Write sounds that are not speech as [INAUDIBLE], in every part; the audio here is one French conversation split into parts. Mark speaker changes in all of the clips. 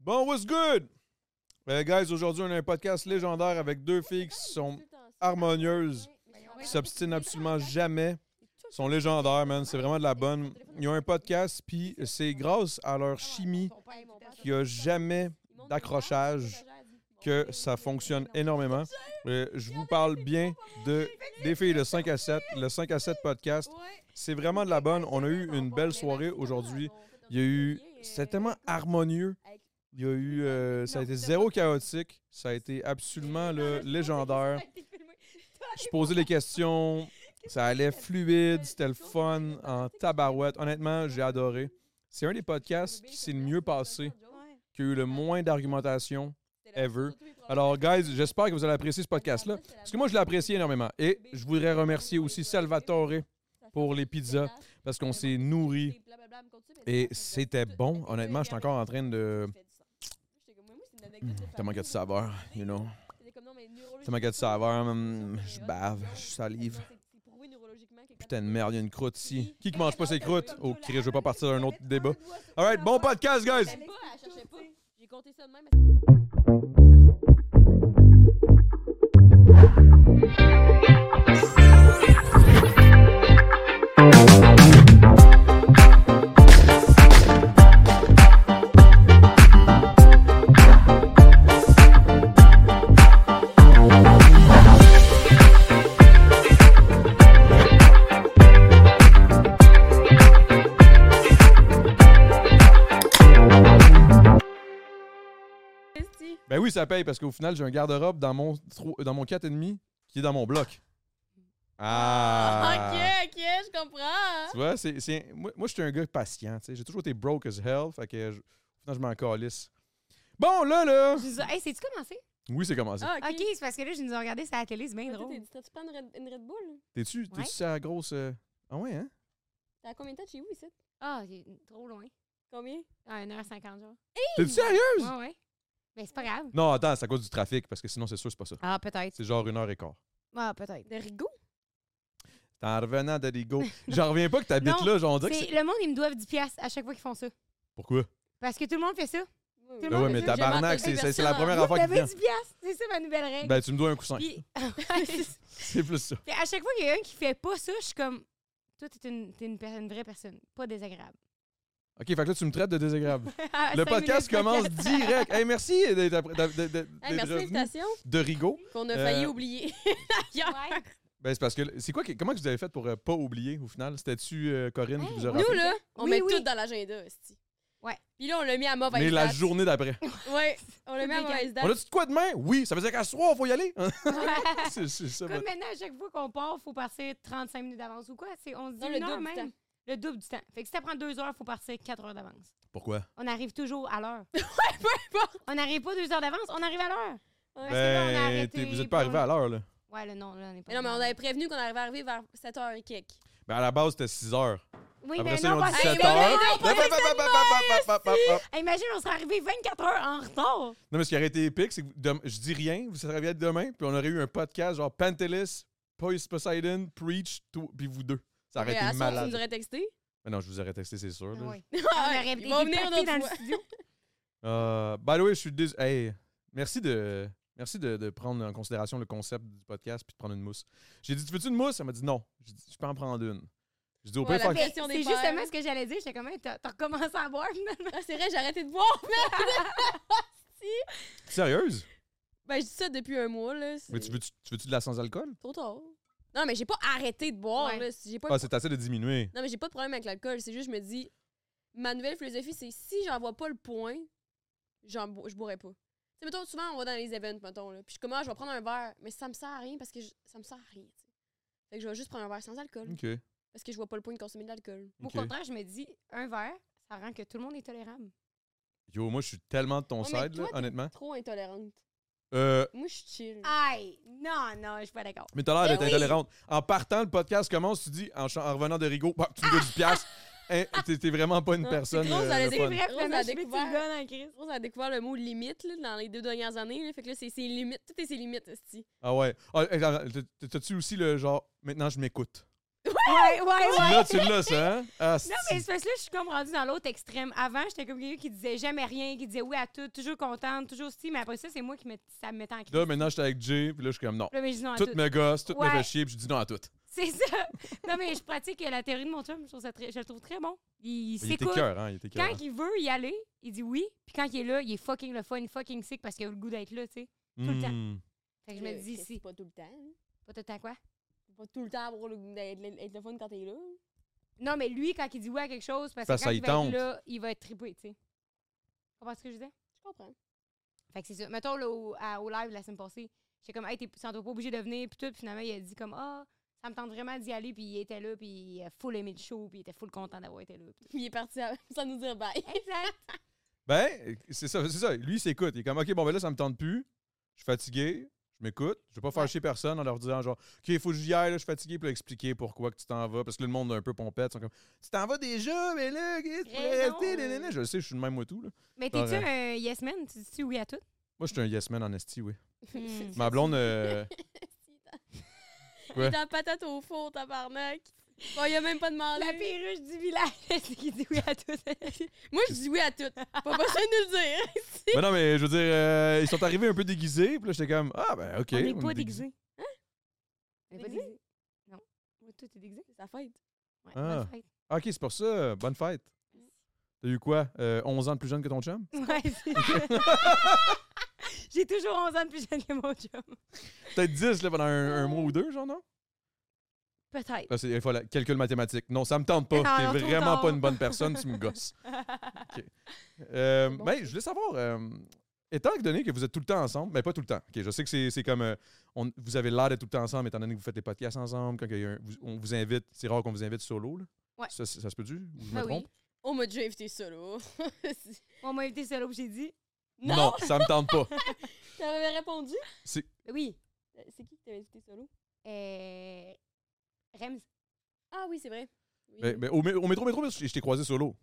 Speaker 1: Bon, what's good? Euh, guys, aujourd'hui, on a un podcast légendaire avec deux filles qui sont harmonieuses, qui s'obstinent absolument jamais. Ils sont légendaires, man. C'est vraiment de la bonne. Ils ont un podcast, puis c'est grâce à leur chimie qu'il n'y a jamais d'accrochage que ça fonctionne énormément. Euh, je vous parle bien de des filles de 5 à 7, le 5 à 7 podcast. C'est vraiment de la bonne. On a eu une belle soirée aujourd'hui. Il y a eu. C'était tellement harmonieux. Il y a eu. euh, ça a été zéro chaotique. Ça a été absolument là, légendaire. Je posais des questions. Ça [LAUGHS] allait fluide. C'était le fun en tabarouette. Honnêtement, j'ai adoré. C'est un des podcasts qui s'est le mieux passé, qui a eu le moins d'argumentation ever. Alors, guys, j'espère que vous allez apprécier ce podcast-là. Parce que moi, je l'ai apprécié énormément. Et je voudrais remercier aussi Salvatore pour les pizzas, parce qu'on s'est nourri. Et c'était bon. Honnêtement, je suis encore en train de. Hmm, Tellement qu'il y a de saveur, you know. Tellement qu'il y a de saveur, hum, je bave, je salive. Putain de merde, il y a une croûte ici. Qui qui mange pas ses croûtes? Oh, cri, je veux pas partir d'un autre débat. Alright, bon podcast, guys!
Speaker 2: Elle pas, elle cherchait pas. J'ai compté ça de même.
Speaker 1: Ah.
Speaker 3: Esti.
Speaker 1: Ben oui, ça paye parce qu'au final, j'ai un garde-robe dans mon, tro- dans mon 4,5 qui est dans mon bloc. Ah!
Speaker 3: Ok, ok, je comprends.
Speaker 1: Tu vois, c'est, c'est- moi, moi, je suis un gars patient. tu sais. J'ai toujours été broke as hell. Fait que je, au final, je m'en calisse. Bon, là, là!
Speaker 4: Je disais, hey, c'est-tu commencé?
Speaker 1: Oui, c'est commencé.
Speaker 3: Ah,
Speaker 4: Ok, c'est parce que là, je nous ai regardé sur la télé, c'est bien
Speaker 2: Toi, t'es-
Speaker 4: drôle.
Speaker 2: t'es- Tu prends une Red, une Red Bull?
Speaker 1: T'es-tu,
Speaker 4: Ouais.
Speaker 1: t'es-tu à la grosse. euh, Ah ouais, hein?
Speaker 2: T'as combien de temps de chez vous ici?
Speaker 4: Ah, il est trop loin.
Speaker 2: Combien?
Speaker 4: Ah, 1h50, genre.
Speaker 1: T'es-tu sérieuse?
Speaker 4: Ouais, ouais. Mais c'est pas grave.
Speaker 1: Non, attends, c'est à cause du trafic parce que sinon, c'est sûr, c'est pas ça.
Speaker 4: Ah, peut-être.
Speaker 1: C'est genre une heure et quart.
Speaker 4: Ah, peut-être.
Speaker 2: De Rigaud?
Speaker 1: T'es en revenant de
Speaker 4: [LAUGHS]
Speaker 1: Ligo. J'en reviens pas que t'habites
Speaker 4: Non,
Speaker 1: là. Genre, on dirait que
Speaker 4: C'est-
Speaker 1: c'est...
Speaker 4: Le monde, ils me doivent 10 piastres à chaque fois qu'ils font ça.
Speaker 1: Pourquoi?
Speaker 4: Parce que tout le monde fait ça.
Speaker 2: Oui,
Speaker 4: Ben
Speaker 1: Ben ouais, mais
Speaker 4: J'ai
Speaker 1: tabarnak,
Speaker 3: entendu
Speaker 1: c'est, c'est, c'est la
Speaker 3: personne en-
Speaker 1: première
Speaker 4: Vous
Speaker 1: affaire qui vient.
Speaker 4: m'avez 10 piastres. C'est ça ma nouvelle règle.
Speaker 1: Ben, tu me dois un coussin.
Speaker 4: Puis, [LAUGHS]
Speaker 1: C'est plus ça.
Speaker 4: Puis à chaque fois qu'il y a un qui fait pas ça, je suis comme, toi, t'es une, t'es une, per- une vraie personne.
Speaker 1: [LAUGHS]
Speaker 4: Pas désagréable.
Speaker 1: OK, fait que là, tu me traites de désagréable.
Speaker 4: Ah,
Speaker 1: Le
Speaker 4: cinq
Speaker 1: podcast
Speaker 4: minutes de
Speaker 1: commence
Speaker 4: podcast.
Speaker 1: direct. Hey, merci d'être, après- d'être- d'être- d'être
Speaker 2: Hey, merci de
Speaker 1: revenu
Speaker 2: l'invitation
Speaker 1: de Rigaud.
Speaker 2: qu'on a
Speaker 1: Euh,
Speaker 2: failli oublier. [LAUGHS]
Speaker 4: Ouais.
Speaker 1: Ben, c'est parce que... C'est quoi... que- Comment que vous avez fait pour euh, pas oublier, au final? C'était-tu euh, Corinne qui
Speaker 4: Hey,
Speaker 1: vous a
Speaker 4: nous,
Speaker 2: Nous,
Speaker 1: rappelé?
Speaker 2: là, on
Speaker 4: Oui,
Speaker 2: met
Speaker 4: oui.
Speaker 2: tout dans l'agenda, esti.
Speaker 4: Ouais.
Speaker 2: Puis là, on l'a mis à mauvaise
Speaker 1: Mais
Speaker 2: date.
Speaker 1: la journée d'après.
Speaker 2: Ouais, on l'a mis à
Speaker 4: Tout
Speaker 2: mauvaise
Speaker 1: On
Speaker 2: date.
Speaker 1: a-tu de quoi demain? Oui, ça veut dire qu'à ce soir, faut y aller. c'est, c'est ça,
Speaker 4: Comme
Speaker 1: votre-
Speaker 4: maintenant, à chaque fois qu'on part, il faut partir 35 minutes d'avance ou quoi? C'est- On se dit
Speaker 2: Non, le
Speaker 4: une heure
Speaker 2: double du
Speaker 4: même. [LAUGHS]
Speaker 2: temps.
Speaker 4: Le double du temps. Fait que si ça prend deux heures, il faut partir quatre heures d'avance.
Speaker 1: Pourquoi?
Speaker 4: On arrive toujours à l'heure.
Speaker 2: importe.
Speaker 4: On n'arrive pas deux heures d'avance, on arrive à l'heure.
Speaker 2: Ouais.
Speaker 4: que là, on a
Speaker 1: Ben,
Speaker 4: arrêté
Speaker 1: t'es- vous êtes pas
Speaker 4: pour-
Speaker 1: arrivé à l'heure, là.
Speaker 4: Ouais, le nom, là, on n'est pas.
Speaker 2: Mais non, mais on avait prévenu qu'on allait arriver vers 7 h et quelques.
Speaker 1: Ben, à la base, c'était 6 heures.
Speaker 4: Oui,
Speaker 1: Après
Speaker 4: mais
Speaker 1: ça, ils
Speaker 4: non,
Speaker 1: ont dit
Speaker 4: parce
Speaker 1: 7
Speaker 4: que.
Speaker 1: heures.
Speaker 4: Non,
Speaker 1: Bah, bah, bah, bah, bah, bah, bah, bah, bah.
Speaker 4: Hey, Imagine, on serait arrivé 24 heures en retard.
Speaker 1: Non, mais ce qui aurait été épique, c'est que dem- je dis rien, vous seriez bien demain, puis on aurait eu un podcast genre Pantelis, Poise Poseidon, Preach, tout, puis vous deux. Ça aurait
Speaker 2: Mais à
Speaker 1: été
Speaker 2: soir, Tu nous
Speaker 1: malade.
Speaker 2: aurais texté. [LAUGHS]
Speaker 1: Mais non, je vous aurais texté, c'est sûr. là.
Speaker 4: Ouais.
Speaker 2: On
Speaker 4: On aurait
Speaker 2: Ils vont
Speaker 4: été
Speaker 2: venir
Speaker 4: partis
Speaker 2: notre
Speaker 4: dans le
Speaker 2: fois.
Speaker 4: studio.
Speaker 1: Euh, by the way, je suis désolé. Hey, merci de, merci de, de prendre en considération le concept du podcast puis de prendre une mousse. J'ai dit, tu veux-tu une mousse? Elle m'a dit non. J'ai dit, je peux en prendre une. J'ai dit, au pire,
Speaker 2: Voilà,
Speaker 1: fuck-
Speaker 2: mais-
Speaker 4: C'est
Speaker 2: Question des pères.
Speaker 4: justement ce que j'allais dire. J'étais comme, Hey, t'as t'as recommencé à boire finalement.
Speaker 2: Ah, c'est vrai, j'ai arrêté de boire. [LAUGHS]
Speaker 1: Sérieuse?
Speaker 2: Ben, je dis ça depuis un mois, là. C'est
Speaker 1: Mais tu veux-tu tu veux-tu de la sans-alcool?
Speaker 2: trop tard. Non, mais j'ai pas arrêté de boire,
Speaker 4: Ouais.
Speaker 2: là. J'ai pas
Speaker 1: Ah, c'est assez de diminuer.
Speaker 2: Non, mais j'ai pas de problème avec l'alcool. C'est juste, je me dis, ma nouvelle philosophie, c'est si j'en vois pas le point, j'en bo- je boirai pas. Tu sais, mettons, souvent, on va dans les events, mettons, là. Puis je commence, je vais prendre un verre, mais ça me sert à rien parce que je- ça me sert à rien, tu sais. Fait que je vais juste prendre un verre sans alcool
Speaker 1: OK.
Speaker 2: parce que je vois pas le point de consommer de l'alcool.
Speaker 4: Au
Speaker 1: ok.
Speaker 4: contraire, je me dis, un verre, ça rend que tout le monde est tolérable.
Speaker 1: Yo, moi, je suis tellement de ton
Speaker 2: Ouais, Oh, mais
Speaker 1: side, là,
Speaker 2: toi, t'es-
Speaker 1: honnêtement.
Speaker 2: Trop intolérante.
Speaker 1: Euh,
Speaker 2: Moi, je suis chill.
Speaker 4: Ah! Aïe, non, non, je suis pas d'accord.
Speaker 1: Mais t'as l'air
Speaker 2: Ben
Speaker 1: d'être
Speaker 2: oui.
Speaker 1: intolérante. En partant, le podcast commence, tu dis, en, chan- en revenant de Rigaud, bah, tu me donnes du
Speaker 4: [LAUGHS]
Speaker 1: piastre. Hein, t'es, t'es vraiment pas une
Speaker 2: Non,
Speaker 1: personne.
Speaker 2: c'est gros,
Speaker 1: euh,
Speaker 2: ça
Speaker 1: le
Speaker 2: allait
Speaker 4: C'est
Speaker 2: fun.
Speaker 4: vrai,
Speaker 2: Rose
Speaker 4: finalement,
Speaker 2: a
Speaker 4: je suis petite
Speaker 2: découvert.
Speaker 4: gonne en crise.
Speaker 2: On a découvert le mot limite là, dans les deux dernières années. là. Fait que là, c'est ses limites. Tout est ses limites, esti.
Speaker 1: eh, Ah ouais. Ah, hey, attends, t'as- t'as- T'as-tu aussi le genre, maintenant je m'écoute?
Speaker 4: Ouais, ouais, ouais.
Speaker 1: Là, tu l'as, ça, hein? Ah,
Speaker 4: [LAUGHS] Non, mais c'est parce que là, je suis comme rendue dans l'autre extrême. Avant, j'étais comme quelqu'un qui disait jamais rien, qui disait oui à tout, toujours contente, toujours si, mais après ça, c'est moi qui me, ça me mettait en crise.
Speaker 1: Là, maintenant, j'étais avec Jay, puis là, je suis comme non.
Speaker 4: Là, mais je dis non à
Speaker 1: Tout
Speaker 4: tout.
Speaker 1: me gosse, tout me
Speaker 4: Ouais.
Speaker 1: fait chier, puis je dis non à tout.
Speaker 4: [LAUGHS] C'est ça. non, mais je pratique la théorie de mon chum, je, trouve ça très- je le trouve très bon. Il,
Speaker 1: Il était
Speaker 4: s'écoute.
Speaker 1: cœur, hein? Il était cœur.
Speaker 4: Quand il veut y aller, il dit oui, puis quand il est là, il est fucking le fun, fucking sick parce qu'il a le goût d'être là, tu sais. tout
Speaker 1: Hmm.
Speaker 4: le temps. Fait que je me
Speaker 2: Euh,
Speaker 4: dis
Speaker 2: c'est
Speaker 4: si.
Speaker 2: Pas tout le temps. hein.
Speaker 4: Pas tout le temps quoi?
Speaker 2: Pas tout le temps avoir le goût d'être être le fun quand t'es là.
Speaker 4: Non, mais lui, quand il dit oui à quelque chose, parce que
Speaker 1: Parce que
Speaker 4: quand
Speaker 1: ça
Speaker 4: il
Speaker 1: y
Speaker 4: va être
Speaker 1: tente.
Speaker 4: là, il va être trippé, tu sais. Tu comprends ce que je disais?
Speaker 2: Je comprends. [LAUGHS]
Speaker 4: Fait que c'est ça. Mettons, là, au, à- au live la semaine passée, j'étais comme, hey, t'es sans doute pas obligé de venir, puis tout. Puis finalement, il a dit comme, ah, ça me tente vraiment d'y aller, puis il était là, puis il a full aimé le show, puis il était full content d'avoir été là. puis tout.
Speaker 2: Il est parti à- [LAUGHS] sans nous dire bye.
Speaker 4: Exact.
Speaker 1: Ben, c'est ça, c'est ça. Lui, il s'écoute. Il est comme, OK, bon, ben là, ça me tente plus. Je suis fatigué. Je m'écoute. Je vais pas faire chier personne en leur disant, genre, OK, il faut que j'y aille, là, je suis fatigué, puis leur expliquer pourquoi que tu t'en vas. Parce que là, le monde est un peu pompette. Ils sont comme, Tu t'en vas déjà, mais là, qu'est-ce que tu pourrais
Speaker 4: Raison.
Speaker 1: rester? nanana. Je le sais, je suis le même moi tout. Là.
Speaker 4: mais
Speaker 1: Genre,
Speaker 4: t'es-tu
Speaker 1: euh,
Speaker 4: un yes man? Tu dis-tu oui à tout?
Speaker 1: Moi, je suis un yes man en esti, oui.
Speaker 4: Hmm.
Speaker 1: Ma blonde, euh,
Speaker 2: Il
Speaker 1: Ouais.
Speaker 2: est en patate au four, tabarnak. Bon, il a même pas demandé.
Speaker 4: La perruche du village, [LAUGHS] c'est qui dit oui à tout.
Speaker 2: Moi, je dis oui à tout. Pas besoin de nous le dire.
Speaker 1: ben non, mais je veux dire, euh, ils sont arrivés un peu déguisés. Puis là, j'étais comme, Ah, ben, OK.
Speaker 4: On n'est
Speaker 1: on est
Speaker 4: pas
Speaker 1: déguisés.
Speaker 4: déguisé. Hein? On n'est pas
Speaker 2: Déguisé?
Speaker 4: déguisé. Non. Moi, Toi, t'es déguisé?
Speaker 2: [LAUGHS] C'est sa fête.
Speaker 4: Ouais,
Speaker 1: Ah.
Speaker 4: bonne fête. [LAUGHS]
Speaker 1: Ah, OK, c'est pour ça. Bonne fête. T'as eu quoi? euh, 11 ans de plus jeune que ton chum?
Speaker 4: Ouais, c'est ça.
Speaker 1: [LAUGHS]
Speaker 4: J'ai toujours 11 ans de plus jeune que mon chum.
Speaker 1: Peut-être 10 là, pendant un, un mois ou deux, genre, non?
Speaker 4: Peut-être.
Speaker 1: Là, c'est- il faut la- calcul mathématique. Non, ça me tente
Speaker 4: [LAUGHS]
Speaker 1: pas.
Speaker 4: Non, Ah, non,
Speaker 1: T'es
Speaker 4: trop
Speaker 1: vraiment
Speaker 4: tard.
Speaker 1: pas une bonne personne, tu me
Speaker 4: [LAUGHS]
Speaker 1: gosses. Euh,
Speaker 2: C'est bon,
Speaker 1: ben,
Speaker 2: ça.
Speaker 1: je voulais savoir, euh, étant donné que vous êtes tout le temps ensemble, mais pas tout le temps, OK, je sais que c'est c'est comme, euh, on- vous avez l'air d'être tout le temps ensemble, étant donné que vous faites des podcasts ensemble, quand il y a un- vous- on vous invite, c'est rare qu'on vous invite solo, là.
Speaker 4: Ouais.
Speaker 1: Ça, c'est- ça se peut-tu? Ou je me
Speaker 4: Ah
Speaker 1: trompe?
Speaker 4: oui.
Speaker 2: On m'a déjà invité solo. [LAUGHS]
Speaker 4: On m'a invité solo, puis j'ai dit
Speaker 2: non!
Speaker 1: ça me tente
Speaker 4: [LAUGHS]
Speaker 1: pas.
Speaker 2: T'avais répondu?
Speaker 4: oui.
Speaker 2: Euh, C'est qui qui t'avait invité solo?
Speaker 4: Euh, Rems.
Speaker 2: Ah oui, c'est vrai. Oui,
Speaker 1: mais, mais au, mé- au métro, métro, je je t'ai croisé solo.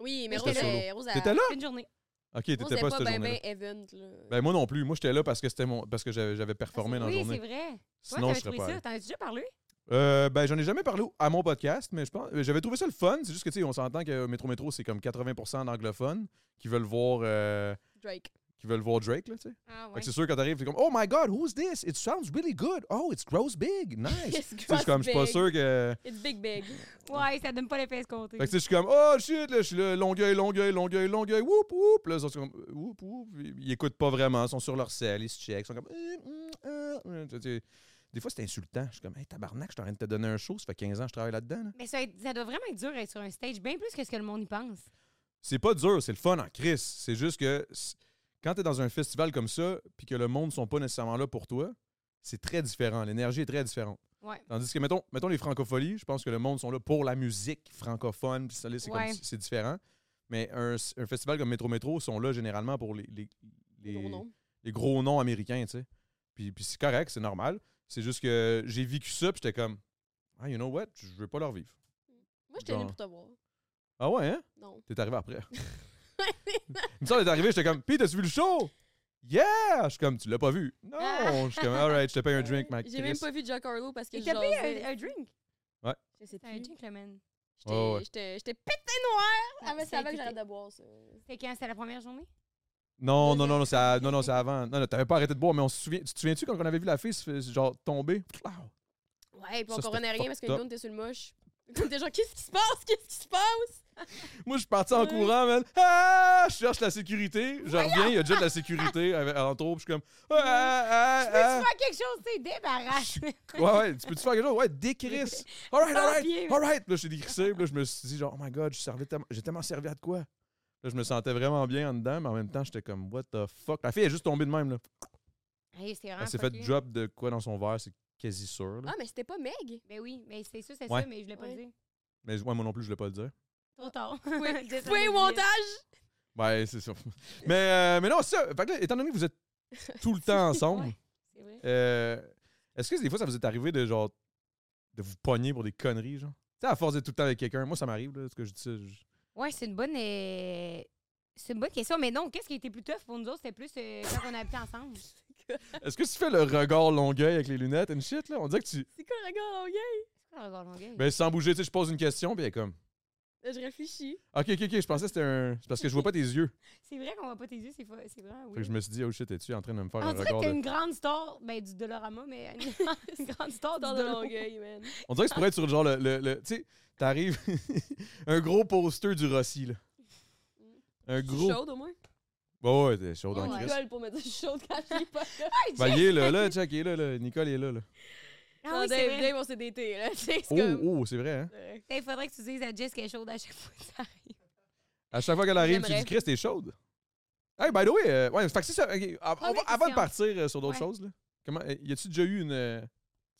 Speaker 2: oui mais
Speaker 1: j'étais
Speaker 2: Rose,
Speaker 1: solo.
Speaker 2: euh, Rose,
Speaker 4: Ben,
Speaker 2: elle-
Speaker 1: T'étais là?
Speaker 4: Une journée.
Speaker 1: OK,
Speaker 2: Rose,
Speaker 1: t'étais pas,
Speaker 2: elle pas
Speaker 1: cette
Speaker 2: ben,
Speaker 1: journée-là.
Speaker 2: ben event, là.
Speaker 1: Ben, moi non plus. Moi, j'étais là parce que c'était mon parce que j'avais j'avais performé dans la
Speaker 4: oui,
Speaker 1: journée.
Speaker 4: c'est vrai.
Speaker 1: Sinon,
Speaker 4: Sinon,
Speaker 1: je
Speaker 4: je
Speaker 1: serais
Speaker 4: trouvé
Speaker 1: pas
Speaker 4: ça.
Speaker 1: allé.
Speaker 4: T'en as déjà parlé?
Speaker 1: Euh, ben, j'en ai jamais parlé à mon podcast, mais je pense euh, j'avais trouvé ça le fun. C'est juste que, tu sais, on s'entend que euh, Métro Métro, c'est comme 80 d'anglophones qui veulent voir euh,
Speaker 2: [LAUGHS] Drake.
Speaker 1: qui veulent voir Drake, là, tu sais.
Speaker 4: Ah
Speaker 1: Fait que c'est sûr, quand t'arrives, t'es comme « Oh my God, who's this? It sounds really good. Oh, it grows big. Nice. »
Speaker 2: It's
Speaker 1: Tu sais, Je suis comme, je suis pas
Speaker 2: big.
Speaker 1: sûr que...
Speaker 2: It's big, big.
Speaker 4: Ouais, ça donne pas les fesses comptées.
Speaker 1: Fait que, tu sais, je suis comme « Oh shit, là, je suis là, longueuil, longueuil, longueuil, longueuil, whoop, whoop. » Là, ils sont comme « Whoop, whoop. » Ils écoutent pas vraiment, ils sont sur leur selle, ils se checkent, ils sont comme « Euh, hum, euh, euh. Tu sais, Des fois, c'est insultant. Je suis comme « Hey, tabarnak, je suis en train de te donner un show, ça fait 15 ans que je travaille là-dedans. là.
Speaker 4: Mais ça, ça doit vraiment être dur d'être sur un stage, bien plus que ce que le monde y pense.
Speaker 1: c'est pas dur, c'est le fun en crise. C'est juste que c- quand tu es dans un festival comme ça, puis que le monde sont pas nécessairement là pour toi, c'est très différent. L'énergie est très différente.
Speaker 4: Ouais.
Speaker 1: Tandis que, mettons, mettons les francopholies, je pense que le monde sont là pour la musique francophone, puis ça, là, c'est comme-
Speaker 4: Ouais.
Speaker 1: c'est différent. Mais un, s- un festival comme Métro Métro sont là généralement pour les, les, les-
Speaker 2: Gros nom.
Speaker 1: les gros noms américains, tu sais. Puis, puis c'est correct, c'est normal. C'est juste que j'ai vécu ça, puis j'étais comme, ah, you know what, je veux pas leur vivre.
Speaker 2: Moi, j'étais venue
Speaker 1: Genre.
Speaker 2: pour te voir.
Speaker 1: Ah ouais, hein?
Speaker 2: Non.
Speaker 1: T'es arrivé
Speaker 2: [LAUGHS]
Speaker 1: après. Il me semble d'être arrivé, j'étais comme, pis t'as-tu vu le show? Yeah! Je suis comme, tu l'as pas vu. Non! Je suis comme, alright, je te paye un drink, Mike.
Speaker 2: J'ai même pas vu Jack Harlow parce que
Speaker 4: Il
Speaker 2: je
Speaker 4: t'a payé
Speaker 2: jasais.
Speaker 4: un, un drink.
Speaker 2: Je sais
Speaker 4: T'as un
Speaker 2: plus.
Speaker 4: drink, le man.
Speaker 2: J'étais
Speaker 1: Ouais, ouais.
Speaker 2: j'étais- j'étais pété noir.
Speaker 4: Ouais,
Speaker 2: Ah, mais
Speaker 4: ça
Speaker 2: ça
Speaker 4: a
Speaker 2: va que
Speaker 4: été-
Speaker 2: j'arrête de boire, ça.
Speaker 4: C'était quand? C'était la première journée?
Speaker 1: Non, non, non, non, c'est à- non, non, c'est avant. Non, non, t'avais pas arrêté de boire, mais on se souvient. Tu te souviens-tu quand on avait vu la fille, se fait- genre, tomber? Wow.
Speaker 2: Ouais, puis
Speaker 1: Ça,
Speaker 2: on comprenait
Speaker 1: c'était
Speaker 2: rien parce que
Speaker 1: fucked
Speaker 2: nous, on était sur le moche. [LAUGHS] On était genre, qu'est-ce qui se passe? Qu'est-ce qui se passe?
Speaker 1: Moi, je suis parti en
Speaker 2: Ouais.
Speaker 1: courant, man. Ah! Je cherche la sécurité. Je reviens, il y a déjà de la
Speaker 2: [LAUGHS]
Speaker 1: sécurité avec- en trop, puis je suis comme, ah, ah,
Speaker 4: Tu
Speaker 1: ah,
Speaker 4: faire quelque chose, tu sais, débarrasse. [LAUGHS]
Speaker 1: ah. Ouais, ouais, tu peux-tu faire quelque chose? Ouais, décrisse. Alright, alright.
Speaker 4: Pompier.
Speaker 1: Alright! Là, j'ai décrissé, puis là, je me suis dit, genre, oh my god, je servais tellement- j'ai tellement servi à de quoi? Là, je me sentais vraiment bien en dedans, mais en même temps, j'étais comme, what the fuck? La fille est juste tombée de même, là.
Speaker 4: Hey, c'est vraiment
Speaker 1: Elle s'est
Speaker 4: fucké.
Speaker 1: fait drop de quoi dans son verre, c'est quasi sûr, là.
Speaker 2: Ah, mais c'était pas Meg.
Speaker 4: Ben oui, mais c'est ça, c'est
Speaker 1: Ouais.
Speaker 4: ça, mais je voulais pas
Speaker 2: Ouais.
Speaker 4: le dire.
Speaker 1: Mais moi, moi non plus, je voulais pas le dire.
Speaker 4: Trop tard.
Speaker 2: Oui,
Speaker 4: [LAUGHS]
Speaker 2: montage!
Speaker 1: Ouais, c'est ça. [LAUGHS] Mais, euh, mais non, c'est ça. Fait que là, étant donné que vous êtes tout le temps ensemble,
Speaker 4: Ouais, C'est vrai.
Speaker 1: euh, est-ce que des fois, ça vous est arrivé de, genre, de vous pogner pour des conneries, genre? Tu sais, à force d'être tout le temps avec quelqu'un, moi, ça m'arrive, là, ce que je dis ça. je-
Speaker 4: Ouais, c'est une bonne. euh, C'est une bonne question, mais non, qu'est-ce qui était plus tough pour nous autres? C'était plus euh, quand on habitait ensemble.
Speaker 1: Est-ce que tu fais le regard longueuil avec les lunettes and shit, là? On dirait que tu...
Speaker 2: C'est quoi le regard, oh yeah?
Speaker 4: C'est quoi le regard longueuil.
Speaker 1: Ben, sans bouger, tu sais, je pose une question, puis elle est comme.
Speaker 2: Là, Euh, Je réfléchis.
Speaker 1: Ok, ok, ok, je pensais que c'était un. C'est parce que je vois pas tes yeux.
Speaker 4: C'est vrai qu'on voit pas tes yeux, c'est fa- c'est vraiment
Speaker 1: Fait que
Speaker 4: weird.
Speaker 1: je me suis dit, oh shit, es-tu en train de me faire
Speaker 4: On
Speaker 1: un
Speaker 4: dirait que
Speaker 1: regard
Speaker 4: t'es
Speaker 1: de.
Speaker 4: une grande star, ben du Dolorama, mais [LAUGHS] une, une grande star
Speaker 2: Dans
Speaker 4: du
Speaker 2: le [LAUGHS]
Speaker 4: Dolorama. Ah
Speaker 2: longueuil, man.
Speaker 1: On dirait que ça pourrait être sur le genre le. le- le- tu sais, t'arrives. [LAUGHS] un gros poster du Rossi, là. Un
Speaker 2: Je suis
Speaker 1: gros. bah
Speaker 2: chaude au moins.
Speaker 1: Ouais, ouais, t'es chaud
Speaker 4: Oh,
Speaker 1: dans
Speaker 4: ouais.
Speaker 1: Chris.
Speaker 2: Nicole pour me dire je suis chaude quand je suis pas là.
Speaker 1: Ben, il est là, là, check, il est là, là. Nicole est là, là.
Speaker 4: Ah oui,
Speaker 2: Non,
Speaker 4: c'est
Speaker 2: Dave,
Speaker 4: vrai.
Speaker 2: Dave, on s'est daté, là. [LAUGHS] C'est
Speaker 1: Oh,
Speaker 2: comme.
Speaker 1: oh, c'est vrai, hein?
Speaker 2: Correct.
Speaker 4: Il faudrait que tu dises à Jess qu'elle est chaude à chaque fois que ça arrive.
Speaker 1: À chaque fois qu'elle arrive, tu
Speaker 2: J'aimerais.
Speaker 1: dis, Chris, t'es chaude. Hey, by the way, euh, ouais, fait que c'est ça. ok, av- on va-
Speaker 4: Première
Speaker 1: avant de
Speaker 4: question.
Speaker 1: partir euh, sur d'autres
Speaker 4: Ouais.
Speaker 1: choses, là, comment, euh, y a-tu déjà eu une, euh, tu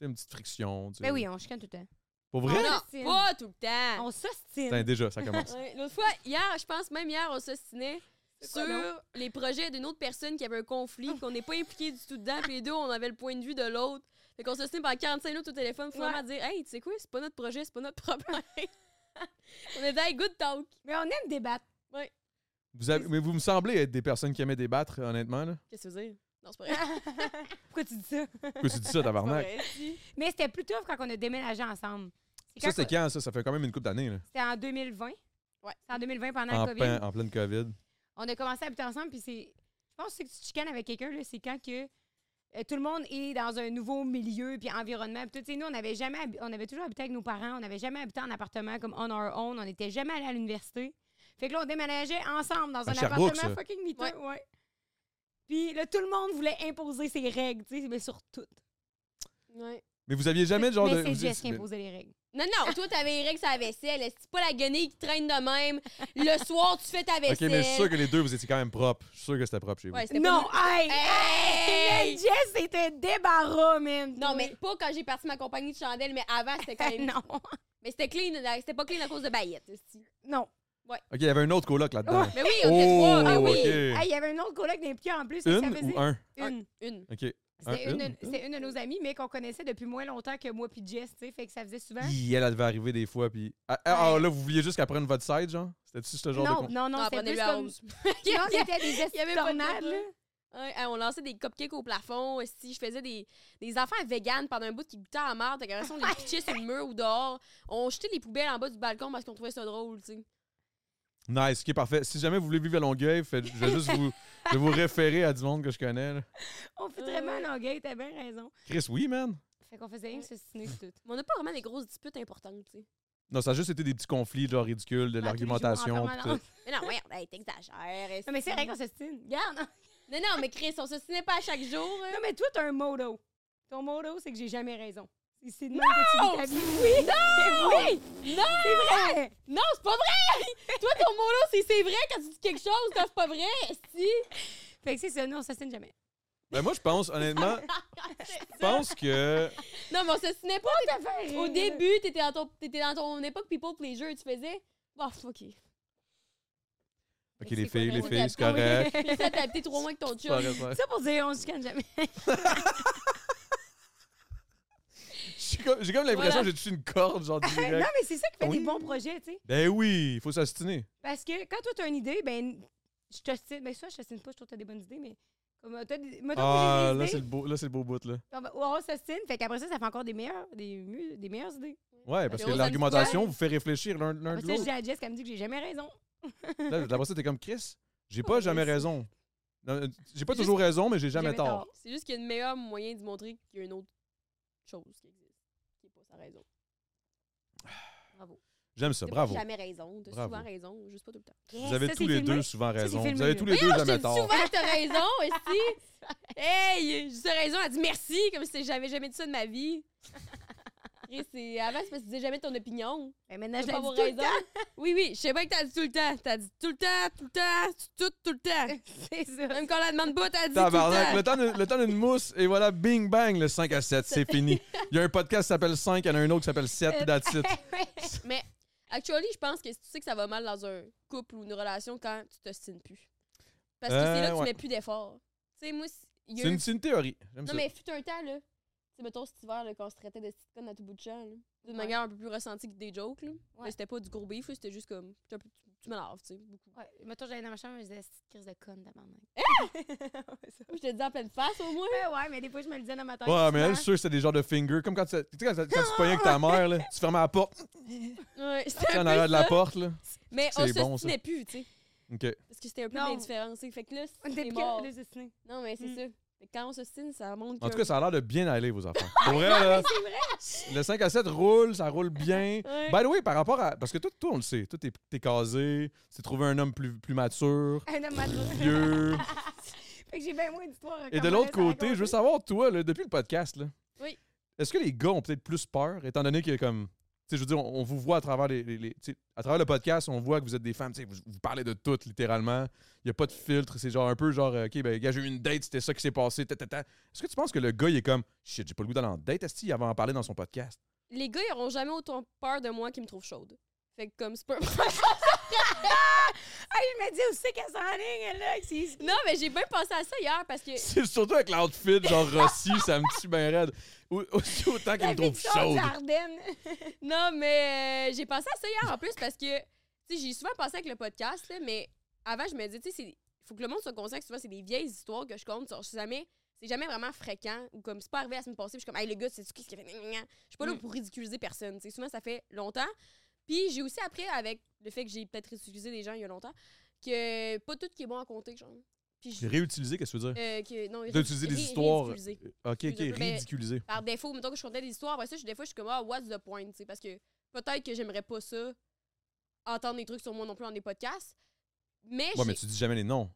Speaker 1: sais, une petite friction? tu sais?
Speaker 4: Ben oui, on chicane tout le temps.
Speaker 1: Pour vrai?
Speaker 4: Ah,
Speaker 2: Non,
Speaker 4: Christine.
Speaker 2: pas tout le temps.
Speaker 4: On
Speaker 1: Putain,
Speaker 4: s'ostine.
Speaker 1: déjà, ça
Speaker 4: [LAUGHS]
Speaker 1: commence.
Speaker 2: Ouais, L'autre fois, hier, je pense même hier, on s'ostinait
Speaker 4: C'est
Speaker 2: sur
Speaker 4: quoi, non? Ah.
Speaker 2: les projets d'une autre personne qui avait un conflit, qu'on n'est pas impliqué du tout dedans, puis les deux, on avait le point de vue de l'autre. Fait qu'on s'ostinait pendant 45 minutes au téléphone, pour vraiment dire Hey, tu sais quoi, c'est pas notre projet, c'est pas notre problème. [LAUGHS] on est dans good talk.
Speaker 4: Mais on aime débattre.
Speaker 1: Vous avez- mais vous me semblez être des personnes qui aimaient débattre, honnêtement. Là.
Speaker 2: Qu'est-ce que vous dire? Non, c'est pas vrai.
Speaker 4: Ah, Pourquoi tu dis ça?
Speaker 1: Pourquoi
Speaker 4: [LAUGHS]
Speaker 1: tu dis ça, tabarnak?
Speaker 4: Mais c'était plus tough quand on a déménagé ensemble. C'est
Speaker 1: Ça,
Speaker 4: quand
Speaker 1: c'était
Speaker 4: qu'on-
Speaker 1: quand, ça? Ça fait quand même une couple d'années, là.
Speaker 4: C'était en 2020.
Speaker 2: Ouais.
Speaker 4: C'est en 2020 pendant
Speaker 1: En,
Speaker 4: le COVID.
Speaker 1: plein- en pleine COVID.
Speaker 4: On a commencé à habiter ensemble, puis c'est. Je pense que c'est que tu te chicanes avec quelqu'un, là, c'est quand que euh, tout le monde est dans un nouveau milieu, puis environnement. Puis tout, Tu sais, nous, on avait jamais. habi- On avait toujours habité avec nos parents, on n'avait jamais habité en appartement comme on our own, on n'était jamais allé à l'université. Fait que là, on déménageait ensemble dans
Speaker 1: À
Speaker 4: un
Speaker 1: Sherbrooke,
Speaker 4: appartement
Speaker 1: ça.
Speaker 4: fucking miteux, ouais. Puis là, tout le monde voulait imposer ses règles, tu sais, mais sur tout.
Speaker 2: Ouais.
Speaker 1: Mais vous aviez jamais de genre
Speaker 4: mais
Speaker 1: de.
Speaker 4: c'est
Speaker 1: vous-
Speaker 4: Jess qui
Speaker 1: mais-
Speaker 4: imposait les règles.
Speaker 2: Non, non, toi, t'avais les règles sur la vaisselle. C'est pas la guenille qui traîne de même. Le soir, tu fais ta
Speaker 1: Ok,
Speaker 2: vaisselle.
Speaker 1: mais je suis sûr que les deux, vous étiez quand même propres. Je suis sûr que c'était propre chez vous.
Speaker 2: Ouais, c'était pas
Speaker 4: Non, hey!
Speaker 2: Hey!
Speaker 4: Mais Jess, c'était un débarras, même.
Speaker 2: Non, mais pas quand j'ai parti ma compagnie de chandelles, mais avant, c'était quand même.
Speaker 4: [LAUGHS] non,
Speaker 2: Mais c'était clean, là, c'était pas clean à cause de baillettes. esti.
Speaker 4: non.
Speaker 1: Ok, il y avait un autre coloc là-dedans.
Speaker 4: Ouais.
Speaker 2: Mais oui, on était
Speaker 1: Oh,
Speaker 2: trois. Ah
Speaker 1: ok.
Speaker 2: oui,
Speaker 4: Hey, Il y avait un autre collègue d'impliqué en plus. fait que ça
Speaker 1: Une
Speaker 4: faisait-
Speaker 1: ou un?
Speaker 4: Une.
Speaker 2: une.
Speaker 1: Ok.
Speaker 4: C'était
Speaker 1: Un,
Speaker 4: une,
Speaker 1: une,
Speaker 4: de- c'était une de nos amies, mais qu'on connaissait depuis moins longtemps que moi puis Jess, tu sais. Fait que ça faisait souvent.
Speaker 1: Hi, elle, elle devait arriver des fois, puis. Ah, ah, ah, là, vous vouliez juste qu'elle prenne votre side, genre? C'était-tu ce genre de.
Speaker 4: Non,
Speaker 1: con-
Speaker 4: non, non,
Speaker 2: Non,
Speaker 4: c'était
Speaker 2: Ah, prenez-le
Speaker 4: plus
Speaker 2: à [LAUGHS]
Speaker 4: comme...
Speaker 2: 11.
Speaker 4: [LAUGHS] Non, c'était des
Speaker 2: [LAUGHS] Il y avait pas de
Speaker 4: estornades,
Speaker 2: tête,
Speaker 4: là.
Speaker 2: Ouais, hey, on lançait des cupcakes au plafond. Si je faisais des, des affaires véganes pendant un bout qui goûtaient à la marde, t'as l'impression de les pitcher sur le mur ou dehors. On jetait les poubelles en bas du balcon parce qu'on trouvait ça drôle, tu sais.
Speaker 1: Nice, ok, parfait. Si jamais vous voulez vivre à Longueuil, faites- je vais juste vous, je vais vous référer à du monde que je connais. là.
Speaker 4: On fait
Speaker 2: Euh.
Speaker 4: vraiment longueuil, t'as bien raison.
Speaker 1: Chris, oui, man.
Speaker 4: Fait qu'on faisait rien que se signer tout.
Speaker 2: Mais on n'a pas vraiment des grosses disputes importantes, tu sais.
Speaker 1: Non, ça a juste été des petits conflits, genre ridicules, de
Speaker 4: Ah, tous les
Speaker 1: l'argumentation.
Speaker 4: jours, en
Speaker 1: pis
Speaker 4: permanence.
Speaker 1: tout.
Speaker 2: Mais non, merde, hey, t'exagères. esti.
Speaker 4: Non, mais c'est vrai qu'on se signe. Regarde. Non,
Speaker 2: Non, non, mais Chris, on se signait pas à chaque jour. hein.
Speaker 4: mais toi, t'as un motto. Ton motto, c'est que j'ai jamais raison. C'est- C'est de même que tu vis ta vie. Oui!
Speaker 2: Non!
Speaker 4: Oui! C'est [LAUGHS] vrai!
Speaker 2: Non, c'est pas vrai! [LAUGHS] Toi, ton mot là, c'est c'est vrai quand tu dis quelque chose, non, c'est pas vrai, si.
Speaker 4: Fait que c'est ça, non, on se signe jamais.
Speaker 1: Ben, moi, je pense,
Speaker 4: [LAUGHS]
Speaker 1: honnêtement, je pense que.
Speaker 2: Non, mais on se signait pas.
Speaker 4: Tout à fait.
Speaker 2: Au début, t'étais dans, ton- t'étais dans ton époque people pleasure, tu faisais. Bah, fuck it.
Speaker 1: Ok,
Speaker 4: Mais
Speaker 1: les
Speaker 4: c'est quoi
Speaker 1: filles,
Speaker 4: la
Speaker 1: les
Speaker 2: raison
Speaker 1: filles, c'est
Speaker 2: de la-
Speaker 1: correct.
Speaker 2: Puis ça, t'as habité trop loin que ton
Speaker 1: C'est pas
Speaker 2: chum.
Speaker 1: vrai, c'est vrai.
Speaker 4: Ça pour dire, on se chicane jamais.
Speaker 1: [LAUGHS] J'ai comme, j'ai comme l'impression
Speaker 2: Voilà.
Speaker 1: que j'ai touché une corde,
Speaker 4: [LAUGHS]
Speaker 1: genre
Speaker 4: non,
Speaker 1: direct.
Speaker 4: mais c'est ça qui fait
Speaker 1: Oui.
Speaker 4: des bons projets, tu sais.
Speaker 1: Ben oui, il faut s'astiner.
Speaker 4: Parce que quand toi, t'as une idée, ben, je t'ostine. Ben, soit je t'ostine pas, je trouve que t'as des bonnes idées, mais. Comme, euh, t'as des. Mettons
Speaker 1: Ah,
Speaker 4: que j'ai
Speaker 1: là,
Speaker 4: des
Speaker 1: c'est le
Speaker 4: idées.
Speaker 1: beau, là, c'est le beau bout, là.
Speaker 4: On, va- on s'ostine, fait qu'après ça, ça fait encore des meilleures, des, mieux- des meilleures idées.
Speaker 1: Ouais, parce
Speaker 2: Mais
Speaker 1: que
Speaker 2: on
Speaker 1: l'argumentation vous fait réfléchir l'un l'un
Speaker 4: Après
Speaker 1: de
Speaker 4: ça, je
Speaker 1: l'autre.
Speaker 4: dis à Jess qu'elle me dit que j'ai jamais raison.
Speaker 1: Là, après ça, t'es comme Chris, j'ai
Speaker 4: Oh,
Speaker 1: pas
Speaker 4: mais
Speaker 1: jamais
Speaker 4: c'est-
Speaker 1: raison. Non, euh, J'ai pas
Speaker 2: Juste-
Speaker 1: toujours raison, mais j'ai jamais
Speaker 4: jamais
Speaker 1: tort.
Speaker 4: tort.
Speaker 2: C'est juste qu'il y a le meilleur moyen de montrer qu'il y a une autre chose qui existe. Qui n'est pas sa raison.
Speaker 4: Bravo.
Speaker 1: J'aime ça,
Speaker 2: T'as pas
Speaker 1: bravo.
Speaker 2: jamais raison. T'as
Speaker 1: Bravo.
Speaker 2: souvent raison, juste pas tout le temps.
Speaker 1: Vous avez tous les deux souvent raison.
Speaker 4: filmé,
Speaker 1: Vous avez
Speaker 4: là.
Speaker 1: tous les deux
Speaker 2: Voyons, je te
Speaker 1: jamais
Speaker 2: dis
Speaker 1: tort.
Speaker 2: souvent que t'as
Speaker 1: [LAUGHS]
Speaker 2: raison, si. Hey, j'ai raison, elle dit merci, comme si j'avais jamais dit ça de ma vie. Chris, c'est- avant, c'est parce que tu disais jamais ton opinion.
Speaker 4: Mais Ben, maintenant, je
Speaker 2: T'as
Speaker 4: l'ai
Speaker 2: pas
Speaker 4: dit
Speaker 2: vos
Speaker 4: tout le
Speaker 2: raisons. Oui, oui, je sais bien que t'as dit tout le temps. T'as dit tout le temps, tout le temps, tout, tout, tout le temps.
Speaker 4: temps. C'est ça.
Speaker 2: Même quand on la demande pas, t'as dit tout le
Speaker 1: Tabarnak,
Speaker 2: temps.
Speaker 1: le temps de- le temps d'une mousse, et voilà, bing bang, le 5 à 7,
Speaker 2: [LAUGHS]
Speaker 1: c'est fini. Il y a un podcast qui s'appelle 5, il y en a un autre qui s'appelle 7,
Speaker 2: Euh,
Speaker 1: puis
Speaker 2: [LAUGHS]
Speaker 1: that's it.
Speaker 2: Mais, actually, je pense que si tu sais que ça va mal dans un couple ou une relation quand tu t'ostines plus. Parce que
Speaker 1: Euh,
Speaker 2: c'est là que
Speaker 1: ouais.
Speaker 2: tu mets plus d'efforts. Tu sais, moi, il y a
Speaker 1: C'est
Speaker 2: eu-
Speaker 1: une, c'est une théorie. J'aime
Speaker 2: Non,
Speaker 1: ça.
Speaker 2: mais fut un temps, là. sais, mettons, cet hiver, là, quand on se traitait de petites connes à tout bout de champ, là, d'une
Speaker 4: Ouais.
Speaker 2: manière un peu plus ressentie que des jokes, là.
Speaker 4: Ouais.
Speaker 2: Mais c'était pas du gros beef, là, c'était juste comme, t'es un peu- tu, tu m'énerves, tu sais, beaucoup.
Speaker 4: Ouais, mettons, j'allais dans ma chambre, je disais, c'est crise de conne, ta maman. [LAUGHS] ouais, ça.
Speaker 2: Je te dis en pleine face, au moins.
Speaker 4: Ouais, ouais, mais des fois, je me le disais dans ma tête.
Speaker 1: Ouais, mais
Speaker 4: souvent.
Speaker 1: elle, je suis sûr que c'était des genres de finger. Comme quand tu tu sais, quand, quand tu te pognais avec
Speaker 2: [LAUGHS]
Speaker 1: ta mère, là, tu fermais la porte, tu
Speaker 2: [LAUGHS] Ouais,
Speaker 1: sais,
Speaker 2: c'était
Speaker 1: en
Speaker 2: un
Speaker 1: arrière
Speaker 2: peu
Speaker 1: de la
Speaker 2: ça.
Speaker 1: porte. Là.
Speaker 2: Mais
Speaker 1: C'est
Speaker 2: on
Speaker 1: bon,
Speaker 2: se
Speaker 1: ça.
Speaker 2: tenait plus, tu sais,
Speaker 1: OK.
Speaker 2: parce que c'était un peu
Speaker 4: Non.
Speaker 2: indifférencé. Fait que là,
Speaker 4: On était
Speaker 2: c'est
Speaker 4: plus
Speaker 2: mort. Hmm.
Speaker 4: capables de se dessiner.
Speaker 2: Non, mais c'est
Speaker 4: Mm.
Speaker 2: ça. Fait que quand on s'ostine, ça montre
Speaker 1: En tout
Speaker 2: que- [LAUGHS]
Speaker 1: cas, ça a l'air de bien aller, vos affaires. Pour vrai, là,
Speaker 4: C'est vrai.
Speaker 1: le 5 à 7 roule, ça roule bien.
Speaker 2: Ouais.
Speaker 1: By the way, par rapport à. Parce que toi, toi on le sait. Toi, t'es, t'es casé, t'es trouvé un homme plus, plus mature,
Speaker 4: Un homme madreux.
Speaker 1: vieux.
Speaker 4: [LAUGHS] Fait que j'ai bien moins d'histoires. à
Speaker 1: Et de
Speaker 4: raconter,
Speaker 1: l'autre
Speaker 4: ça raconte.
Speaker 1: côté, je veux savoir, toi, là, depuis le podcast, là,
Speaker 2: Oui.
Speaker 1: est-ce que les gars ont peut-être plus peur, étant donné que, comme. Tu sais, je veux dire, on, on vous voit à travers les. les- les- tu sais, à travers le podcast, on voit que vous êtes des femmes, tu sais, vous, vous parlez de tout, littéralement. Il n'y a pas de filtre. C'est genre un peu genre, euh, OK, ben, gars, j'ai eu une date, c'était ça qui s'est passé, ta, ta, ta. Est-ce que tu penses que le gars, il est comme, shit, j'ai pas le goût d'aller en date, est-ce qu'il va en parler dans son podcast?
Speaker 2: Les gars, ils auront jamais autant peur de moi qu'ils me trouvent chaude. Fait que comme c'est pas. [LAUGHS]
Speaker 4: Ah, je me dis aussi qu'elle s'enligne, là. que c'est-
Speaker 2: non, mais j'ai bien pensé à ça hier parce que.
Speaker 1: C'est surtout avec l'outfit, genre Rossi, ça me tue bien raide. Ou- Aussi autant qu'il me
Speaker 4: La
Speaker 1: trouve
Speaker 4: fiction
Speaker 1: chaude.
Speaker 4: du Ardennes.
Speaker 2: Non, mais euh, j'ai pensé à ça hier en plus parce que. Tu sais, j'ai souvent pensé avec le podcast, là, mais avant, je me disais, tu sais, c'est- faut que le monde soit conscient que souvent, c'est des vieilles histoires que je compte. genre, je suis jamais. C'est jamais vraiment fréquent ou comme c'est pas arrivé à se me passer. puis Je suis comme, hey, le gars, c'est qui qui a fait. gna, gna, gna? Je suis pas là
Speaker 4: Mm.
Speaker 2: pour ridiculiser personne. tu sais, souvent, ça fait longtemps. Puis j'ai aussi appris avec le fait que j'ai peut-être ridiculisé des gens il y a longtemps que pas tout qui est bon à compter, genre. Puis je-
Speaker 1: Réutiliser, qu'est-ce que tu veux dire?
Speaker 2: Euh, que, non,
Speaker 1: D'utiliser des
Speaker 2: ré-
Speaker 1: histoires.
Speaker 2: ridiculiser.
Speaker 1: Ok, ok,
Speaker 2: excusez, mais-
Speaker 1: ridiculiser.
Speaker 2: Par défaut, mettons que je comptais des histoires, après ça, je- des fois, je suis comme, ah, what's the point, tu sais, parce que peut-être que j'aimerais pas ça, entendre des trucs sur moi non plus dans des podcasts, mais,
Speaker 1: Ouais,
Speaker 2: j'ai-
Speaker 1: mais tu dis jamais les noms.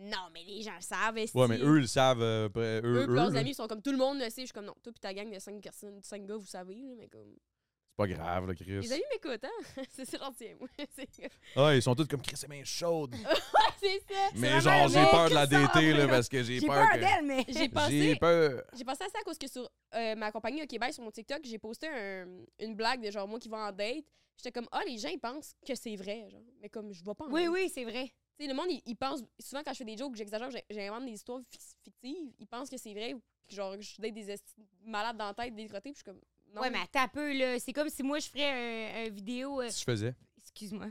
Speaker 2: Non, mais les gens le savent, esti.
Speaker 1: Ouais, mais eux, ils le savent. euh, après, eux,
Speaker 2: Eux, puis
Speaker 1: eux,
Speaker 2: leurs
Speaker 1: là.
Speaker 2: amis sont comme, tout le monde le sait, je suis comme, non, toi puis ta gang de 5 personnes, 5 gars, vous savez, là, mais comme...
Speaker 1: C'est pas grave, là, Chris.
Speaker 2: Les amis m'écoutent, hein? [LAUGHS] c'est c'est gentil, moi. C'est
Speaker 1: Ah, ils sont tous comme Chris, c'est bien chaude.
Speaker 2: [LAUGHS] c'est ça!
Speaker 1: mais
Speaker 4: vraiment
Speaker 1: genre,
Speaker 4: le
Speaker 1: j'ai
Speaker 4: mec
Speaker 1: peur de
Speaker 4: qui
Speaker 1: la
Speaker 4: sort,
Speaker 1: DT, là,
Speaker 4: là.
Speaker 1: parce que j'ai
Speaker 4: J'ai
Speaker 1: peur
Speaker 4: peur
Speaker 1: que.
Speaker 4: d'elle, mais.
Speaker 2: J'ai
Speaker 1: J'ai
Speaker 2: pensé...
Speaker 1: peur.
Speaker 2: J'ai pensé à ça parce que sur euh, ma compagnie OK Bye sur mon TikTok, j'ai posté un- une blague de genre moi qui vais en date. J'étais comme ah les gens ils pensent que c'est vrai genre mais comme je vais pas en
Speaker 4: Oui,
Speaker 2: date.
Speaker 4: oui, c'est vrai.
Speaker 2: Tu sais, le monde, il, il pense. Souvent, quand je fais des jokes, j'exagère, j'ai- j'invente des histoires fic- fictives. Ils pensent que c'est vrai ou que genre, que je suis des esti- malades dans la tête, décrotés. Puis je suis comme. Non.
Speaker 4: Ouais, mais attends un peu, là. C'est comme si moi, je ferais un, un vidéo. euh,
Speaker 1: Si je faisais.
Speaker 4: Excuse-moi.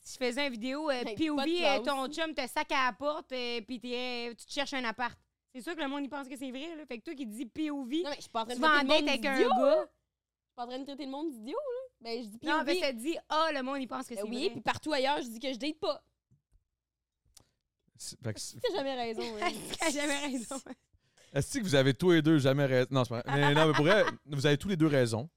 Speaker 4: Si je faisais une vidéo euh,
Speaker 2: Hey, pas de
Speaker 4: POV,
Speaker 2: classe.
Speaker 4: euh, ton chum te sac à la porte, euh, puis t'es, euh, tu te cherches un appart. C'est sûr que le monde, il pense que c'est vrai, là. Fait que toi qui dis POV,
Speaker 2: Non, mais je suis pas en train
Speaker 4: tu
Speaker 2: de
Speaker 4: vas en
Speaker 2: traiter le monde
Speaker 4: date avec un
Speaker 2: d'idiot. Je suis
Speaker 4: gars.
Speaker 2: pas en train de traiter le monde d'idiot, là. Ben, je dis
Speaker 4: Non, ben
Speaker 2: POV.
Speaker 4: ça dit, ah, le monde, il pense que c'est
Speaker 2: Ben oui,
Speaker 4: vrai.
Speaker 2: puis partout ailleurs, je dis que je date pas. [LAUGHS]
Speaker 1: C'est- fait que c'est-
Speaker 2: T'as jamais
Speaker 4: [LAUGHS]
Speaker 2: raison, hein.
Speaker 4: T'as jamais raison.
Speaker 1: Est-ce que vous avez tous les deux jamais raison? Non, c'est pas vrai. Mais non, mais pour vrai, vous avez tous les deux raison.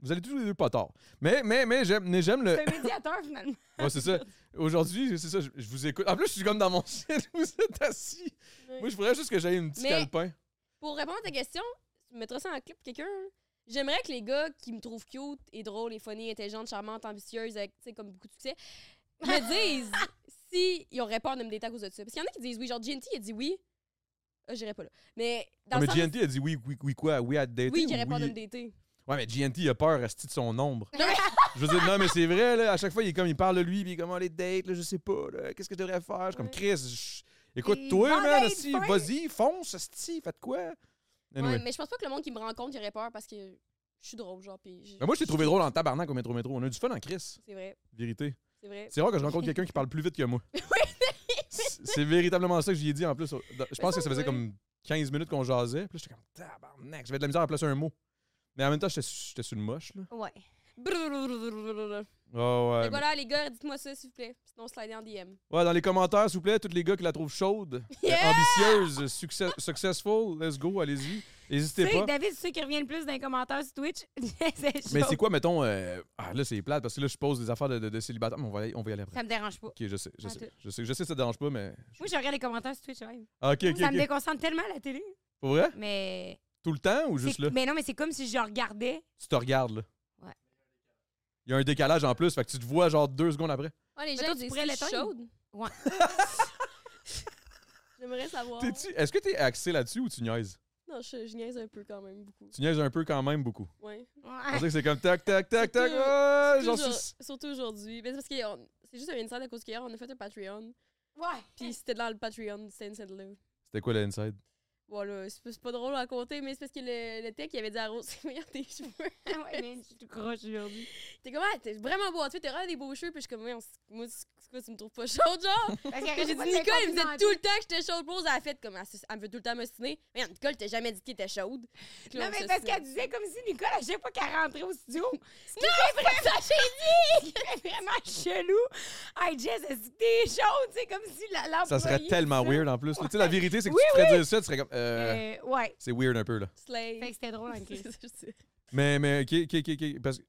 Speaker 1: Vous avez tous les deux pas tort. Mais, mais, mais j'aime mais j'aime le.
Speaker 4: C'est un médiateur, finalement.
Speaker 1: Ouais, c'est ça. Aujourd'hui, c'est ça, je, je vous écoute. En plus, je suis comme dans mon [LAUGHS] site, vous êtes assis.
Speaker 2: Ouais.
Speaker 1: Moi, je voudrais juste que j'aille une petite
Speaker 2: Mais-
Speaker 1: calepin.
Speaker 2: Pour répondre à ta question, tu mettras ça en clip, quelqu'un. là. J'aimerais que les gars qui me trouvent cute et drôle et funny, intelligente, charmante, ambitieuse, avec, tu sais, comme beaucoup de succès, me disent si ils auraient peur de me dater à cause de ça. Parce qu'il y en a qui disent oui. Genre, GNT, il a dit oui. Euh, J'irai pas là. Mais dans
Speaker 1: Ah,
Speaker 2: le
Speaker 1: mais
Speaker 2: sens.
Speaker 1: GNT a dit oui, oui, oui, quoi, oui à dater.
Speaker 2: oui,
Speaker 1: ou
Speaker 2: qu'il aurait peur de
Speaker 1: oui-
Speaker 2: me dater.
Speaker 1: Ouais, mais GNT, il a peur, reste de son ombre.
Speaker 2: Non, mais-
Speaker 1: [LAUGHS] je veux dire, non, mais c'est vrai, là, à chaque fois, il, est comme, il parle de lui, puis il est comme, oh, les dates, là, je sais pas, là, qu'est-ce que je devrais faire? Je suis comme,
Speaker 2: Ouais.
Speaker 1: Chris, je- écoute-toi,
Speaker 4: Et va en
Speaker 1: man,
Speaker 4: date,
Speaker 1: esti,
Speaker 4: fin.
Speaker 1: vas-y, fonce, esti, faites quoi? Anyway.
Speaker 2: Ouais, mais je pense pas que le monde qui me rencontre, il aurait peur parce que je suis drôle, genre. Puis je-
Speaker 1: Mais moi, je t'ai trouvé drôle en tabarnak au métro-métro. On a eu du fun en Chris,
Speaker 2: C'est vrai.
Speaker 1: vérité.
Speaker 2: C'est vrai.
Speaker 1: C'est rare que je rencontre quelqu'un qui parle plus vite que
Speaker 4: [LAUGHS]
Speaker 1: moi. C'est c'est véritablement ça que j'y ai dit en plus. Je pense que ça faisait
Speaker 2: ouais.
Speaker 1: comme 15 minutes qu'on jasait. Puis là, j'étais comme tabarnak, j'avais de la misère à placer un mot. Mais en même temps, j'étais su- j'étais sur le moche. Là.
Speaker 4: Ouais.
Speaker 2: Brrrrrrrrrrrrrr.
Speaker 1: Oh,
Speaker 2: Fait
Speaker 1: ouais.
Speaker 2: que Voilà, les gars, dites-moi ça, s'il vous plaît. Sinon, slidez en DM.
Speaker 1: ouais. Dans les commentaires, s'il vous plaît, tous les gars qui la trouvent chaude, euh,
Speaker 2: Yeah!
Speaker 1: ambitieuse, success- successful, let's go, allez-y.
Speaker 4: Tu
Speaker 1: N'hésitez
Speaker 4: sais,
Speaker 1: pas.
Speaker 4: David, c'est celui qui revient le plus dans les commentaires sur Twitch. [LAUGHS] c'est
Speaker 1: Mais
Speaker 4: chaud.
Speaker 1: c'est quoi, mettons. euh, Ah, là, c'est plate parce que là, je pose des affaires de, de- de célibataire. Mais on va y, on va y aller après.
Speaker 4: Ça me dérange pas.
Speaker 1: Ok, je sais, je
Speaker 4: Ah,
Speaker 1: sais,
Speaker 4: tout.
Speaker 1: je sais, je sais que ça te dérange pas, mais.
Speaker 4: Moi, je regarde les commentaires sur Twitch, ouais.
Speaker 1: Ah, Ok, ok,
Speaker 4: Ça me
Speaker 1: ok.
Speaker 4: déconcentre tellement à la télé.
Speaker 1: Pour vrai?
Speaker 4: Mais.
Speaker 1: Tout le temps ou juste
Speaker 4: c'est-
Speaker 1: là?
Speaker 4: Mais non, mais c'est comme si je regardais.
Speaker 1: Tu te regardes, là.
Speaker 4: Ouais.
Speaker 1: Il y a un décalage en plus, fait que tu te vois genre deux secondes après.
Speaker 2: Ouais, les
Speaker 4: Mais
Speaker 2: gens,
Speaker 4: toi,
Speaker 2: ils
Speaker 4: tu
Speaker 2: disent
Speaker 4: pourrais
Speaker 2: si je suis
Speaker 4: l'éteindre?
Speaker 2: chaude.
Speaker 4: [LAUGHS] Ouais.
Speaker 2: J'aimerais savoir.
Speaker 1: T'es-tu- Est-ce que t'es axé là-dessus ou tu niaises?
Speaker 2: Non, je, je niaise un peu quand même, beaucoup.
Speaker 1: Tu niaises un peu quand même beaucoup.
Speaker 2: Ouais.
Speaker 4: Ah.
Speaker 1: On dirait que c'est comme tac, tac, tac, tac,
Speaker 2: Surtout-
Speaker 1: ouais, j'en
Speaker 2: Toujours-
Speaker 1: suis.
Speaker 2: Surtout aujourd'hui. Mais c'est parce que on- c'est juste un inside à cause qu'hier, on a fait un Patreon.
Speaker 4: [LAUGHS] Ouais.
Speaker 2: Puis c'était dans le Patreon, c'était inside là.
Speaker 1: C'était quoi le inside?
Speaker 2: Voilà, c'est pas- c'est pas drôle à compter, mais c'est parce que le, le tech, il avait dit à Rose, [LAUGHS] regarde tes cheveux.
Speaker 4: Ah [LAUGHS] ouais, mais je suis tout croche aujourd'hui.
Speaker 2: T'es comme, ah, t'es vraiment beau. En fait, t'as vraiment des beaux cheveux. Puis je suis comme, Ouais, on s- moi, c'est c'est quoi, tu me trouves pas chaude, [LAUGHS] genre?
Speaker 4: Parce que
Speaker 2: Puis j'ai dit, Nicole, il me disait tout le temps que j'étais chaude. Rose, elle a fait comme, elle se- elle me veut tout le temps m'ostiner. Mais Nicole, t'as jamais dit qu'elle était chaude. Puis là,
Speaker 4: Non,
Speaker 2: on s'ostinait.
Speaker 4: mais parce qu'elle disait comme si Nicole, à chaque fois qu'elle rentrait au studio, non,
Speaker 2: Ça, j'ai-
Speaker 4: [LAUGHS] c'est vraiment chelou. Hey, Jess, est-ce que t'es chaude? C'est comme si la l'employée
Speaker 1: Ça serait tellement
Speaker 4: disait-
Speaker 1: weird en plus. Tu sais, la vérité, c'est que
Speaker 4: Oui,
Speaker 1: tu te ferais dire ça, tu serais comme. euh,
Speaker 4: Euh, ouais.
Speaker 1: C'est weird un peu, là.
Speaker 2: Slay.
Speaker 4: Fait que c'était [LAUGHS] drôle hein,
Speaker 2: [LAUGHS]
Speaker 4: en
Speaker 2: C'est
Speaker 4: crise.
Speaker 2: ça, je sais.
Speaker 1: Mais, mais, ok, ok, ok. ok, Parce que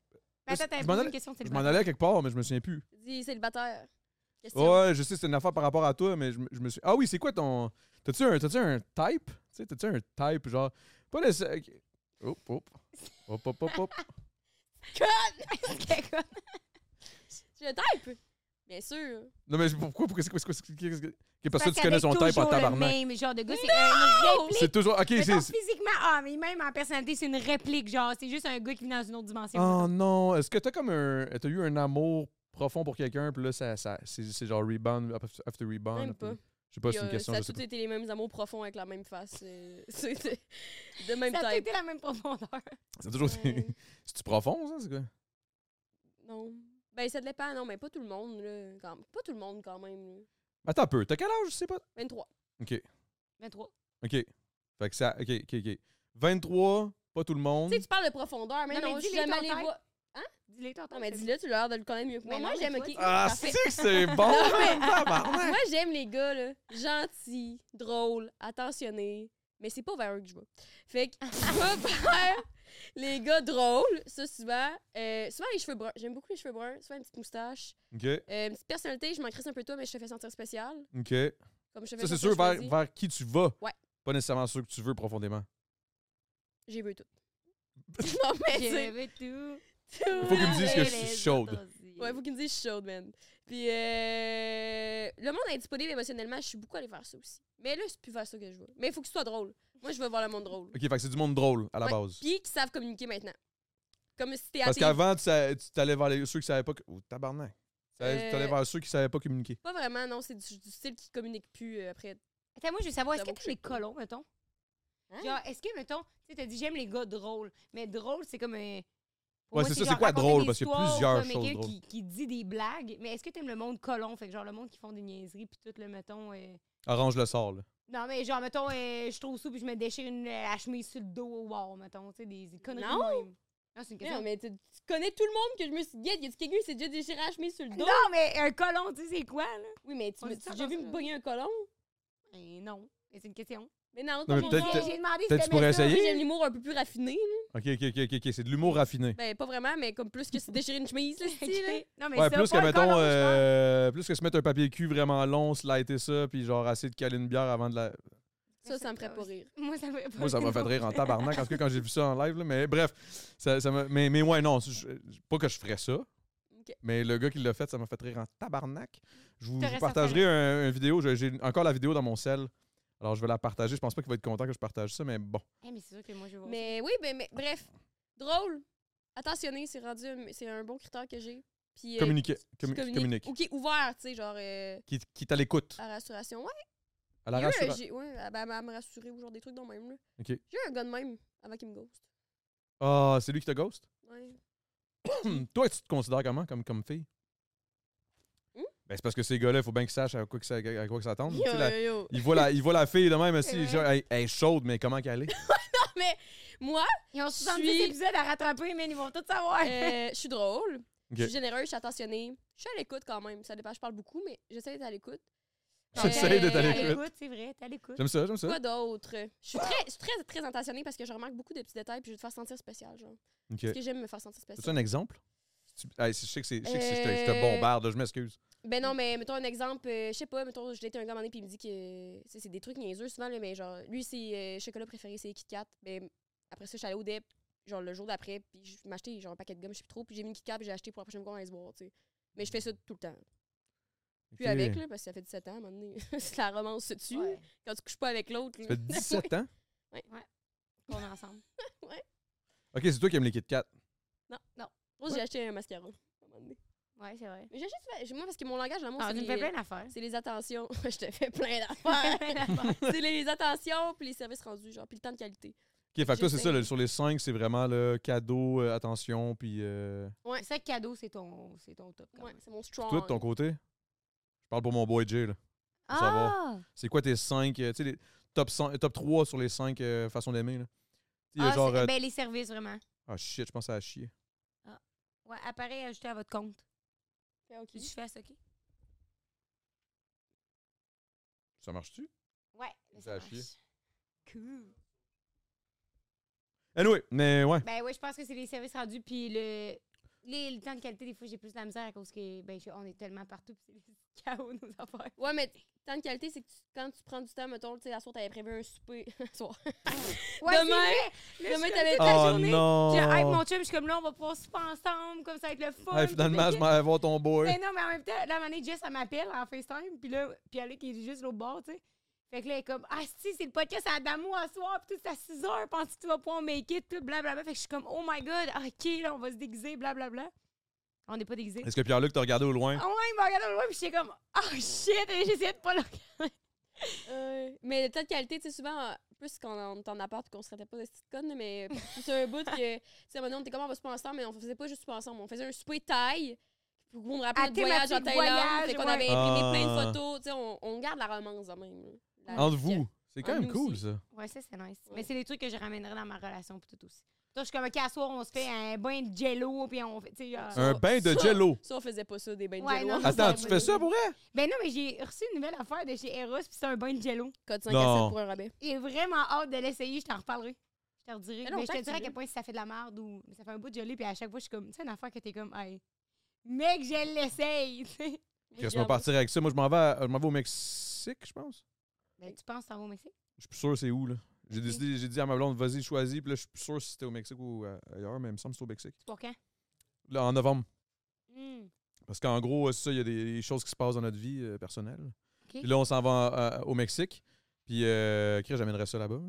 Speaker 4: Mais attends,
Speaker 1: Je
Speaker 4: t'avais
Speaker 1: m'en
Speaker 4: posé
Speaker 1: allais-
Speaker 4: une question, c'est
Speaker 1: je
Speaker 4: le
Speaker 1: m'en
Speaker 4: bâtard.
Speaker 1: allais à quelque part, mais je me souviens plus.
Speaker 2: Dis célibataire. Question.
Speaker 1: Ouais, je sais, c'est une affaire par rapport à toi, mais je, me- je me suis. Ah oui, c'est quoi ton. T'as-tu un, t'as-tu un type? Tu sais, t'as-tu un type, genre. Pas le. ok. Hop, hop. Hop, hop, hop, hop.
Speaker 4: [LAUGHS] C'était quoi?
Speaker 2: Tu le type? Bien sûr.
Speaker 1: Non, mais pourquoi? Pourquoi? C'est quoi? C'est quoi? C'est quoi? c'est quoi- Ok, Parce que tu connais
Speaker 4: qu'avec
Speaker 1: son type en
Speaker 4: toujours
Speaker 1: tabarnak.
Speaker 4: le même genre de gars, c'est une réplique.
Speaker 1: C'est toujours. Ok,
Speaker 4: Mettons,
Speaker 1: c'est.
Speaker 4: physiquement, ah, mais même en personnalité, c'est une réplique. Genre, c'est juste un gars qui vit dans une autre dimension.
Speaker 1: Oh non. Est-ce que t'as comme un. T'as eu un amour profond pour quelqu'un, puis là, ça, ça, c'est, c'est genre rebound after- after rebound.
Speaker 2: Même pas.
Speaker 1: puis- Je sais pas,
Speaker 2: Puis,
Speaker 1: c'est une
Speaker 2: euh,
Speaker 1: question.
Speaker 2: ça
Speaker 1: je
Speaker 2: a
Speaker 1: sais
Speaker 2: tous
Speaker 1: pas.
Speaker 2: été les mêmes amours profonds avec la même face. euh, [LAUGHS] C'était de même
Speaker 4: ça a
Speaker 2: type.
Speaker 4: été la même profondeur.
Speaker 1: C'est toujours.
Speaker 2: Ouais.
Speaker 1: [LAUGHS] C'est-tu profond, ça? C'est quoi?
Speaker 2: Non. Ben, ça dépend, non, mais pas tout le monde, là. Quand... Pas tout le monde, quand même. là.
Speaker 1: Attends un peu. T'as quel âge? Je sais pas.
Speaker 2: 23.
Speaker 4: 23.
Speaker 1: OK. Fait que ça. OK, OK, OK. 23, pas tout le monde.
Speaker 2: Tu sais, tu parles de profondeur, mais
Speaker 4: Non,
Speaker 2: non,
Speaker 4: mais
Speaker 2: je suis
Speaker 4: dis-les
Speaker 2: jamais
Speaker 4: ton
Speaker 2: allée
Speaker 4: type.
Speaker 2: voir.
Speaker 4: Dis-les, t'entends.
Speaker 2: Non, mais dis-le, tu as l'air de le connaître mieux que moi.
Speaker 4: Mais
Speaker 2: Moi,
Speaker 4: non, mais
Speaker 2: j'aime,
Speaker 4: toi,
Speaker 2: OK.
Speaker 4: tu-
Speaker 1: Ah,
Speaker 2: parfait.
Speaker 1: c'est que
Speaker 2: [LAUGHS]
Speaker 1: c'est bon! [LAUGHS] Tabarnak!
Speaker 2: Moi, j'aime les gars, là. Gentils, drôles, attentionnés. Mais c'est pas vers eux que je vais. Fait que je vais vers les gars drôles, ça, souvent. Euh, souvent, les cheveux bruns. J'aime beaucoup les cheveux bruns. Souvent, une petite moustache.
Speaker 1: OK,
Speaker 2: Euh, une petite personnalité, je m'en crisse un peu toi, mais je te fais sentir spécial.
Speaker 1: OK.
Speaker 2: Comme je te fais
Speaker 1: Ça, c'est
Speaker 2: sentir
Speaker 1: sûr vers,
Speaker 2: choisi.
Speaker 1: vers qui tu vas.
Speaker 2: Ouais.
Speaker 1: Pas nécessairement sûr que tu veux profondément.
Speaker 2: J'ai vu tout.
Speaker 1: [LAUGHS]
Speaker 2: non, mais
Speaker 4: Je
Speaker 2: c'est.
Speaker 4: veux tout.
Speaker 1: Faut qu'ils me disent que je suis
Speaker 4: Les
Speaker 1: chaude.
Speaker 4: autres
Speaker 2: Ouais, faut qu'ils me disent je suis chaude, man. Puis, euh, le monde indisponible émotionnellement, je suis beaucoup allée faire ça aussi. Mais là, c'est plus vers ça que je veux. Mais il faut que ce soit drôle. Moi, je veux voir le monde drôle.
Speaker 1: OK, fait que c'est du monde drôle à la
Speaker 2: Ouais.
Speaker 1: base.
Speaker 2: Puis, qui savent communiquer maintenant. Comme si t'es
Speaker 1: Parce
Speaker 2: athée.
Speaker 1: qu'avant, tu sa- tu t'allais vers les- ceux qui savaient pas. que- Oh, tabarnak! Tu allais-
Speaker 2: Euh,
Speaker 1: t'allais vers ceux qui savaient pas communiquer.
Speaker 2: Pas vraiment, non, c'est du, du style qui communique plus euh, après.
Speaker 4: Attends, moi, je veux savoir, est-ce que
Speaker 2: J'avoue que
Speaker 4: t'as des
Speaker 2: je sais pas.
Speaker 4: colons, mettons?
Speaker 2: Hein?
Speaker 4: Genre, est-ce que, mettons, tu sais, t'as dit j'aime les gars drôles, mais drôle, c'est comme un. pour
Speaker 1: Ouais,
Speaker 4: moi,
Speaker 1: c'est ça, c'est
Speaker 4: genre
Speaker 1: quoi
Speaker 4: raconter
Speaker 1: drôle?
Speaker 4: des
Speaker 1: Parce qu'il y a
Speaker 4: histoires,
Speaker 1: plusieurs
Speaker 4: comme
Speaker 1: choses
Speaker 4: quelqu'un
Speaker 1: drôles.
Speaker 4: Qui, qui dit des blagues, mais est-ce que t'aimes le monde colon? Fait que, genre, le monde qui font des niaiseries, puis tout, le mettons. euh,
Speaker 1: Arrange le sort, là.
Speaker 4: Non, mais genre, mettons, euh, je trouve ça, puis je me déchire une, euh, la chemise sur le dos au wow, mettons, tu sais, des des conneries. de
Speaker 2: Non.
Speaker 4: même. Non, c'est une question.
Speaker 2: Non, mais tu, tu connais tout le monde que je me suis dit, y a quelqu'un qui s'est déjà déchiré la chemise sur le dos?
Speaker 4: Non, mais un colon, tu sais, c'est quoi, là?
Speaker 2: Oui, mais tu
Speaker 4: On
Speaker 2: me-
Speaker 4: dit
Speaker 2: tu
Speaker 4: ça
Speaker 2: as déjà
Speaker 4: dans
Speaker 2: vu
Speaker 4: ce-
Speaker 2: me pogner un colon?
Speaker 4: Eh non, mais c'est une question.
Speaker 2: Mais non,
Speaker 1: mais
Speaker 2: tout le
Speaker 1: Euh, peut-être-
Speaker 2: monde-
Speaker 4: J'ai j'ai demandé si
Speaker 1: peut-être
Speaker 4: t'aimais
Speaker 1: tu pourrais
Speaker 4: ça.
Speaker 1: essayer.
Speaker 2: Après, J'aime l'humour un peu plus raffiné. là.
Speaker 1: OK, OK, OK, OK, ok, c'est de l'humour raffiné.
Speaker 2: Ben, pas vraiment, mais comme plus que se déchirer une chemise, [LAUGHS] là, c'est-tu, là.
Speaker 4: Ok. Non, mais
Speaker 1: ouais,
Speaker 4: ça,
Speaker 1: plus que,
Speaker 4: pas un
Speaker 1: mettons,
Speaker 4: colon, je parle.
Speaker 1: euh, plus que se mettre un papier cul vraiment long, slider ça, puis genre essayer de caler une bière avant de la.
Speaker 2: Ça, ça me ferait pas rire.
Speaker 4: Moi, ça me ferait pas
Speaker 1: Moi, ça m'a fait rire en tabarnak, en tout cas, quand j'ai vu ça en live. là. mais bref, ça, ça m'a- mais, mais ouais, non, je- je- pas que je ferais ça. Mais le gars qui l'a fait, ça m'a fait rire en tabarnak. Je vous, je vous
Speaker 4: T'aurais
Speaker 1: partagerai un- une vidéo. Je- J'ai encore la vidéo dans mon sel. Alors, je vais la partager. Je pense pas qu'il va être content que je partage ça, mais bon.
Speaker 4: Eh, mais c'est sûr que moi, je vois.
Speaker 2: Mais oui, ben, mais, bref, drôle, attentionné, c'est rendu, un- c'est un bon critère que j'ai. Puis, euh,
Speaker 1: Communiquer.
Speaker 2: qui
Speaker 1: Commu- qui
Speaker 2: communique.
Speaker 1: communique.
Speaker 2: Ou qui est ouvert, tu sais, genre euh,
Speaker 1: Qui, qui est à l'écoute.
Speaker 2: à rassuration. Ouais,
Speaker 1: À la
Speaker 2: j'ai eu un-
Speaker 1: rassure.
Speaker 2: j'ai- ouais, à- ben, à me rassurer ou genre des trucs dans le même. Là.
Speaker 1: OK.
Speaker 2: J'ai eu un gars de même avant qu'il me ghost.
Speaker 1: Ah, c'est lui qui te ghost? [CLEARS THROAT]
Speaker 2: Ouais.
Speaker 1: Hum, Toi, tu te considères comment comme, comme fille?
Speaker 2: Hum?
Speaker 1: Ben, c'est parce que ces gars-là, il faut bien qu'ils sachent à quoi que ça- à quoi que s'attendre. Tu sais, la-
Speaker 2: Yo, yo, yo.
Speaker 1: Ils voient la, ils voient la fille de même aussi.
Speaker 4: C'est vrai.
Speaker 1: genre, elle, elle est chaude, mais comment qu'elle
Speaker 2: [LAUGHS]
Speaker 1: est?
Speaker 2: Moi,
Speaker 4: Ils ont
Speaker 2: je
Speaker 4: 70
Speaker 2: suis-
Speaker 4: épisodes à rattraper, mais ils vont tout savoir.
Speaker 2: euh, je
Speaker 1: [LAUGHS]
Speaker 2: suis drôle, je suis généreuse, je suis attentionnée. Je suis à l'écoute quand même. Ça dépend, je parle beaucoup, mais j'essaie d'être à l'écoute.
Speaker 1: J'essaie d'être à
Speaker 2: Euh,
Speaker 1: l'écoute.
Speaker 4: C'est vrai, t'es à l'écoute.
Speaker 1: J'aime ça, j'aime ça.
Speaker 2: Quoi d'autre? Je suis très, je suis très, très attentionnée parce que je remarque beaucoup de petits détails puis je veux te faire sentir spécial, genre.
Speaker 1: Ok.
Speaker 2: Parce que j'aime me faire sentir
Speaker 1: As-tu
Speaker 2: spécial.
Speaker 1: un exemple? Si tu- Hey, si je sais que, c'est, je sais que c'est- je te- je te
Speaker 2: Euh,
Speaker 1: bombarde, là, je m'excuse.
Speaker 2: Ben non, mais mettons un exemple, euh, je sais pas, mettons, j'ai été un gars à un moment donné, puis il me dit que tu sais, c'est des trucs niaiseux souvent, là, mais genre, lui, ses euh, chocolats préférés, c'est Kit Kat. Ben, après ça, je suis allée au DEP, genre le jour d'après, puis je m'achetais genre un paquet de gomme, je sais plus trop, puis j'ai mis une Kit Kat, puis j'ai acheté pour la prochaine fois, on allait se boire, tu sais. Mais je fais ça tout le temps. Puis
Speaker 1: Ok.
Speaker 2: avec, là, parce que ça fait 17 ans, à un moment donné, [LAUGHS] c'est la romance se tue.
Speaker 4: Ouais,
Speaker 2: Quand tu couches pas avec l'autre,
Speaker 1: Ça
Speaker 2: là.
Speaker 1: fait 17
Speaker 2: [LAUGHS]
Speaker 1: ans?
Speaker 4: qu'on est ensemble.
Speaker 1: Ok, c'est toi qui aimes les Kit Kat.
Speaker 2: Moi, j'ai acheté un mascara. à un moment donné.
Speaker 4: Ouais, c'est vrai.
Speaker 2: Mais j'ai juste fait- moi, parce que mon langage, l'amour,
Speaker 4: Ah,
Speaker 2: c'est
Speaker 4: tu me
Speaker 2: les,
Speaker 4: fais plein d'affaires.
Speaker 2: c'est les attentions. [LAUGHS] je te fais plein
Speaker 4: [LAUGHS]
Speaker 2: d'affaires. c'est les attentions, puis les services rendus, genre, puis le temps de qualité.
Speaker 1: OK, fait que toi, c'est
Speaker 2: J'essaie.
Speaker 1: ça, là, sur les cinq, c'est vraiment le cadeau, euh, attention, puis euh,
Speaker 4: Ouais. Ça, cadeau, c'est ton, c'est ton top. Quand
Speaker 2: Ah Ouais,
Speaker 4: même.
Speaker 2: c'est mon strong.
Speaker 1: toi, de ton côté, je parle pour mon boy Jay, là. Faut
Speaker 4: Ah!
Speaker 1: savoir. C'est quoi tes cinq, euh, tu sais, les top, 100 top 3 sur les cinq euh, façons d'aimer, là? Tu sais,
Speaker 4: Ah,
Speaker 1: genre,
Speaker 4: c'est-
Speaker 1: euh,
Speaker 4: ben, les services, vraiment.
Speaker 1: ah shit, je pense à chier.
Speaker 4: Ouais, appareil ajouté à votre compte.
Speaker 2: Ouais, ok.
Speaker 4: Tu je fasse, OK?
Speaker 1: Ça marche-tu?
Speaker 4: Ouais. mais
Speaker 1: Ça a chié.
Speaker 4: marche. Cool.
Speaker 1: Anyway, mais ouais.
Speaker 4: Ben ouais, je pense que c'est les services rendus, puis le... Les, le temps de qualité, des fois, j'ai plus de la misère à cause que, ben, je- on est tellement partout, puis c'est chaos, nos affaires.
Speaker 2: Ouais, mais temps de qualité, c'est que tu- quand tu prends du temps, mettons, tu sais, la soirée, t'avais prévu un souper. [LAUGHS] la soirée.
Speaker 4: Ouais,
Speaker 2: Demain,
Speaker 4: c'est vrai. Là,
Speaker 2: demain,
Speaker 4: je suis
Speaker 2: t'avais-
Speaker 4: comme toute la
Speaker 1: Oh
Speaker 4: journée.
Speaker 1: non!
Speaker 4: J'ai hype mon chum, je suis comme là, on va pouvoir se faire ensemble, comme ça va être le fun.
Speaker 1: Hey, finalement, je m'en vais voir ton boy.
Speaker 4: Mais Ben non, mais en même temps, la manée, Jess, elle m'appelle en FaceTime, puis là, puis elle est qui est juste l'autre bord, tu sais. Fait que là, elle est comme, ah, si, c'est le podcast à Adamo à soir, puis tout, c'est à 6 heures, penses-tu que tu vas pouvoir make it, tout, blablabla. Fait que je suis comme, oh my god, ok, là, on va se déguiser, blablabla. On n'est pas déguisés.
Speaker 1: Est-ce que Pierre-Luc t'a regardé au loin?
Speaker 4: Ah ouais, il m'a regardé loin, puis j'étais comme, oh shit, et j'essayais de pas le regarder.
Speaker 2: Euh, mais le temps de qualité, tu sais, souvent, euh, plus quand on est en appart, qu'on se traitait pas de petites connes, mais euh, c'est un bout que, tu sais, maintenant, on était comme, on va se passer ensemble, mais on faisait pas juste souper ensemble, on faisait un souper Thaï pour qu'on
Speaker 4: À
Speaker 2: rappelle notre voyage en
Speaker 4: thématique
Speaker 2: Thaïlande,
Speaker 4: voyage,
Speaker 2: fait qu'on
Speaker 4: ouais.
Speaker 2: avait imprimé
Speaker 1: Ah.
Speaker 2: plein de photos, tu sais, on, on garde la romance en même. là. La-
Speaker 1: Entre vous. C'est quand
Speaker 2: Ah,
Speaker 1: même
Speaker 2: nous
Speaker 1: cool,
Speaker 2: aussi.
Speaker 1: ça.
Speaker 4: Ouais, ça, c'est nice.
Speaker 2: Ouais.
Speaker 4: Mais c'est des trucs que je ramènerais dans ma relation, puis tout aussi. Toi, je suis comme, ok, à soir, on se fait un bain de jello, puis on fait, tu sais, genre-
Speaker 2: Ça,
Speaker 1: Un bain de
Speaker 2: ça,
Speaker 1: jello.
Speaker 2: Ça, on faisait pas ça, des bains de
Speaker 4: Ouais,
Speaker 2: jello.
Speaker 4: non,
Speaker 2: on
Speaker 4: Ah, ça,
Speaker 1: Attends,
Speaker 4: c'est
Speaker 1: tu fais
Speaker 4: un bon
Speaker 1: ça
Speaker 4: idée.
Speaker 1: pour elle?
Speaker 4: Ben non, mais j'ai reçu une nouvelle affaire de chez Eros, puis c'est un bain de jello.
Speaker 2: Code 5 à
Speaker 1: Non.
Speaker 2: 7 pour un rabais.
Speaker 4: J'ai vraiment hâte de l'essayer, je t'en reparlerai. Je te redirai.
Speaker 2: Mais
Speaker 4: Mais,
Speaker 2: non,
Speaker 4: je te
Speaker 2: tant que
Speaker 4: dirai à
Speaker 2: tu
Speaker 4: quel
Speaker 2: veux.
Speaker 4: point si ça fait de la merde ou ça fait un bout de gelée, puis à chaque fois, je suis comme, tu sais, une affaire que t'es comme, hey, mec, je l'essaye, tu
Speaker 2: Ben,
Speaker 4: sais.
Speaker 1: Laisse-moi partir avec ça. Moi, je m'en vais, à- je m'en vais au Mexique, je pense.
Speaker 4: Ben, tu penses que t'en vas au Mexique?
Speaker 1: Je suis plus sûr c'est où, là. J'ai décidé, j'ai dit à ma blonde, vas-y, choisis. Puis là, je suis plus sûr si c'était au Mexique ou euh, ailleurs, mais il me semble que c'est au Mexique.
Speaker 4: C'est pour quand?
Speaker 1: Là, en novembre.
Speaker 4: Hmm.
Speaker 1: Parce qu'en gros, euh, c'est ça, il y a des, des choses qui se passent dans notre vie euh, personnelle.
Speaker 4: OK.
Speaker 1: Puis là, on s'en va euh, au Mexique. Puis, euh, Chris, j'amènerais ça là-bas.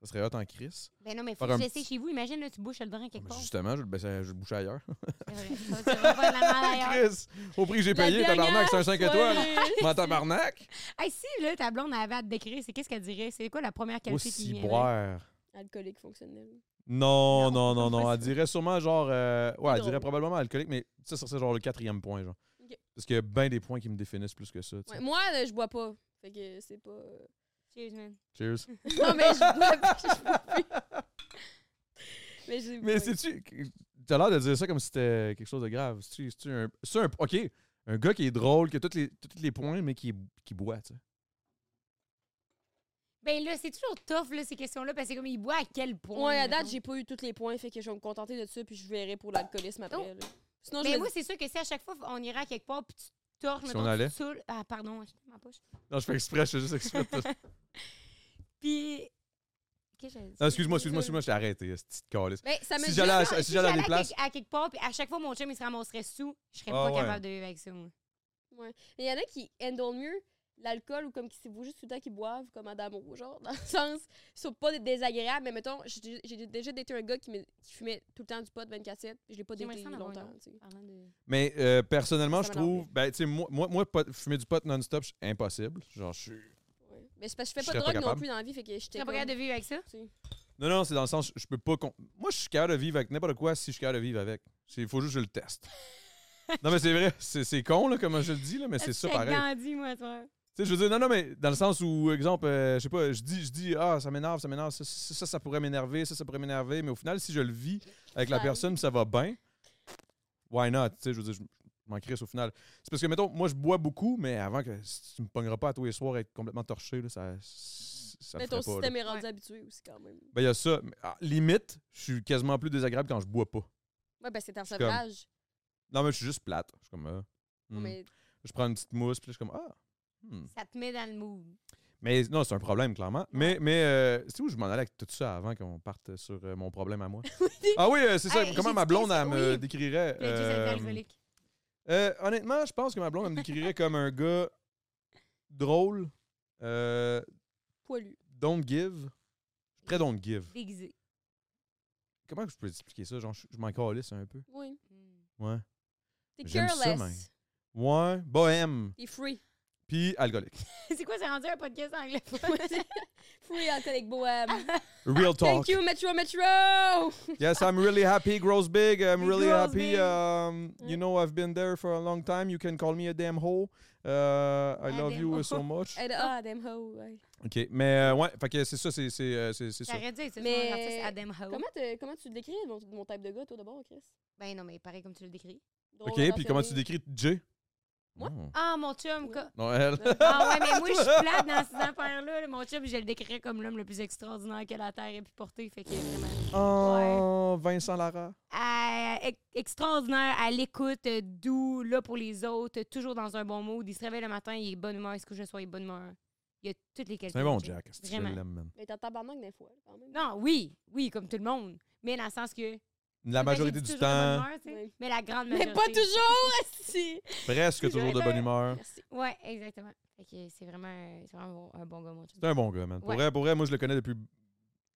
Speaker 1: Ça serait hot en Chris.
Speaker 4: Ben non, mais faut
Speaker 1: Faire
Speaker 4: que
Speaker 1: un
Speaker 4: tu l'essayes
Speaker 1: petit-
Speaker 4: chez vous. Imagine, là, tu bouches le drain quelque
Speaker 1: Mais
Speaker 4: part.
Speaker 1: justement, je, le- ben, ça- je le bouche ailleurs.
Speaker 4: C'est vrai. Ça, tu
Speaker 1: [LAUGHS]
Speaker 4: vas faire de la merde ailleurs.
Speaker 1: Ah, Chris, au prix que j'ai
Speaker 2: La
Speaker 1: payé,
Speaker 2: dernière
Speaker 1: tabarnak, c'est un 5 étoiles. Mais
Speaker 2: [LAUGHS]
Speaker 1: tabarnak.
Speaker 4: Hey, si, là, ta blonde avait à te décrire, c'est qu'est-ce qu'elle dirait? C'est quoi la première qualité qui
Speaker 1: Aussi
Speaker 4: viendrait?
Speaker 1: boire.
Speaker 2: Alcoolique fonctionnel.
Speaker 1: Non, non,
Speaker 4: Non,
Speaker 1: non,
Speaker 4: pas
Speaker 1: non. Elle
Speaker 4: ça.
Speaker 1: dirait sûrement genre. euh, ouais, elle
Speaker 2: Drôle.
Speaker 1: dirait probablement alcoolique, mais ça, ça serait genre le quatrième point, genre.
Speaker 2: Ok.
Speaker 1: Parce qu'il y a bien des points qui me définissent plus que ça. tu sais.
Speaker 2: Ouais, moi, là, je bois pas. Fait que c'est pas. euh,
Speaker 4: Cheers, man.
Speaker 1: [LAUGHS] Cheers.
Speaker 2: Non, mais je bois plus, je bois plus. mais j'ai-
Speaker 1: Mais
Speaker 2: ouais.
Speaker 1: c'est-tu. T'as l'air de dire ça comme si c'était quelque chose de grave. C'est-tu c'est-tu un. C'est un. Ok, un gars qui est drôle, qui a tous les, tous les points, mais qui, qui boit, tu sais.
Speaker 4: Ben là, c'est toujours tough, là, ces questions-là, parce que comme, il boit à quel point?
Speaker 2: Ouais, à date,
Speaker 4: mettons?
Speaker 2: j'ai pas eu tous les points, fait que je vais me contenter de ça, puis je verrai pour l'alcoolisme après.
Speaker 4: Oh.
Speaker 2: là. Sinon, je
Speaker 4: Mais
Speaker 2: me
Speaker 4: moi, c'est sûr que si à chaque fois on irait à quelque part puis tu torches,
Speaker 1: Si
Speaker 4: mettons,
Speaker 1: on
Speaker 4: tu te
Speaker 1: allait?
Speaker 4: saoules- Ah, pardon, je ma poche.
Speaker 1: Non, je fais exprès, je fais juste exprès. de
Speaker 2: [LAUGHS]
Speaker 1: te-
Speaker 4: Puis. Qu'est-ce que j'allais dire?
Speaker 1: Non, Ah, excuse-moi, excuse-moi, excuse-moi, je t'ai arrêté, cette petite calice.
Speaker 2: Ben, ça me
Speaker 1: Si
Speaker 2: dit-
Speaker 1: j'allais à,
Speaker 4: Ah,
Speaker 1: si j'allais à des
Speaker 4: à
Speaker 1: places.
Speaker 4: quelque- À, quelque part, puis à chaque fois, mon chum, il se ramasserait sous. Je serais
Speaker 1: Ah
Speaker 4: pas
Speaker 1: ouais.
Speaker 4: capable de vivre avec ça, moi.
Speaker 2: Mais il y en a qui handle mieux l'alcool ou comme qui c'est juste tout le temps qu'ils boivent, comme Adamo, genre, dans le [LAUGHS] sens, ils sont pas désagréables, mais mettons, j'ai j'ai déjà daté un gars qui, me- qui fumait tout le temps du pot 24-7, puis je l'ai pas
Speaker 4: J'aimerais
Speaker 2: daté
Speaker 4: ça en avoir un
Speaker 2: longtemps,
Speaker 4: autre.
Speaker 2: tu sais.
Speaker 4: Parlant de.
Speaker 1: Mais euh, personnellement,
Speaker 2: Ça
Speaker 1: je
Speaker 2: m'a l'air
Speaker 1: trouve. Ben, tu sais, moi, moi, moi pot- fumer du pot non-stop, c'est impossible. Genre, je suis.
Speaker 2: Ouais. Mais c'est parce que je
Speaker 1: Je
Speaker 2: fais pas
Speaker 1: serais
Speaker 2: de
Speaker 1: pas
Speaker 2: drogue non
Speaker 1: capable.
Speaker 2: plus dans la vie, fait que
Speaker 4: Tu
Speaker 2: j'étais
Speaker 4: serais pas
Speaker 2: comme-
Speaker 4: capable de vivre avec ça?
Speaker 2: tu sais.
Speaker 1: Non, non, c'est dans le sens, je peux pas. con- Moi, je suis capable de vivre avec n'importe quoi si je suis capable de vivre avec. Il faut juste que je le teste. non, mais c'est vrai, c'est c'est con, là, comme je le dis, là, mais c'est ça
Speaker 4: J'étais
Speaker 1: pareil.
Speaker 4: Gandhi, moi, toi.
Speaker 1: Tu sais, je veux dire, non, non, mais dans le sens où, exemple, euh, je sais pas, je dis, je dis, ah, ça m'énerve, ça m'énerve, ça, ça, ça, ça pourrait m'énerver, ça, ça pourrait m'énerver, mais au final, si je le vis avec la
Speaker 2: Ça
Speaker 1: personne, ça va bien, why not? Tu sais, je veux dire, je je m'en crisse au final. C'est parce que, mettons, moi, je bois beaucoup, mais avant que si tu me pogneras pas à tous les soirs à être complètement torché, là, ça. ça le ferait
Speaker 2: Mais ton
Speaker 1: pas, là.
Speaker 2: système est rendu
Speaker 4: Ouais.
Speaker 2: habitué aussi, quand même.
Speaker 1: Ben, il y a ça. Mais, ah, limite, je suis quasiment plus désagréable quand je bois pas.
Speaker 2: Ouais, ben c'est un
Speaker 1: suis
Speaker 2: sevrage.
Speaker 1: Non, mais je suis juste plate. Je suis comme, ah, hmm.
Speaker 2: Mais
Speaker 1: Je prends une petite mousse, puis là, je suis comme, ah. hmm.
Speaker 4: Ça te met dans le mood.
Speaker 1: Mais non, c'est un problème, clairement. Mais, mais euh, c'est où je m'en allais avec tout ça avant qu'on parte sur euh, mon problème à
Speaker 4: [LAUGHS]
Speaker 1: moi? ah oui, euh, c'est ça.
Speaker 4: Hey,
Speaker 1: Comment
Speaker 4: j'ai
Speaker 1: ma
Speaker 4: dit
Speaker 1: blonde,
Speaker 4: ça,
Speaker 1: elle me
Speaker 4: oui.
Speaker 1: décrirait.
Speaker 4: Le Jésus est
Speaker 1: euh,
Speaker 4: alcoolique.
Speaker 1: euh, honnêtement, je pense que ma blonde, elle me décrirait comme un gars drôle, euh,
Speaker 2: poilu.
Speaker 1: don't give. Très don't give.
Speaker 4: Déguisé. Hmm.
Speaker 1: Comment que je peux expliquer ça? Genre, je, je m'en calisse un peu.
Speaker 2: Oui.
Speaker 1: Ouais.
Speaker 2: T'es
Speaker 1: J'aime ça, man.
Speaker 2: careless.
Speaker 1: Ouais, bohème,
Speaker 2: T'es free. [LAUGHS]
Speaker 1: puis alcoolique.
Speaker 4: [LAUGHS] c'est quoi, c'est rendu un podcast
Speaker 1: [LAUGHS]
Speaker 4: anglophone?
Speaker 2: free alcoolique bohème.
Speaker 4: [LAUGHS]
Speaker 1: Real
Speaker 2: Thank
Speaker 1: Ah! talk.
Speaker 2: you, Metro Metro!
Speaker 1: Yes, I'm really happy. Grows big. I'm
Speaker 4: He
Speaker 1: really
Speaker 4: grows
Speaker 1: happy.
Speaker 4: big.
Speaker 1: Um,
Speaker 2: Yeah.
Speaker 1: you know, I've been there for a long time. You can call me a damn hoe. Uh, I
Speaker 4: A
Speaker 1: love
Speaker 4: Ah, damn
Speaker 1: you uh,
Speaker 4: hoe.
Speaker 1: so
Speaker 4: [LAUGHS]
Speaker 1: much.
Speaker 2: Elle- Ah, damn ho, ouais.
Speaker 1: OK. Mais euh, ouais, fait que c'est ça, c'est c'est, euh, c'est- c'est ça.
Speaker 4: J'aurais dû être
Speaker 2: Mais-
Speaker 4: mais... artiste Adam Howe.
Speaker 2: Comment, te- comment tu décris mon, mon type de gars, toi, d'abord, Chris?
Speaker 4: Ben non, mais pareil comme tu le décris.
Speaker 2: Drôle,
Speaker 1: OK, puis comment tu
Speaker 2: attentionné.
Speaker 1: décris Jay?
Speaker 2: Moi?
Speaker 1: Oh.
Speaker 4: Ah, mon chum.
Speaker 2: Oui.
Speaker 4: co-
Speaker 1: Non, elle.
Speaker 4: Ah ouais, mais moi, je
Speaker 1: [LAUGHS]
Speaker 4: suis plate dans ces affaires-là. là. Mon chum, je le décrirais comme l'homme le plus extraordinaire que la Terre ait pu porter. Fait que vraiment...
Speaker 1: [LAUGHS] Oh, Vincent Lara.
Speaker 4: Euh, ex- extraordinaire, à l'écoute, euh, doux, là pour les autres, euh, toujours dans un bon mood. Il se réveille le matin, il est de bonne humeur, il se couche le soir, il est de bonne humeur. Il a toutes les qualités.
Speaker 1: C'est un bon
Speaker 4: mon chum.
Speaker 1: Jack. est-ce que je
Speaker 4: Vraiment.
Speaker 1: l'aime, man.
Speaker 2: Mais t'es en tabarnak des fois, quand même.
Speaker 4: Non, oui, oui, comme tout le monde. Mais dans le sens que.
Speaker 1: La
Speaker 4: Peut-être
Speaker 1: majorité
Speaker 4: j'ai dit
Speaker 1: du
Speaker 4: toujours de bonne
Speaker 1: temps,
Speaker 4: humeur, tu sais,
Speaker 2: Ouais.
Speaker 4: Mais la grande majorité.
Speaker 2: Mais pas toujours! si.
Speaker 1: presque toujours de bonne humeur.
Speaker 2: Merci.
Speaker 4: Ouais, exactement. Fait que c'est vraiment, euh, c'est vraiment un bon gars, mon chum.
Speaker 1: C'est un bon gars, man. Pour,
Speaker 4: Ouais.
Speaker 1: vrai, pour vrai, moi, je le connais depuis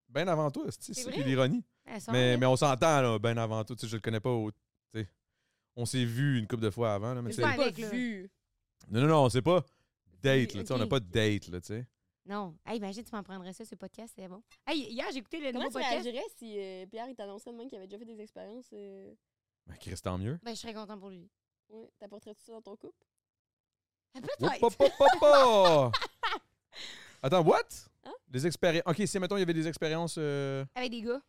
Speaker 1: bien avant toi. C'est
Speaker 4: C'est
Speaker 1: c'est
Speaker 4: vrai?
Speaker 1: l'ironie.
Speaker 4: Elle sort,
Speaker 1: Mais,
Speaker 4: là.
Speaker 1: mais on s'entend, là, bien avant tout. Tu sais, Je le connais pas au. tu sais. On s'est vu une couple de fois avant. Là, mais
Speaker 2: Mais
Speaker 1: tu sais-
Speaker 2: c'est pas
Speaker 4: avec, là.
Speaker 2: vu.
Speaker 1: non, non, non, on s'est pas date. Là, tu sais, On n'a
Speaker 4: Ok.
Speaker 1: pas de date. Là, tu sais.
Speaker 4: Non. Hey, imagine, tu m'en prendrais ça, ce podcast, c'est bon. Hey, hier, j'ai écouté le
Speaker 2: Comment
Speaker 4: nouveau
Speaker 2: tu
Speaker 4: podcast.
Speaker 2: réagirais si euh, Pierre, il t'annoncerait demain qu'il avait déjà fait des expériences? euh,
Speaker 1: Ben, Chris, tant mieux.
Speaker 4: Ben, je serais content pour lui.
Speaker 2: ouais, T'apporterais-tu ça dans ton couple?
Speaker 4: Ah,
Speaker 1: Hop,
Speaker 4: Peut-être.
Speaker 1: hop, hop, hop,
Speaker 4: [LAUGHS]
Speaker 1: hop. Attends, what?
Speaker 2: Hein?
Speaker 1: Des expériences. Ok, si mettons, il y avait des expériences. euh,
Speaker 4: Avec des gars.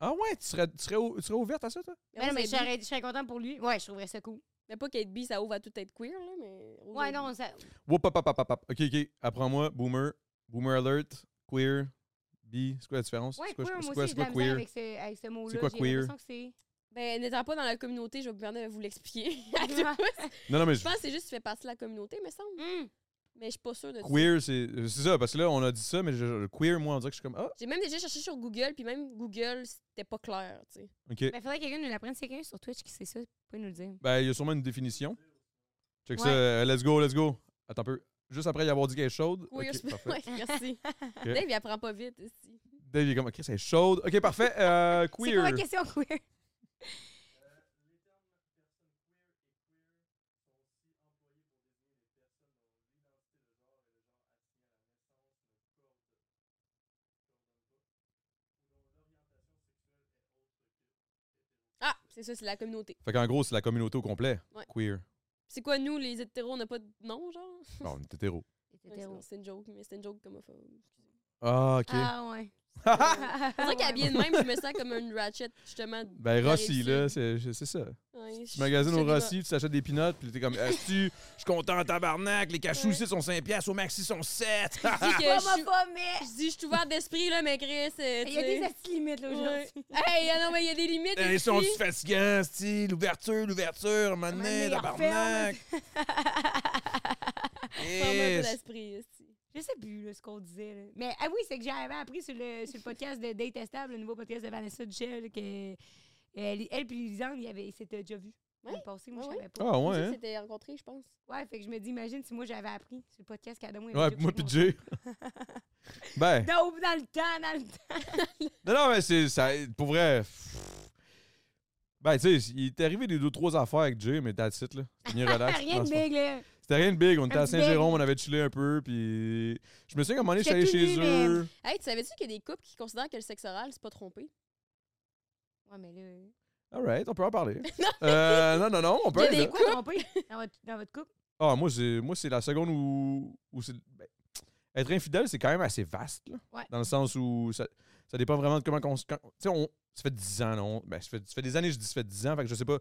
Speaker 1: Ah ouais, tu serais, tu, serais ou- tu serais ouverte à ça, toi?
Speaker 4: Ben non, mais
Speaker 2: Rose
Speaker 4: je
Speaker 2: Kate B.
Speaker 4: serais- je serais content pour lui. Ouais, je trouverais ça cool.
Speaker 2: Mais pas Kate B, ça ouvre à tout être queer, là, mais... Rose
Speaker 4: Ouais,
Speaker 2: Kate
Speaker 4: non,
Speaker 2: B.
Speaker 4: ça.
Speaker 1: Whoop, hop, hop, hop, hop, hop. Ok, ok. Apprends-moi. Boomer. Boomer alert. Queer. B. C'est quoi la différence?
Speaker 4: Ouais,
Speaker 1: c'est quoi,
Speaker 4: queer,
Speaker 1: c'est
Speaker 4: moi
Speaker 1: quoi- c'est
Speaker 4: aussi, j'ai de la
Speaker 1: quoi
Speaker 4: misère avec ce, avec ce mot-là.
Speaker 1: quoi
Speaker 4: J'ai
Speaker 1: queer?
Speaker 4: l'impression que c'est...
Speaker 2: Ben, n'étant pas dans la communauté, je vais me permettre de vous l'expliquer. [LAUGHS] à tous.
Speaker 1: Non, non, mais
Speaker 2: je pense que c'est juste que tu fais partie de la communauté, me semble.
Speaker 4: Hum.
Speaker 2: Mais je suis pas sûre de ça.
Speaker 1: Queer, c'est c'est ça, parce que là, on a dit ça, mais je- le queer, moi, on dirait que je suis comme, ah,
Speaker 2: J'ai même déjà cherché sur Google, puis même Google, c'était pas clair, tu sais.
Speaker 1: OK.
Speaker 4: Ben, faudrait que quelqu'un nous l'apprenne. C'est quelqu'un sur Twitch qui sait ça, vous pouvez nous le dire.
Speaker 1: Ben, il y a sûrement une définition. Check ça,
Speaker 4: Ouais.
Speaker 1: euh, let's go, let's go. Attends un peu. Juste après y avoir dit qu'elle est chaude. OK,
Speaker 2: Queer, c'est-
Speaker 1: parfait.
Speaker 2: ouais, [LAUGHS]
Speaker 4: [LAUGHS]
Speaker 2: merci. Dave, il apprend pas vite, ici.
Speaker 1: Dave, il est comme, OK, c'est chaude. OK, parfait. Euh,
Speaker 4: C'est quoi
Speaker 1: queer.
Speaker 4: la question queer?
Speaker 2: Ah, c'est ça, c'est la communauté.
Speaker 1: Fait qu'en gros, c'est la communauté au complet.
Speaker 2: Ouais.
Speaker 1: Queer.
Speaker 2: C'est quoi, nous, les hétéros, on n'a pas de nom, genre?
Speaker 1: Bon, on est hétéro.
Speaker 2: Ouais, c'est- non,
Speaker 4: Hétéro.
Speaker 2: C'est une joke, mais c'est une joke comme
Speaker 1: Ah, OK.
Speaker 4: Ah, ouais. Ah
Speaker 2: C'est vrai qu'habillée de même, je me sens comme une ratchet, justement.
Speaker 1: [LAUGHS] Ben, Rossi,
Speaker 2: Pareil,
Speaker 1: là, c'est c'est ça.
Speaker 2: Ouais,
Speaker 1: Tu
Speaker 2: je-
Speaker 1: magasines
Speaker 2: je
Speaker 1: au
Speaker 2: sais pas.
Speaker 1: Rossi, tu t'achètes des pinottes, puis t'es comme, est-ce tu, je suis content, tabarnak, les cachous
Speaker 2: Ouais.
Speaker 1: ici sont 5 piastres, au maxi sont 7.
Speaker 2: Je dis que je suis-
Speaker 4: Homophobe, mais...
Speaker 2: je dis, je suis ouverte d'esprit, là, mais Chris. euh,
Speaker 4: Ah! Il y a
Speaker 2: tu
Speaker 4: des
Speaker 2: sais.
Speaker 4: astuces limites, là, aujourd'hui.
Speaker 2: Ouais. Hey, ah non, mais il y a des limites.
Speaker 1: Ils sont
Speaker 2: ici.
Speaker 1: fatigants, sti, l'ouverture, l'ouverture, mané,
Speaker 4: moment donné, ils
Speaker 1: tabarnak.
Speaker 2: Forme un peu
Speaker 1: Yes.
Speaker 2: d'esprit, ici.
Speaker 4: Je sais plus là, ce qu'on disait. là. Mais ah oui, c'est que j'avais appris sur le, sur le podcast de Détestable, le nouveau podcast de Vanessa Duchel, là, que euh, elle, elle puis Lisande, ils, avaient- ils s'étaient déjà vus.
Speaker 2: Ouais.
Speaker 4: Ils passaient, moi,
Speaker 2: Ouais,
Speaker 4: je savais pas.
Speaker 1: Ah
Speaker 2: On
Speaker 1: ouais, hein?
Speaker 2: s'était rencontrés, je pense.
Speaker 4: Ouais, fait que je me dis, imagine si moi j'avais appris sur le podcast qu'Adamo
Speaker 1: Ah. Ouais, moi pis Jay. [LAUGHS] ben,
Speaker 4: Dope dans le temps, dans le temps.
Speaker 1: non, non, mais c'est, ça, pour vrai, pff. ben, tu sais, il est arrivé des deux, trois affaires avec Jay, mais t'as titre, là. C'était bien relax.
Speaker 4: [LAUGHS] Rien de
Speaker 1: franchement.
Speaker 4: big, là.
Speaker 1: C'était rien de big, on était
Speaker 4: Un
Speaker 1: à
Speaker 4: petit
Speaker 1: Saint-Jérôme, on avait chillé un peu, puis je me souviens qu'à un moment donné, je suis allé
Speaker 4: J'étais tout
Speaker 1: chez
Speaker 4: nu,
Speaker 1: eux.
Speaker 2: Hey, tu savais-tu qu'il y a des couples qui considèrent que le sexe oral, c'est pas trompé?
Speaker 4: Ouais, mais là.
Speaker 1: Alright, on peut en parler. euh, non, non, non, on peut.
Speaker 2: Il y a
Speaker 1: aller
Speaker 2: des
Speaker 1: là.
Speaker 4: Quoi, trompé dans votre, dans votre couple?
Speaker 1: Ah, moi, c'est, moi, c'est la seconde où. où c'est- ben, être infidèle, c'est quand même assez vaste. là.
Speaker 4: Ouais.
Speaker 1: Dans le sens où ça, ça dépend vraiment de comment. qu'on se- quand- tu sais, on- ça fait 10 ans, non? Ben, ça, fait, ça fait des années, je dis ça fait 10 ans. Fait que je sais pas.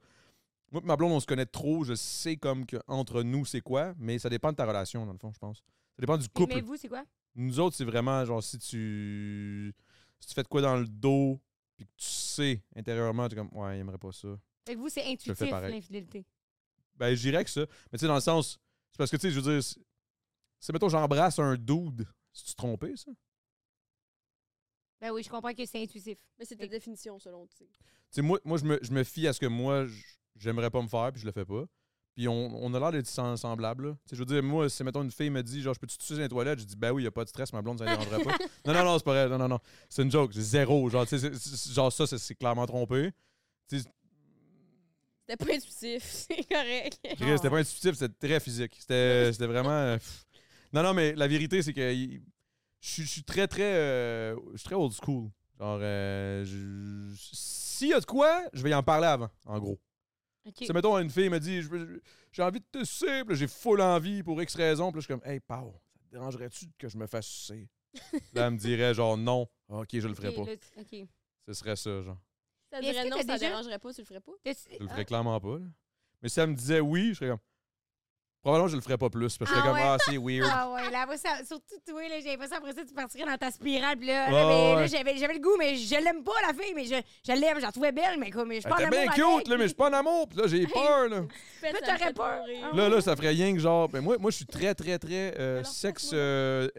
Speaker 1: Moi, pis ma blonde, on se connaît trop. Je sais comme que entre nous, c'est quoi. Mais ça dépend de ta relation, dans le fond, je pense. Ça dépend du couple.
Speaker 4: Mais vous, c'est quoi?
Speaker 1: Nous autres, c'est vraiment genre si tu. Si tu fais de quoi dans le dos, puis que tu sais intérieurement, tu es comme, ouais, il aimerait pas ça.
Speaker 4: Fait que vous, c'est intuitif,
Speaker 1: pareil.
Speaker 4: l'infidélité.
Speaker 1: Ben, je dirais que ça. Mais tu sais, dans le sens. C'est parce que, tu sais, je veux dire. c'est- C'est, mettons, j'embrasse un dude. C'est-tu trompé, ça? Tu
Speaker 4: Ben oui, je comprends que c'est intuitif.
Speaker 2: Mais c'est ta
Speaker 4: Oui.
Speaker 2: définition, selon tu sais.
Speaker 1: sais, moi, moi je, me, je me fie à ce que moi, j- j'aimerais pas me faire, puis je le fais pas. Puis on, on a l'air d'être sem- semblables, là. Tu sais, je veux dire, moi, si, mettons, une fille me dit, genre, je peux te tuer dans les toilettes, je dis, ben oui, y a pas de stress, ma blonde, ça ne dérangerait pas. Non, non, non, c'est pas vrai. Non, non, non. C'est une joke. C'est zéro. Genre, tu sais, c'est- c'est- genre ça, c'est, c'est clairement trompé. Tu sais,
Speaker 2: C'était pas intuitif, [LAUGHS] c'est correct.
Speaker 1: Chris,
Speaker 4: Ah.
Speaker 1: c'était pas intuitif, c'était très physique. C'était c'était vraiment. euh, pff. Non, non, mais la vérité, c'est que il- je suis- je suis très, très. euh, je suis très old school. Genre, euh, je- s'il y a de quoi, je vais y en parler avant, en gros.
Speaker 4: OK.
Speaker 1: Tu sais, mettons, une fille me dit je veux- J'ai envie de te sucer, Puis là, j'ai full envie pour X raison. Puis là, je suis comme Hey, Pau, ça te dérangerait-tu que je me fasse
Speaker 4: [LAUGHS]
Speaker 1: sucer Là, elle me dirait genre non. Ah, Ok, je le ferai
Speaker 4: OK,
Speaker 1: pas.
Speaker 4: là, tu- OK.
Speaker 1: Ce serait ça, genre.
Speaker 2: Ça
Speaker 4: Mais est-ce
Speaker 2: dirait
Speaker 4: que
Speaker 2: non,
Speaker 4: t'as
Speaker 2: ça
Speaker 4: déjà-
Speaker 2: dérangerait pas, tu le ferais pas.
Speaker 4: T'as-tu-
Speaker 1: Je le
Speaker 4: Ah,
Speaker 1: ferais clairement pas. là. Mais si elle me disait oui, je serais comme. Probablement, je le ferais pas plus. Parce que je serais
Speaker 4: Ah
Speaker 1: comme,
Speaker 4: ouais.
Speaker 1: ah, c'est weird.
Speaker 4: Ah ouais, là, après ça, surtout toi, là, j'avais pas ça après ça, tu partirais dans ta spirale, puis là,
Speaker 1: Ouais,
Speaker 4: là, mais
Speaker 1: ouais.
Speaker 4: là, j'avais, j'avais le goût, mais je l'aime pas, la fille, mais je, je l'aime, je la trouvais belle, mais comme, je suis
Speaker 1: Elle
Speaker 4: pas en
Speaker 1: était
Speaker 4: amour
Speaker 1: bien
Speaker 4: avec.
Speaker 1: cute, là, mais je suis pas en amour. Puis là,
Speaker 4: [LAUGHS]
Speaker 1: j'ai peur, là.
Speaker 2: Faites,
Speaker 4: Là,
Speaker 2: ça me
Speaker 4: t'aurais
Speaker 2: fait
Speaker 4: peur.
Speaker 2: trop rire.
Speaker 4: Ah
Speaker 1: Là, là, ça ferait rien que genre. ben, moi, moi, je suis très, très, très euh,
Speaker 2: Alors,
Speaker 1: sexe
Speaker 2: passe-moi.
Speaker 1: euh,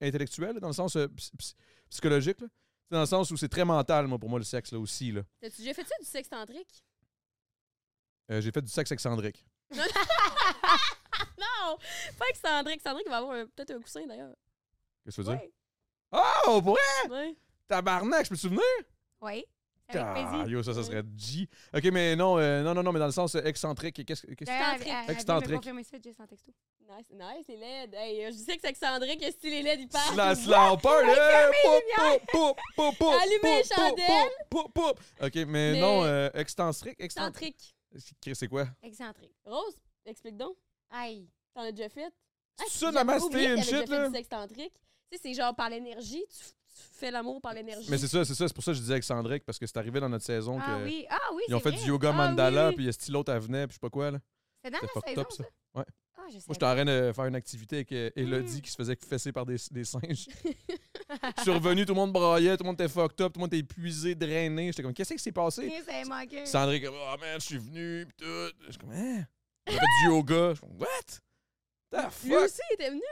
Speaker 1: intellectuel, dans le sens euh, ps- ps- psychologique, là. C'est Dans le sens où c'est très mental, moi, pour moi, le sexe, là, aussi, là.
Speaker 2: T'as-tu déjà fait ça du sexe tantrique?
Speaker 1: Euh, j'ai fait du sexe excentrique.
Speaker 2: Non! Pas excentrique. Excentrique va avoir un- peut-être un coussin d'ailleurs.
Speaker 1: Qu'est-ce que tu veux dire?
Speaker 4: Ouais.
Speaker 1: Oh, pour vrai?
Speaker 2: Ouais.
Speaker 1: Tabarnak, je peux te souvenir?
Speaker 4: Oui, avec
Speaker 1: Ah,
Speaker 4: plaisir.
Speaker 1: yo, ça, ça serait G. OK, mais non, euh, non, non, non, mais dans le sens euh, excentrique, qu'est-ce que. qu'est-ce-
Speaker 4: D'ailleurs,
Speaker 2: Excentrique.
Speaker 4: elle- elle- elle vient
Speaker 1: Excentrique.
Speaker 4: Euh, me confirmer ça juste en texto.
Speaker 2: Nice, nice, les LED. Hey, euh, je sais que c'est excentrique, que si les LED, ils passent.
Speaker 1: Sla- slapper, là! eh, Poup, poup, poup, poup,
Speaker 2: Allumez les
Speaker 1: poup, poup,
Speaker 2: chandelles.
Speaker 1: poup, poup, poup. OK, mais,
Speaker 2: Mais-
Speaker 1: non, euh, excentrique, excentrique.
Speaker 2: Tantrique.
Speaker 1: Chris, C'est quoi?
Speaker 4: Excentrique.
Speaker 2: Rose, explique donc.
Speaker 4: Aïe.
Speaker 2: T'en as déjà fait?
Speaker 1: C'est
Speaker 2: Hey,
Speaker 1: ça,
Speaker 2: j'avais
Speaker 1: namasté,
Speaker 2: Ah, oublié que
Speaker 1: une
Speaker 2: t'avais déjà
Speaker 1: shit,
Speaker 2: fait
Speaker 1: là?
Speaker 2: du sexe tantrique. Tu sais, c'est genre par l'énergie, tu, tu fais l'amour par l'énergie.
Speaker 1: Mais c'est ça, c'est ça, c'est pour ça que je disais excentrique, parce que c'est arrivé dans notre saison que.
Speaker 4: Ah oui, ah oui,
Speaker 1: euh, Ils ont
Speaker 4: c'est
Speaker 1: fait du
Speaker 4: vrai.
Speaker 1: yoga
Speaker 4: Ah oui,
Speaker 1: mandala,
Speaker 4: oui. Ah,
Speaker 1: puis est-ce que l'autre, elle venait, puis je sais pas quoi, là.
Speaker 4: C'est dans
Speaker 1: C'était
Speaker 4: la
Speaker 1: fucked
Speaker 4: saison,
Speaker 1: up, ça.
Speaker 4: ça?
Speaker 1: Ouais.
Speaker 4: Ah, je sais.
Speaker 1: Moi, j'étais en train de faire une activité avec euh, Elodie
Speaker 4: Mm.
Speaker 1: qui se faisait fesser par des, des
Speaker 4: [LAUGHS]
Speaker 1: singes. je suis revenu, tout le monde braillait, tout le monde était fucked up, tout le monde était épuisé, drainé. J'étais comme, qu'est-ce qui s'est passé?
Speaker 4: Tiens, ça manqué.
Speaker 1: Sandrine, comme, oh man, je suis venu, pis tout. Je suis comme, hein? On a fait du yoga. Je suis comme, what? The
Speaker 2: Lui
Speaker 1: fuck?
Speaker 2: aussi, il était venu.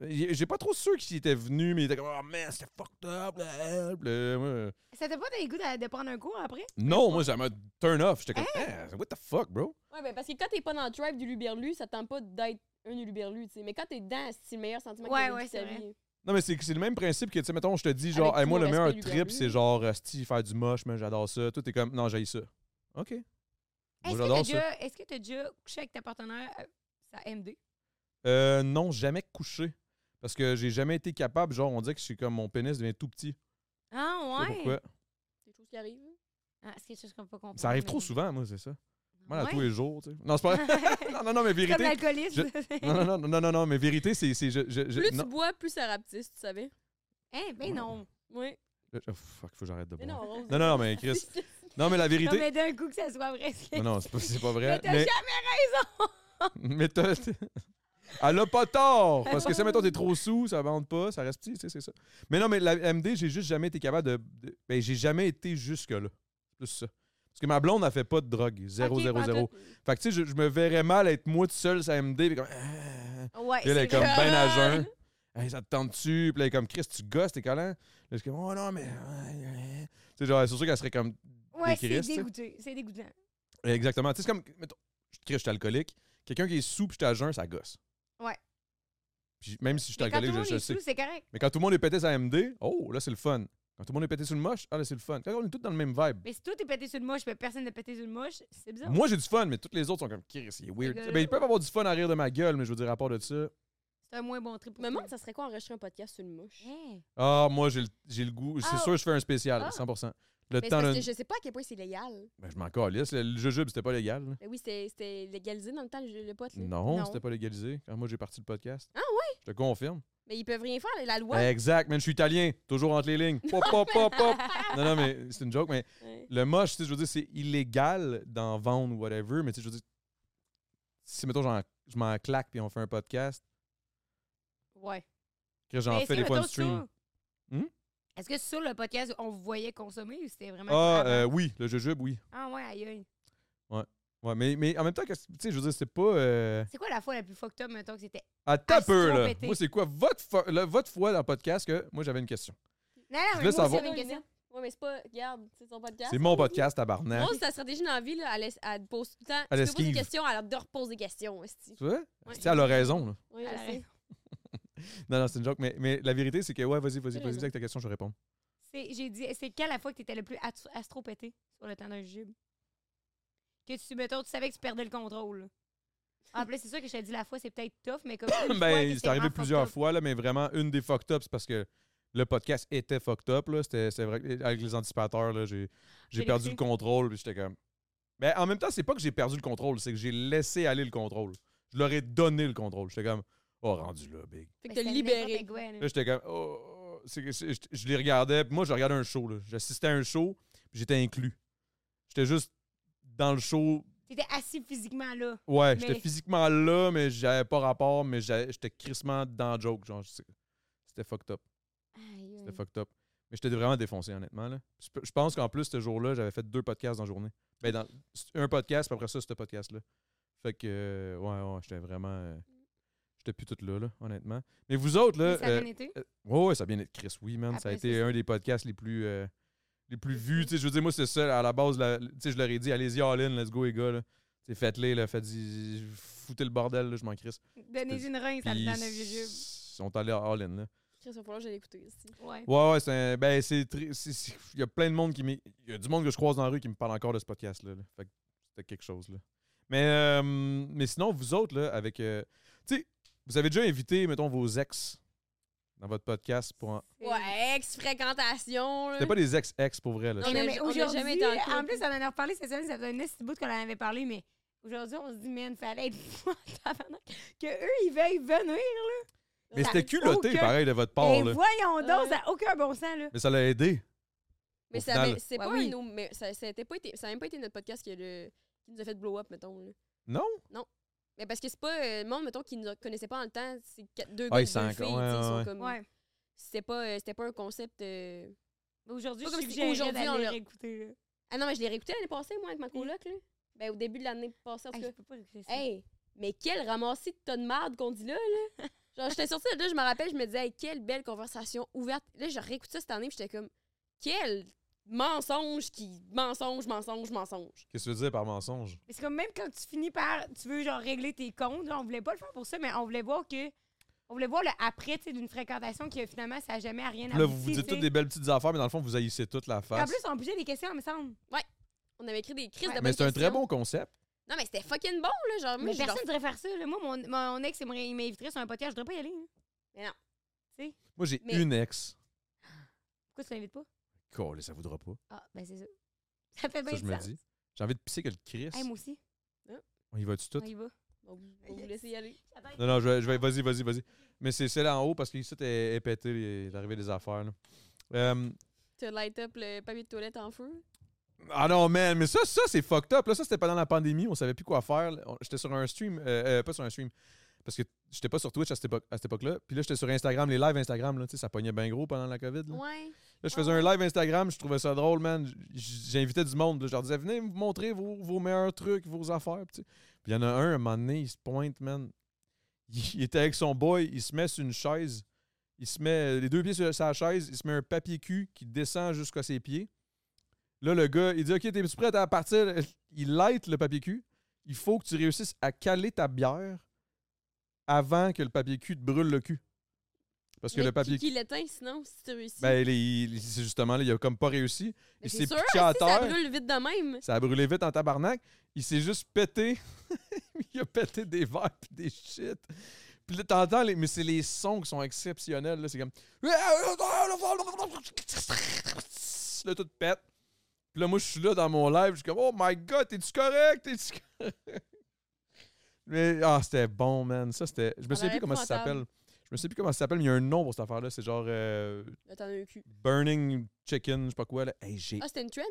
Speaker 1: J'ai j'ai pas trop sûr qu'il était venu, mais il était comme, oh man, c'était fucked up. là, là, là, là.
Speaker 4: Ça t'a pas donné le goût de, de prendre un cours après?
Speaker 1: Non, moi, ça m'a turn off. J'étais comme, Hein, what the fuck, bro?
Speaker 2: Ouais, ben parce que quand t'es pas dans le drive du Luberlu, ça te tente pas d'être un Luberlu, tu sais. Mais quand t'es dedans, c'est le meilleur sentiment que
Speaker 4: Ouais,
Speaker 2: t'as vécu
Speaker 4: ouais,
Speaker 2: de
Speaker 4: c'est
Speaker 2: ta
Speaker 4: vrai.
Speaker 2: vie.
Speaker 1: Non, mais c'est c'est le même principe que, tu sais, mettons, je te dis, genre,
Speaker 2: Avec
Speaker 1: hey, moi,
Speaker 2: tout
Speaker 1: le
Speaker 2: mon
Speaker 1: meilleur
Speaker 2: respect,
Speaker 1: trip,
Speaker 2: Luberlu.
Speaker 1: c'est genre, euh, Sti, faire du moche, mais j'adore ça. Toi, t'es comme, non, j'ai ça. OK. Moi,
Speaker 4: Est-ce que t'as
Speaker 1: j'adore ça.
Speaker 4: déjà, est-ce que t'as déjà couché avec ta partenaire, euh, sa MD?
Speaker 1: Euh, non, jamais couché. Parce que j'ai jamais été capable, genre, on dirait que je suis comme, mon pénis devient tout petit. Je
Speaker 4: Ah
Speaker 1: sais pas
Speaker 4: ouais?
Speaker 1: pourquoi.
Speaker 2: Des choses qui arrivent.
Speaker 4: Ah, c'est quelque chose qu'on peut comprendre.
Speaker 1: Ça arrive
Speaker 4: mais-
Speaker 1: trop souvent, moi, c'est ça. Moi, à
Speaker 4: Ouais.
Speaker 1: tous les jours, tu sais. Non,
Speaker 4: [LAUGHS]
Speaker 1: c'est pas Non, non, non, mais
Speaker 4: Comme
Speaker 1: vérité.
Speaker 4: l'alcoolisme.
Speaker 1: [LAUGHS] Non, non, non, non, non, non, mais vérité, c'est. c'est- je, je, je-
Speaker 2: Plus
Speaker 1: non.
Speaker 2: tu bois, plus ça rapetisse, tu savais.
Speaker 4: Eh, ben non.
Speaker 2: Oui.
Speaker 1: Oh, fuck, faut que j'arrête de
Speaker 2: Mais
Speaker 1: boire.
Speaker 2: non,
Speaker 1: Non,
Speaker 2: Rose.
Speaker 1: non, non, mais
Speaker 2: [LAUGHS]
Speaker 1: Chris. Non, mais la
Speaker 4: Non,
Speaker 1: vérité.
Speaker 4: mais d'un coup que ça soit vrai. c'est-
Speaker 1: Non, non, c'est pas, c'est pas
Speaker 4: Mais
Speaker 1: vrai.
Speaker 4: t'as
Speaker 1: Mais.
Speaker 4: jamais
Speaker 1: [LAUGHS] Mais t'as. Elle a pas tort! Parce que ça, mettons, t'es trop sous, ça vende pas, ça reste petit, tu sais, c'est ça. Mais non, mais la MD, j'ai juste jamais été capable de. de- ben, j'ai jamais été jusque-là. C'est plus ça. Parce que ma blonde, elle fait pas de drogue. Zéro,
Speaker 4: Ok,
Speaker 1: zéro,
Speaker 4: pas en
Speaker 1: zéro.
Speaker 4: tout.
Speaker 1: Fait que, tu sais, je, je me verrais mal être moi tout seul, sa MD, puis comme. Ah.
Speaker 4: Ouais,
Speaker 1: Puis elle est
Speaker 4: c'est
Speaker 1: comme
Speaker 4: vrai.
Speaker 1: ben à jeun. Hey, ça te tente-tu? Puis là, elle est comme Chris, tu gosses, t'es collant. Là, je suis comme, oh non, mais. Tu sais, genre, c'est sûr qu'elle serait comme.
Speaker 4: Ouais,
Speaker 1: des
Speaker 4: c'est
Speaker 1: Christ,
Speaker 4: dégoûté. C'est dégoûtant.
Speaker 1: Exactement. Tu sais, c'est comme. Mettons, je- Chris, je suis alcoolique. Quelqu'un qui est sous, puis je suis à jeun, ça gosse.
Speaker 4: Ouais.
Speaker 1: Puis même si je suis
Speaker 4: Mais quand tout
Speaker 1: alcoolique,
Speaker 4: le monde
Speaker 1: je, je
Speaker 4: est
Speaker 1: sais.
Speaker 4: sous, c'est correct.
Speaker 1: Mais quand tout le monde est pété sur la MD, oh, là, c'est le fun. Quand tout le monde est pété sur le moche, ah, là, c'est le fun. Quand on est tous dans le même vibe.
Speaker 4: Mais si toi, t'es pété sur le moche, mais personne n'a pété sur le moche, c'est bizarre.
Speaker 1: Moi, j'ai du fun, mais toutes les autres sont comme Chris, il est weird.
Speaker 4: gars-là.
Speaker 1: Ben, ils peuvent avoir du fun à rire de ma gueule, mais je veux dire, à part de ça.
Speaker 4: C'est un moins bon trip pour
Speaker 2: Me
Speaker 4: toi.
Speaker 2: demande, ça serait quoi enregistrer un podcast sur une mouche?
Speaker 4: Eh.
Speaker 1: Ah, moi, j'ai le, j'ai le goût. C'est
Speaker 4: Ah.
Speaker 1: sûr, je fais un spécial,
Speaker 4: Ah.
Speaker 1: 100%. Le
Speaker 2: Mais c'est
Speaker 1: temps
Speaker 2: parce
Speaker 1: d'un-
Speaker 2: que je sais pas à quel point c'est légal.
Speaker 1: Ben, je m'en calisse. Le, le jujube, c'était pas légal. là.
Speaker 2: Mais oui, c'était c'était légalisé dans le temps, le, le pot. là.
Speaker 1: Non, c'était pas légalisé quand moi j'ai parti le podcast.
Speaker 2: Ah
Speaker 1: oui? Je te confirme.
Speaker 2: Mais ils peuvent rien faire, la loi.
Speaker 1: Exact, man, je suis italien, toujours entre les lignes. Pop, pop, pop,
Speaker 4: [LAUGHS]
Speaker 1: pop. Non, non, mais c'est une joke, mais
Speaker 2: Ouais.
Speaker 1: le moche, tu sais, je veux dire, c'est illégal d'en vendre ou whatever, mais tu sais, je veux dire, si, mettons, j'en- je m'en claque puis on fait un podcast,
Speaker 4: Ouais.
Speaker 1: que j'en
Speaker 4: Mais est-ce
Speaker 1: fais des
Speaker 4: que,
Speaker 1: fois une
Speaker 4: mettons,
Speaker 1: stream.
Speaker 4: sur-
Speaker 1: Hmm?
Speaker 4: Est-ce que sur le podcast, on vous voyait consommer ou c'était vraiment.
Speaker 1: Ah,
Speaker 4: avant?
Speaker 1: euh, oui, le jujube, oui.
Speaker 4: Ah, ouais, aïe, aïe.
Speaker 1: Ouais, mais, mais en même temps, que, tu sais, je veux dire, c'est pas. Euh...
Speaker 4: C'est quoi la fois la plus fucked up, mettons, que c'était.
Speaker 1: À peu,
Speaker 4: trop
Speaker 1: là.
Speaker 4: pété.
Speaker 1: Moi, c'est quoi votre, fo- le- votre fois dans le podcast que moi, j'avais une question.
Speaker 4: Non,
Speaker 1: Je
Speaker 4: non, mais
Speaker 1: voulais
Speaker 4: moi,
Speaker 1: savoir-
Speaker 4: j'avais une question.
Speaker 2: Ouais, mais c'est pas. Regarde, c'est son podcast.
Speaker 1: Ah C'est mon podcast, tabarnak.
Speaker 2: Rose, sa stratégie dans la vie, là, elle, laisse- elle pose tout le temps.
Speaker 1: Elle
Speaker 2: Elle tu peux poser
Speaker 1: esquive.
Speaker 2: des questions, elle doit reposer des questions. esti.
Speaker 1: Tu vois?
Speaker 2: Ouais. Ah,
Speaker 1: Tu sais, elle a raison, là.
Speaker 2: Oui, je
Speaker 4: Elle a
Speaker 2: sais.
Speaker 4: raison.
Speaker 1: Non, non, c'est une joke, mais, mais la vérité, c'est que, ouais, vas-y, vas-y,
Speaker 2: T'as
Speaker 1: vas-y,
Speaker 2: raison.
Speaker 1: avec ta question, je réponds.
Speaker 4: C'est- J'ai dit, c'est quand la fois que t'étais le plus astro- astropété sur le temps d'un jujube? que tu, mettons, tu savais que tu perdais le contrôle. En plus, c'est sûr que je t'ai dit la fois, c'est peut-être tough,
Speaker 1: [COUGHS]
Speaker 4: mais comme. une fois que
Speaker 1: Ben,
Speaker 4: c'est
Speaker 1: c'est arrivé
Speaker 4: vraiment
Speaker 1: plusieurs
Speaker 4: fucked up.
Speaker 1: fois, là, mais vraiment, une des fucked up, c'est parce que le podcast était fucked up. Là. C'était, c'est vrai, que- avec les anticipateurs, là, j'ai, j'ai
Speaker 4: l'ai
Speaker 1: perdu
Speaker 4: écouté.
Speaker 1: le contrôle. Puis j'étais comme. Ben, en même temps, c'est pas que j'ai perdu le contrôle, c'est que j'ai laissé aller le contrôle. Je leur ai donné le contrôle. J'étais comme, oh, rendu là, big.
Speaker 2: Fait que t'as
Speaker 4: Ben, c'était
Speaker 2: libéré.
Speaker 4: n'importe quoi, là.
Speaker 1: Là, j'étais comme, oh, oh, c'est que- c'est- je- je les regardais. Puis moi, je regardais un show. là. J'assistais à un show, puis j'étais inclus. J'étais juste dans le show.
Speaker 4: T'étais assis physiquement là.
Speaker 1: Ouais, j'étais
Speaker 4: Mais-
Speaker 1: physiquement là, mais j'avais pas rapport, mais j'avais- j'étais crissement dans le joke. Genre, c'est- c'était fucked up.
Speaker 4: Aïe, aïe.
Speaker 1: C'était fucked up. Mais j'étais vraiment défoncé, honnêtement. Là. Je pe- Je pense qu'en plus, ce jour-là, j'avais fait deux podcasts dans la journée. Ben, dans, un podcast, puis après ça, ce podcast-là. Fait que, euh, ouais, ouais, j'étais vraiment. euh, j'étais plus tout là, là, honnêtement. Mais vous autres, là.
Speaker 4: Mais Ça a
Speaker 1: euh,
Speaker 4: bien été.
Speaker 1: euh, ouais, ouais, ça a bien été Chris, oui, man. ça a
Speaker 4: Après,
Speaker 1: été
Speaker 4: c'est ça.
Speaker 1: un des podcasts les plus, euh, les plus vus. Tu sais, je veux dire, moi, c'est ça. À la base, la- tu sais, je leur ai dit, allez-y, all in, let's go, les gars. là. Tu sais, Faites-les, là, faites foutez le bordel, là, je m'en crisse.
Speaker 4: Donnez une reine, ça
Speaker 1: Puis,
Speaker 4: me donne un vieux
Speaker 1: ils
Speaker 4: jeu.
Speaker 1: sont allés all in, là.
Speaker 2: Chris, va falloir que je l'écoute ici.
Speaker 4: Ouais.
Speaker 1: Ouais, ouais, c'est un- Ben, c'est. tri- c'est- c'est- Il y a plein de monde qui. m'é- Il y a du monde que je croise dans la rue qui me parle encore de ce podcast-là. là. Fait que c'était quelque chose, là. Mais, euh, mais sinon, vous autres, là, avec. euh, tu sais, vous avez déjà invité, mettons, vos ex dans votre podcast pour. en-
Speaker 4: C'est-
Speaker 2: Ouais, ex-fréquentation. là.
Speaker 1: C'était pas des ex-ex pour vrai, là.
Speaker 2: Non,
Speaker 4: Mais non,
Speaker 2: mais
Speaker 4: mais
Speaker 2: on n'a
Speaker 4: aujourd'hui,
Speaker 2: jamais été en couple.
Speaker 4: en plus, on en a reparlé cette semaine, ça faisait un petit bout qu'on en avait parlé, mais aujourd'hui, on se dit, man, fallait être [LAUGHS] fou en tabarnak, que eux, ils veuillent venir, là.
Speaker 1: mais
Speaker 4: Ça-
Speaker 1: c'était culotté,
Speaker 4: aucun-
Speaker 1: pareil, de votre part,
Speaker 4: Et
Speaker 1: là.
Speaker 4: voyons donc,
Speaker 2: Ouais.
Speaker 4: ça n'a aucun bon sens, là.
Speaker 1: Mais ça l'a aidé.
Speaker 2: Mais
Speaker 1: Au
Speaker 2: ça
Speaker 1: final-
Speaker 2: avait- c'est
Speaker 4: Ouais,
Speaker 2: pas
Speaker 4: oui.
Speaker 2: un autre- mais ça, ça était pas été- ça a même pas été notre podcast qui, a le- qui nous a fait blow up, mettons. là.
Speaker 1: Non?
Speaker 2: Mais parce que c'est pas euh, le monde, mettons, qui ne connaissait pas en le temps, c'est quatre- deux
Speaker 1: Ah,
Speaker 2: gars,
Speaker 1: ils sont
Speaker 2: deux
Speaker 1: encore-
Speaker 2: filles,
Speaker 1: ouais,
Speaker 2: tu sais, ils sont
Speaker 1: ouais.
Speaker 2: comme-
Speaker 4: Ouais.
Speaker 2: C'était pas, euh, c'était pas un concept... euh,
Speaker 4: Mais Aujourd'hui,
Speaker 2: Pas
Speaker 4: je
Speaker 2: comme si
Speaker 4: suis
Speaker 2: aujourd'hui, on
Speaker 4: d'aller
Speaker 2: l'a-
Speaker 4: réécouter, là.
Speaker 2: Ah non, mais je l'ai réécouté l'année passée, moi, avec ma coloc, là. Ben, au début de l'année passée, en tout
Speaker 4: Hey,
Speaker 2: cas.
Speaker 4: je peux pas réécouter ça.
Speaker 2: Hey, mais quel ramassé de tonnes de marde qu'on dit là, là. [LAUGHS] Genre, j'étais sortie de là, je me rappelle, je me disais, hey, quelle belle conversation ouverte. Là, je réécoutais ça cette année, puis j'étais comme, quel mensonge qui. Mensonge, mensonge, mensonge.
Speaker 1: Qu'est-ce que tu veux dire par mensonge?
Speaker 4: Mais C'est comme même quand tu finis par, tu veux genre régler tes comptes, là, on voulait pas le faire pour ça, mais on voulait voir que, on voulait voir le après, tu sais, d'une fréquentation qui finalement, ça a jamais à rien
Speaker 1: Là, vous
Speaker 4: abouti,
Speaker 1: vous dites
Speaker 4: tu sais.
Speaker 1: toutes des belles petites affaires, mais dans le fond, vous haïssez toute la
Speaker 4: En
Speaker 1: face.
Speaker 4: plus, on bougeait des questions, il me semble.
Speaker 2: On avait écrit des crises
Speaker 4: Ouais.
Speaker 2: de
Speaker 1: Mais
Speaker 2: bonnes
Speaker 1: c'est un très
Speaker 2: questions.
Speaker 1: bon concept.
Speaker 2: Non, mais c'était fucking bon, là. Genre, moi,
Speaker 4: Mais
Speaker 2: j'ai
Speaker 4: personne
Speaker 2: genre-
Speaker 4: ne devrait faire ça. là. Moi, mon, mon ex, il m'aurait- il m'inviterait sur un podcast, je devrais pas y aller. hein.
Speaker 1: Moi, j'ai
Speaker 2: Mais-
Speaker 1: une ex.
Speaker 4: Pourquoi tu l'invites pas?
Speaker 1: Cool, ça voudra pas.
Speaker 4: Ah, ben c'est ça. Ça fait bien
Speaker 1: Ça, je me
Speaker 4: du
Speaker 1: dis. J'ai envie de pisser que le Chris.
Speaker 4: sens. Hey, moi aussi,
Speaker 1: On y va-tu tout? Euh.
Speaker 4: on y va.
Speaker 2: On vous- on vous laisse y aller.
Speaker 1: Non, non, je vais, je vais- vas-y, vas-y, vas-y. Mais c'est celle en haut parce que ici, est, est pété, les- l'arrivée des affaires. là. Euh,
Speaker 2: Tu light up le papier de toilette en feu.
Speaker 1: ah non, man, mais ça, ça c'est fucked up. Là, ça, c'était pendant la pandémie, on savait plus quoi faire. là. On- J'étais sur un stream, euh, euh, pas sur un stream, parce que j'étais pas sur Twitch à cette époque- à cette époque-là. Puis là, j'étais sur Instagram, les lives Instagram, là, tu sais, ça pognait bien gros pendant la COVID. Là.
Speaker 2: Ah Ouais.
Speaker 1: Là, je faisais un live Instagram, je trouvais ça drôle, man. J- j- J'invitais du monde. là. Je leur disais, venez me montrer vos, vos meilleurs trucs, vos affaires. Puis tu sais. Puis il y en a un, à un moment donné, il se pointe, man. Il, [LAUGHS] il était avec son boy, il se met sur une chaise. Il se met les deux pieds sur sa chaise, il se met un papier cul qui descend jusqu'à ses pieds. Là, le gars, il dit, OK, t'es-tu prêt à partir? [LAUGHS] Il light le papier cul. Il faut que tu réussisses à caler ta bière avant que le papier cul te brûle le cul. Parce que
Speaker 2: Mais
Speaker 1: le papier
Speaker 2: Qui, qui l'éteint, sinon, si tu réussis.
Speaker 1: ben, les- les- c'est justement, là, il a comme pas réussi.
Speaker 2: Mais
Speaker 1: Il
Speaker 2: c'est
Speaker 1: s'est
Speaker 2: sûr,
Speaker 1: pitché à
Speaker 2: si ça
Speaker 1: terre.
Speaker 2: brûle vite de même.
Speaker 1: Ça a brûlé vite en tabarnak. Il s'est juste pété. [LAUGHS] il a pété des verres pis des shit. Puis là, t'entends, les... mais c'est les sons qui sont exceptionnels. là. C'est comme. [LAUGHS] Là, tout pète. Puis là, moi, je suis là dans mon live. Je suis comme, oh my god, t'es-tu correct? T'es-tu correct? [LAUGHS] Mais, ah, c'était bon, man. Ça, c'était. Je me
Speaker 2: Ah,
Speaker 1: souviens
Speaker 2: ben,
Speaker 1: plus comment ça
Speaker 2: épouvantable.
Speaker 1: s'appelle. Je me souviens plus comment ça s'appelle, mais il y a un nom pour cette affaire-là. C'est genre. euh,
Speaker 2: Là, t'en as un cul.
Speaker 1: Burning Chicken, je sais pas quoi. Là. Hey, j'ai...
Speaker 2: Ah, c'était une trend.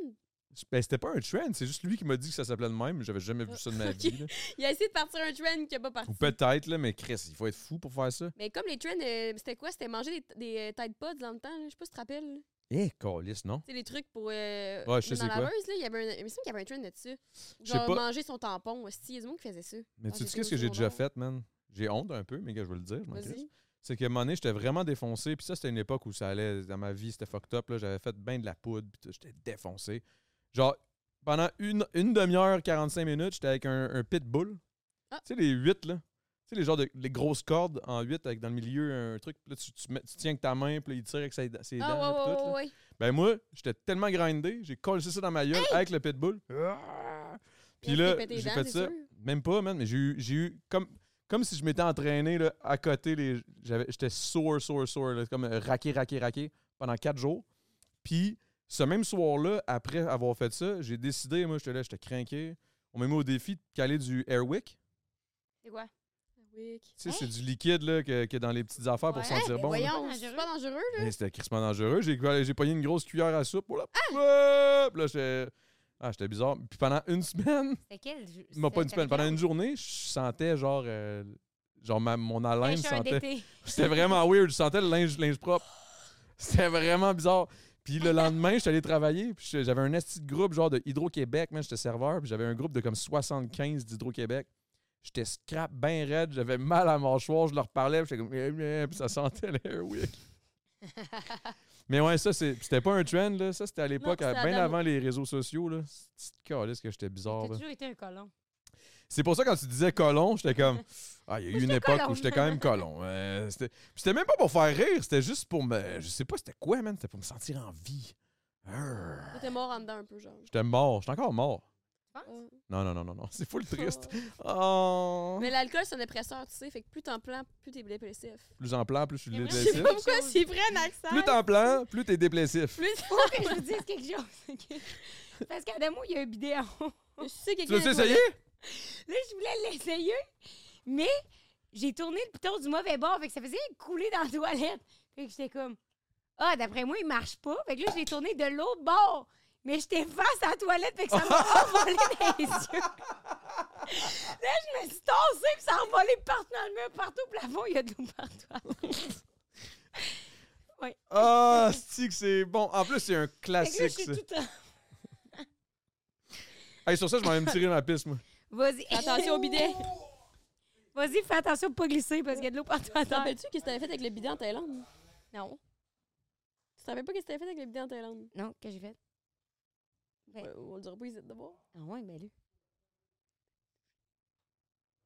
Speaker 1: Ben, c'était pas un trend, c'est juste lui qui m'a dit que ça s'appelait le même. J'avais jamais vu ça de ma
Speaker 2: Ah, Ok.
Speaker 1: vie. là.
Speaker 2: Il a essayé de partir un trend qui a pas parti.
Speaker 1: Ou peut-être, là, mais Chris, il faut être fou pour faire ça.
Speaker 2: Mais comme les trends, euh, c'était quoi? C'était manger des, des euh, Tide Pods dans le temps. là. Je sais pas si tu te rappelles. là.
Speaker 1: Eh, calice, non?
Speaker 2: Tu sais, les trucs pour. Euh,
Speaker 1: Ouais, je sais
Speaker 2: dans
Speaker 1: c'est
Speaker 2: la
Speaker 1: quoi.
Speaker 2: laveuse, là, il y avait un, il me semble qu'il y avait un trend là-dessus.
Speaker 1: Je sais
Speaker 2: Genre
Speaker 1: pas.
Speaker 2: manger son tampon. Aussi. Il y a du monde qui faisait ça.
Speaker 1: Mais
Speaker 2: Ah,
Speaker 1: tu sais
Speaker 2: j'étais
Speaker 1: qu'est-ce
Speaker 2: au
Speaker 1: que j'ai déjà
Speaker 2: secondaire.
Speaker 1: fait, man? J'ai honte un peu, mais que je veux le dire, je m'en crisse.
Speaker 2: Vas-y.
Speaker 1: C'est qu'à un moment donné, j'étais vraiment défoncé. Puis ça, c'était une époque où ça allait. Dans ma vie, c'était fucked up. là. J'avais fait bien de la poudre. Puis tout, j'étais défoncé. Genre, pendant une, une demi-heure, 45 minutes, j'étais avec un, un pitbull.
Speaker 2: Ah.
Speaker 1: Tu sais, les huit, là. Tu sais, les genres de les grosses cordes en huit avec dans le milieu un truc. Puis là, tu, tu mets- tu tiens avec ta main. Puis là, il tire avec ses, ses dents. là,
Speaker 2: Ah,
Speaker 1: puis
Speaker 2: ouais,
Speaker 1: tout,
Speaker 2: ouais,
Speaker 1: là.
Speaker 2: ouais, ouais.
Speaker 1: Ben moi, j'étais tellement grindé, j'ai collé ça dans ma gueule avec le pitbull. Ah! Puis là, j'ai fait ça.
Speaker 2: Ah
Speaker 1: Même pas, man, mais j'ai eu, j'ai eu comme, comme si je m'étais entraîné là, à côté. Les, j'avais, j'étais sourd, sourd, sourd, là, comme euh, raqué, raqué, raqué pendant quatre jours. Puis ce même soir-là, après avoir fait ça, j'ai décidé, moi, j'étais là, j'étais craqué. On m'a mis au défi de caler du Airwick.
Speaker 4: C'est quoi?
Speaker 1: Tu
Speaker 2: Oui.
Speaker 1: sais, c'est du liquide là, que, que dans les petites affaires pour
Speaker 4: Hein? Ouais,
Speaker 1: sentir
Speaker 4: mais
Speaker 1: bon. hein. là.
Speaker 4: voyons.
Speaker 2: Voyons, c'est pas dangereux, là.
Speaker 1: Mais c'était crissement dangereux. J'ai, j'ai pogné une grosse cuillère à soupe. Oh là, ah! là, j'étais. Ah, j'étais bizarre. Puis pendant une [LAUGHS] semaine,
Speaker 4: C'était quel? jeu-
Speaker 1: m'a pas une
Speaker 4: c'était
Speaker 1: semaine, pendant
Speaker 4: quel
Speaker 1: une journée, je sentais genre. euh, genre ma- mon haleine
Speaker 4: pêcheur
Speaker 1: sentait.
Speaker 4: d'été?
Speaker 1: C'était vraiment weird. Je sentais le linge, linge propre. C'était vraiment bizarre. Puis le lendemain, je suis allé travailler. Puis j'étais- j'avais un esti de groupe genre de Hydro-Québec. man, J'étais serveur. Puis j'avais un groupe de comme 75 d'Hydro-Québec. J'étais scrap, ben raide. J'avais mal à la mâchoire. Je leur parlais. Puis j'étais comme. eh, eh, Puis ça sentait l'airwick. Mais ouais, ça, c'est- c'était pas un trend. Là. Ça, c'était à l'époque,
Speaker 2: c'était
Speaker 1: bien
Speaker 2: Adam-
Speaker 1: avant les réseaux sociaux. là. Petite calisse que j'étais bizarre.
Speaker 4: T'as
Speaker 1: là.
Speaker 4: toujours été un colon.
Speaker 1: C'est pour ça quand tu disais colon, j'étais comme
Speaker 4: [LAUGHS]
Speaker 1: ah, il y a eu une
Speaker 4: J'étais
Speaker 1: époque où
Speaker 4: colon.
Speaker 1: j'étais quand même colon. Euh, c'était puis c'était même pas pour faire rire, c'était juste pour me je sais pas c'était quoi man, c'était pour me sentir en vie. Arr.
Speaker 2: T'étais mort en dedans un peu, genre.
Speaker 1: J'étais mort, j'étais encore mort.
Speaker 4: Tu penses?
Speaker 2: Oh.
Speaker 1: Non non non non [LAUGHS] non, c'est full [LAUGHS] triste. Oh.
Speaker 2: Ah, Mais l'alcool, c'est un dépresseur, tu sais. Fait que plus t'en plans, plus t'es dépressif.
Speaker 1: Plus en plan, plus je suis
Speaker 4: Mais moi,
Speaker 2: Je sais
Speaker 1: dépressif.
Speaker 2: pas [LAUGHS] pourquoi s'ils prennent accent.
Speaker 1: Plus t'en plan, plus t'es dépressif.
Speaker 2: Plus
Speaker 4: Faut que je vous dise quelque chose. [LAUGHS] ok? Parce qu'Adamo, il y a un bidéo.
Speaker 2: Je sais
Speaker 1: Tu
Speaker 2: quelqu'un.
Speaker 1: l'as essayé
Speaker 4: Là, je voulais l'essayer, mais j'ai tourné le piton du mauvais bord, fait que ça faisait couler dans la toilette. Fait que j'étais comme, ah, d'après moi, il marche pas. Fait que là, je l'ai tourné de l'autre bord. Mais j'étais face à la toilette, fait que ça
Speaker 1: [LAUGHS]
Speaker 4: m'a envolé dans les yeux. Là, je me suis tossée, puis ça a envolé partout dans le mur, partout au plafond, il y a de l'eau partout. [LAUGHS]
Speaker 1: Ah, c'est que c'est bon. En plus, c'est un
Speaker 4: Fait que là,
Speaker 1: classique.
Speaker 4: je suis
Speaker 1: Ça.
Speaker 4: tout en...
Speaker 1: Hey, sur ça, je vais même tirer ma
Speaker 4: [LAUGHS]
Speaker 1: piste moi.
Speaker 4: Vas-y.
Speaker 2: Attention au bidet.
Speaker 4: Vas-y, fais attention de pas glisser, parce qu'il y a de l'eau partout à
Speaker 2: T'en
Speaker 4: terre.
Speaker 2: rappelles-tu qu'est-ce que t'avais fait avec le bidet en Thaïlande?
Speaker 4: Non.
Speaker 2: Tu savais pas qu'est-ce que t'avais fait avec le bidet en Thaïlande?
Speaker 4: Non, que j'ai fait. Ouais.
Speaker 2: Ouais, on le dira pas, ils étaient de voir. [LAUGHS]
Speaker 4: Ah ouais, ben là.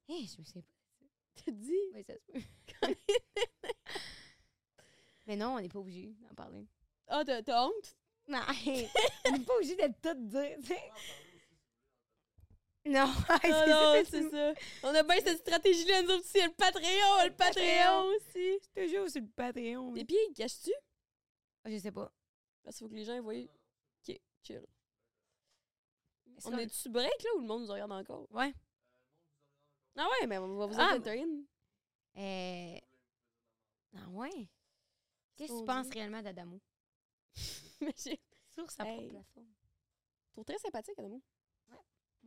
Speaker 4: Hé, Eh, je me sais pas.
Speaker 2: T'as dit?
Speaker 4: Ouais, ça se peut. [LAUGHS] Mais non, on n'est pas obligé d'en parler.
Speaker 2: Ah, t'as t'as honte?
Speaker 4: Non, [LAUGHS] on n'est pas obligé d'être tout dire, tu sais. Non, [LAUGHS] c'est
Speaker 2: Ah
Speaker 4: ça,
Speaker 2: non,
Speaker 4: tu
Speaker 2: c'est
Speaker 4: me-
Speaker 2: ça. On a bien cette stratégie-là, nous autres aussi. Le Patreon, le Patreon aussi.
Speaker 4: Toujours sur le Patreon.
Speaker 2: Et puis, caches-tu?
Speaker 4: Je sais pas.
Speaker 2: Parce qu'il faut que les gens voient. Ok, chill.
Speaker 4: Est-ce
Speaker 2: On
Speaker 4: qu'on-
Speaker 2: est-tu break là ou le monde nous regarde encore?
Speaker 4: Ouais.
Speaker 2: Ah ouais, mais on va vous
Speaker 4: Ah,
Speaker 2: entertainer.
Speaker 4: Euh... Ah ouais. Qu'est-ce que
Speaker 2: qu'on
Speaker 4: tu penses
Speaker 2: dit?
Speaker 4: réellement d'Adamo?
Speaker 2: [LAUGHS] Mais j'ai-
Speaker 4: Sur sa
Speaker 2: Hey.
Speaker 4: propre plateforme.
Speaker 2: Je trouve très sympathique, Adamo.
Speaker 4: Moi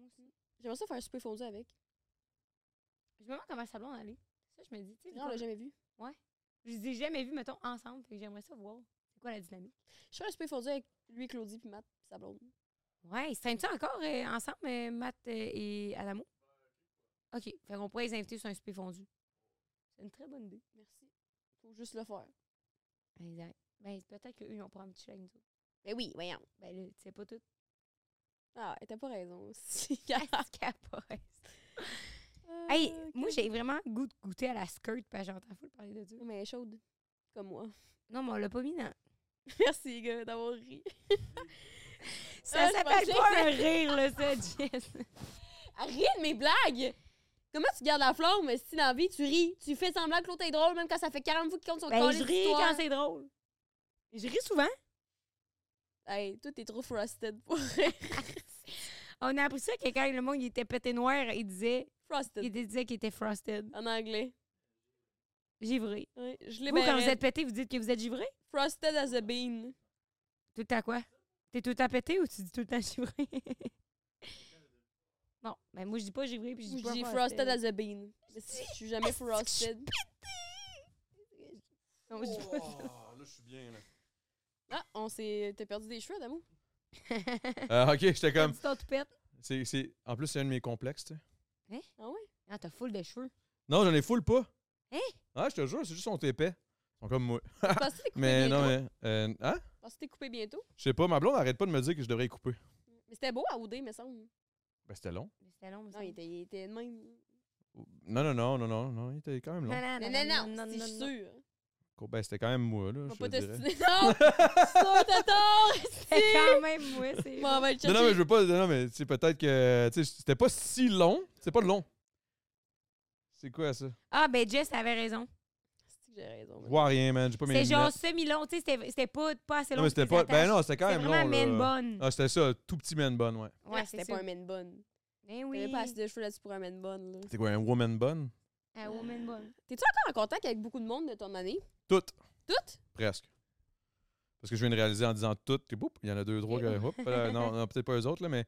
Speaker 4: aussi.
Speaker 2: J'aimerais ça faire un souper fondu avec.
Speaker 4: Je me demande comment ça blonde allait. Ça, je me dis, tu sais.
Speaker 2: Non, on l'a jamais vu.
Speaker 4: Je les ai jamais vus, mettons, ensemble. Fait que j'aimerais ça voir. C'est quoi la dynamique?
Speaker 2: Je fais un souper fondu avec lui, Claudie, puis Matt, puis sa blonde.
Speaker 4: Ouais, ils se traînent-tu encore euh, ensemble, euh, Matt euh, et Adamo? OK. Fait qu'on pourrait les inviter sur un souper fondu. C'est une très bonne idée.
Speaker 2: Merci. Faut juste le faire.
Speaker 4: Exact. Ben, peut-être qu'eux, ils ont pas envie de chiller avec nous autres.
Speaker 2: Mais oui, voyons.
Speaker 4: Ben là, tu sais pas tout.
Speaker 2: Ah, t'as pas raison. [LAUGHS]
Speaker 4: Capote. [LAUGHS] Hey, moi, j'ai vraiment goût de goûter à la skirt, parce que j'entends fou parler de Dieu.
Speaker 2: Mais elle est chaude. Comme moi. [LAUGHS]
Speaker 4: Non, mais on l'a pas mis dans...
Speaker 2: Merci, les gars, d'avoir ri.
Speaker 4: Ça
Speaker 2: Ah, je
Speaker 4: s'appelle
Speaker 2: pensais
Speaker 4: pas un rire, là, ça, [LAUGHS] Jess.
Speaker 2: Rien de mes blagues! Comment tu gardes la flamme si dans la vie, tu ris? Tu fais semblant que l'autre est drôle, même quand ça fait 40 fois qu'il compte son
Speaker 4: Ben,
Speaker 2: corps
Speaker 4: je ris quand c'est drôle. Je ris souvent.
Speaker 2: Hey, toi, t'es trop frosted pour rire.
Speaker 4: On a appris ça que quand le monde il était pété noir, il disait il
Speaker 2: [LAUGHS] Frosted,
Speaker 4: disait qu'il était frosted.
Speaker 2: en anglais.
Speaker 4: Givré.
Speaker 2: Ouais, je l'ai
Speaker 4: Vous, quand
Speaker 2: bien
Speaker 4: vous
Speaker 2: raide.
Speaker 4: êtes pété, vous dites que vous êtes givré?
Speaker 2: Frosted as a bean.
Speaker 4: Tout le temps quoi? T'es tout le temps pété ou tu dis tout le temps givré? [LAUGHS] bon, ben moi, je dis pas givré puis je dis
Speaker 2: J'ai
Speaker 4: pas
Speaker 2: frosted. as a bean. Mais si, Je suis
Speaker 4: [LAUGHS]
Speaker 2: jamais frosted.
Speaker 4: Non, je dis
Speaker 2: Oh.
Speaker 4: pas ça.
Speaker 1: Oh, là, je suis bien
Speaker 2: Ah, on s'est. T'as perdu des cheveux, d'amour?
Speaker 1: Euh, OK, j'étais
Speaker 4: T'as
Speaker 1: comme
Speaker 4: dit ton toupette?
Speaker 1: c'est c'est en plus c'est un de mes complexes. tu sais.
Speaker 2: Ah ouais?
Speaker 4: Ah, t'as full de cheveux.
Speaker 1: Non, j'en ai full pas.
Speaker 4: Hein?
Speaker 1: Ah, je te jure, c'est juste son épais. Ils sont comme moi.
Speaker 4: Ah.
Speaker 2: Je pensais que t'es coupé
Speaker 1: Mais
Speaker 2: bientôt.
Speaker 1: non, mais. euh, hein?
Speaker 2: Parce que t'es coupé bientôt.
Speaker 1: Je sais pas, ma blonde arrête pas de me dire que je devrais y couper.
Speaker 2: Mais c'était beau à ouder, me semble.
Speaker 1: Ben, c'était long.
Speaker 4: Mais c'était long,
Speaker 2: Non, il était, il était de même.
Speaker 1: Non, non, non, non, non, non, il était quand même long.
Speaker 4: non,
Speaker 2: Non, non, non, c'est sûr.
Speaker 1: Ben, c'était quand même moi, là,
Speaker 2: On va
Speaker 1: je
Speaker 2: pas
Speaker 1: te dirais.
Speaker 2: t'ostiner. [LAUGHS] Non! Saute à tort! [LAUGHS]
Speaker 4: C'est quand même, moi, c'est.
Speaker 2: Bon, ben, on va le
Speaker 1: Non, non, mais je
Speaker 2: chercher.
Speaker 1: veux pas. Non, non, mais tu sais, peut-être que. Tu sais, c'était pas si long. C'est pas long. C'est quoi ça?
Speaker 4: Ah, ben Jess avait raison.
Speaker 2: C'est que J'ai raison.
Speaker 1: Je vois rien, man. J'ai pas mes
Speaker 4: C'est genre
Speaker 1: lunettes.
Speaker 4: semi-long, tu sais, c'était- c'était pas, pas assez long.
Speaker 1: Non, mais
Speaker 4: pour
Speaker 1: c'était
Speaker 4: que
Speaker 1: pas.
Speaker 4: tu les
Speaker 1: Ben
Speaker 4: attaches.
Speaker 1: non, c'était quand
Speaker 4: C'est
Speaker 1: même long.
Speaker 4: vraiment
Speaker 1: là.
Speaker 4: man bonne.
Speaker 1: Ah, c'était ça, tout petit man bun, ouais.
Speaker 2: Ouais,
Speaker 4: Ouais,
Speaker 2: c'était
Speaker 4: c'est
Speaker 2: pas
Speaker 4: ça.
Speaker 2: un man bun.
Speaker 4: Ben
Speaker 2: T'avais
Speaker 4: oui.
Speaker 2: pas assez de cheveux là-dessus pour un man bun. là.
Speaker 1: C'est quoi, un woman bun?
Speaker 4: Un
Speaker 2: [LAUGHS]
Speaker 4: woman bonne.
Speaker 2: T'es-tu encore en contact avec beaucoup de monde de ton année?
Speaker 1: Tout,
Speaker 2: Toutes?
Speaker 1: presque. Parce que je viens de réaliser en disant tout, que boum, il y en a deux, trois que. hop, là,
Speaker 4: [LAUGHS]
Speaker 1: non, non, peut-être pas eux autres, là, mais.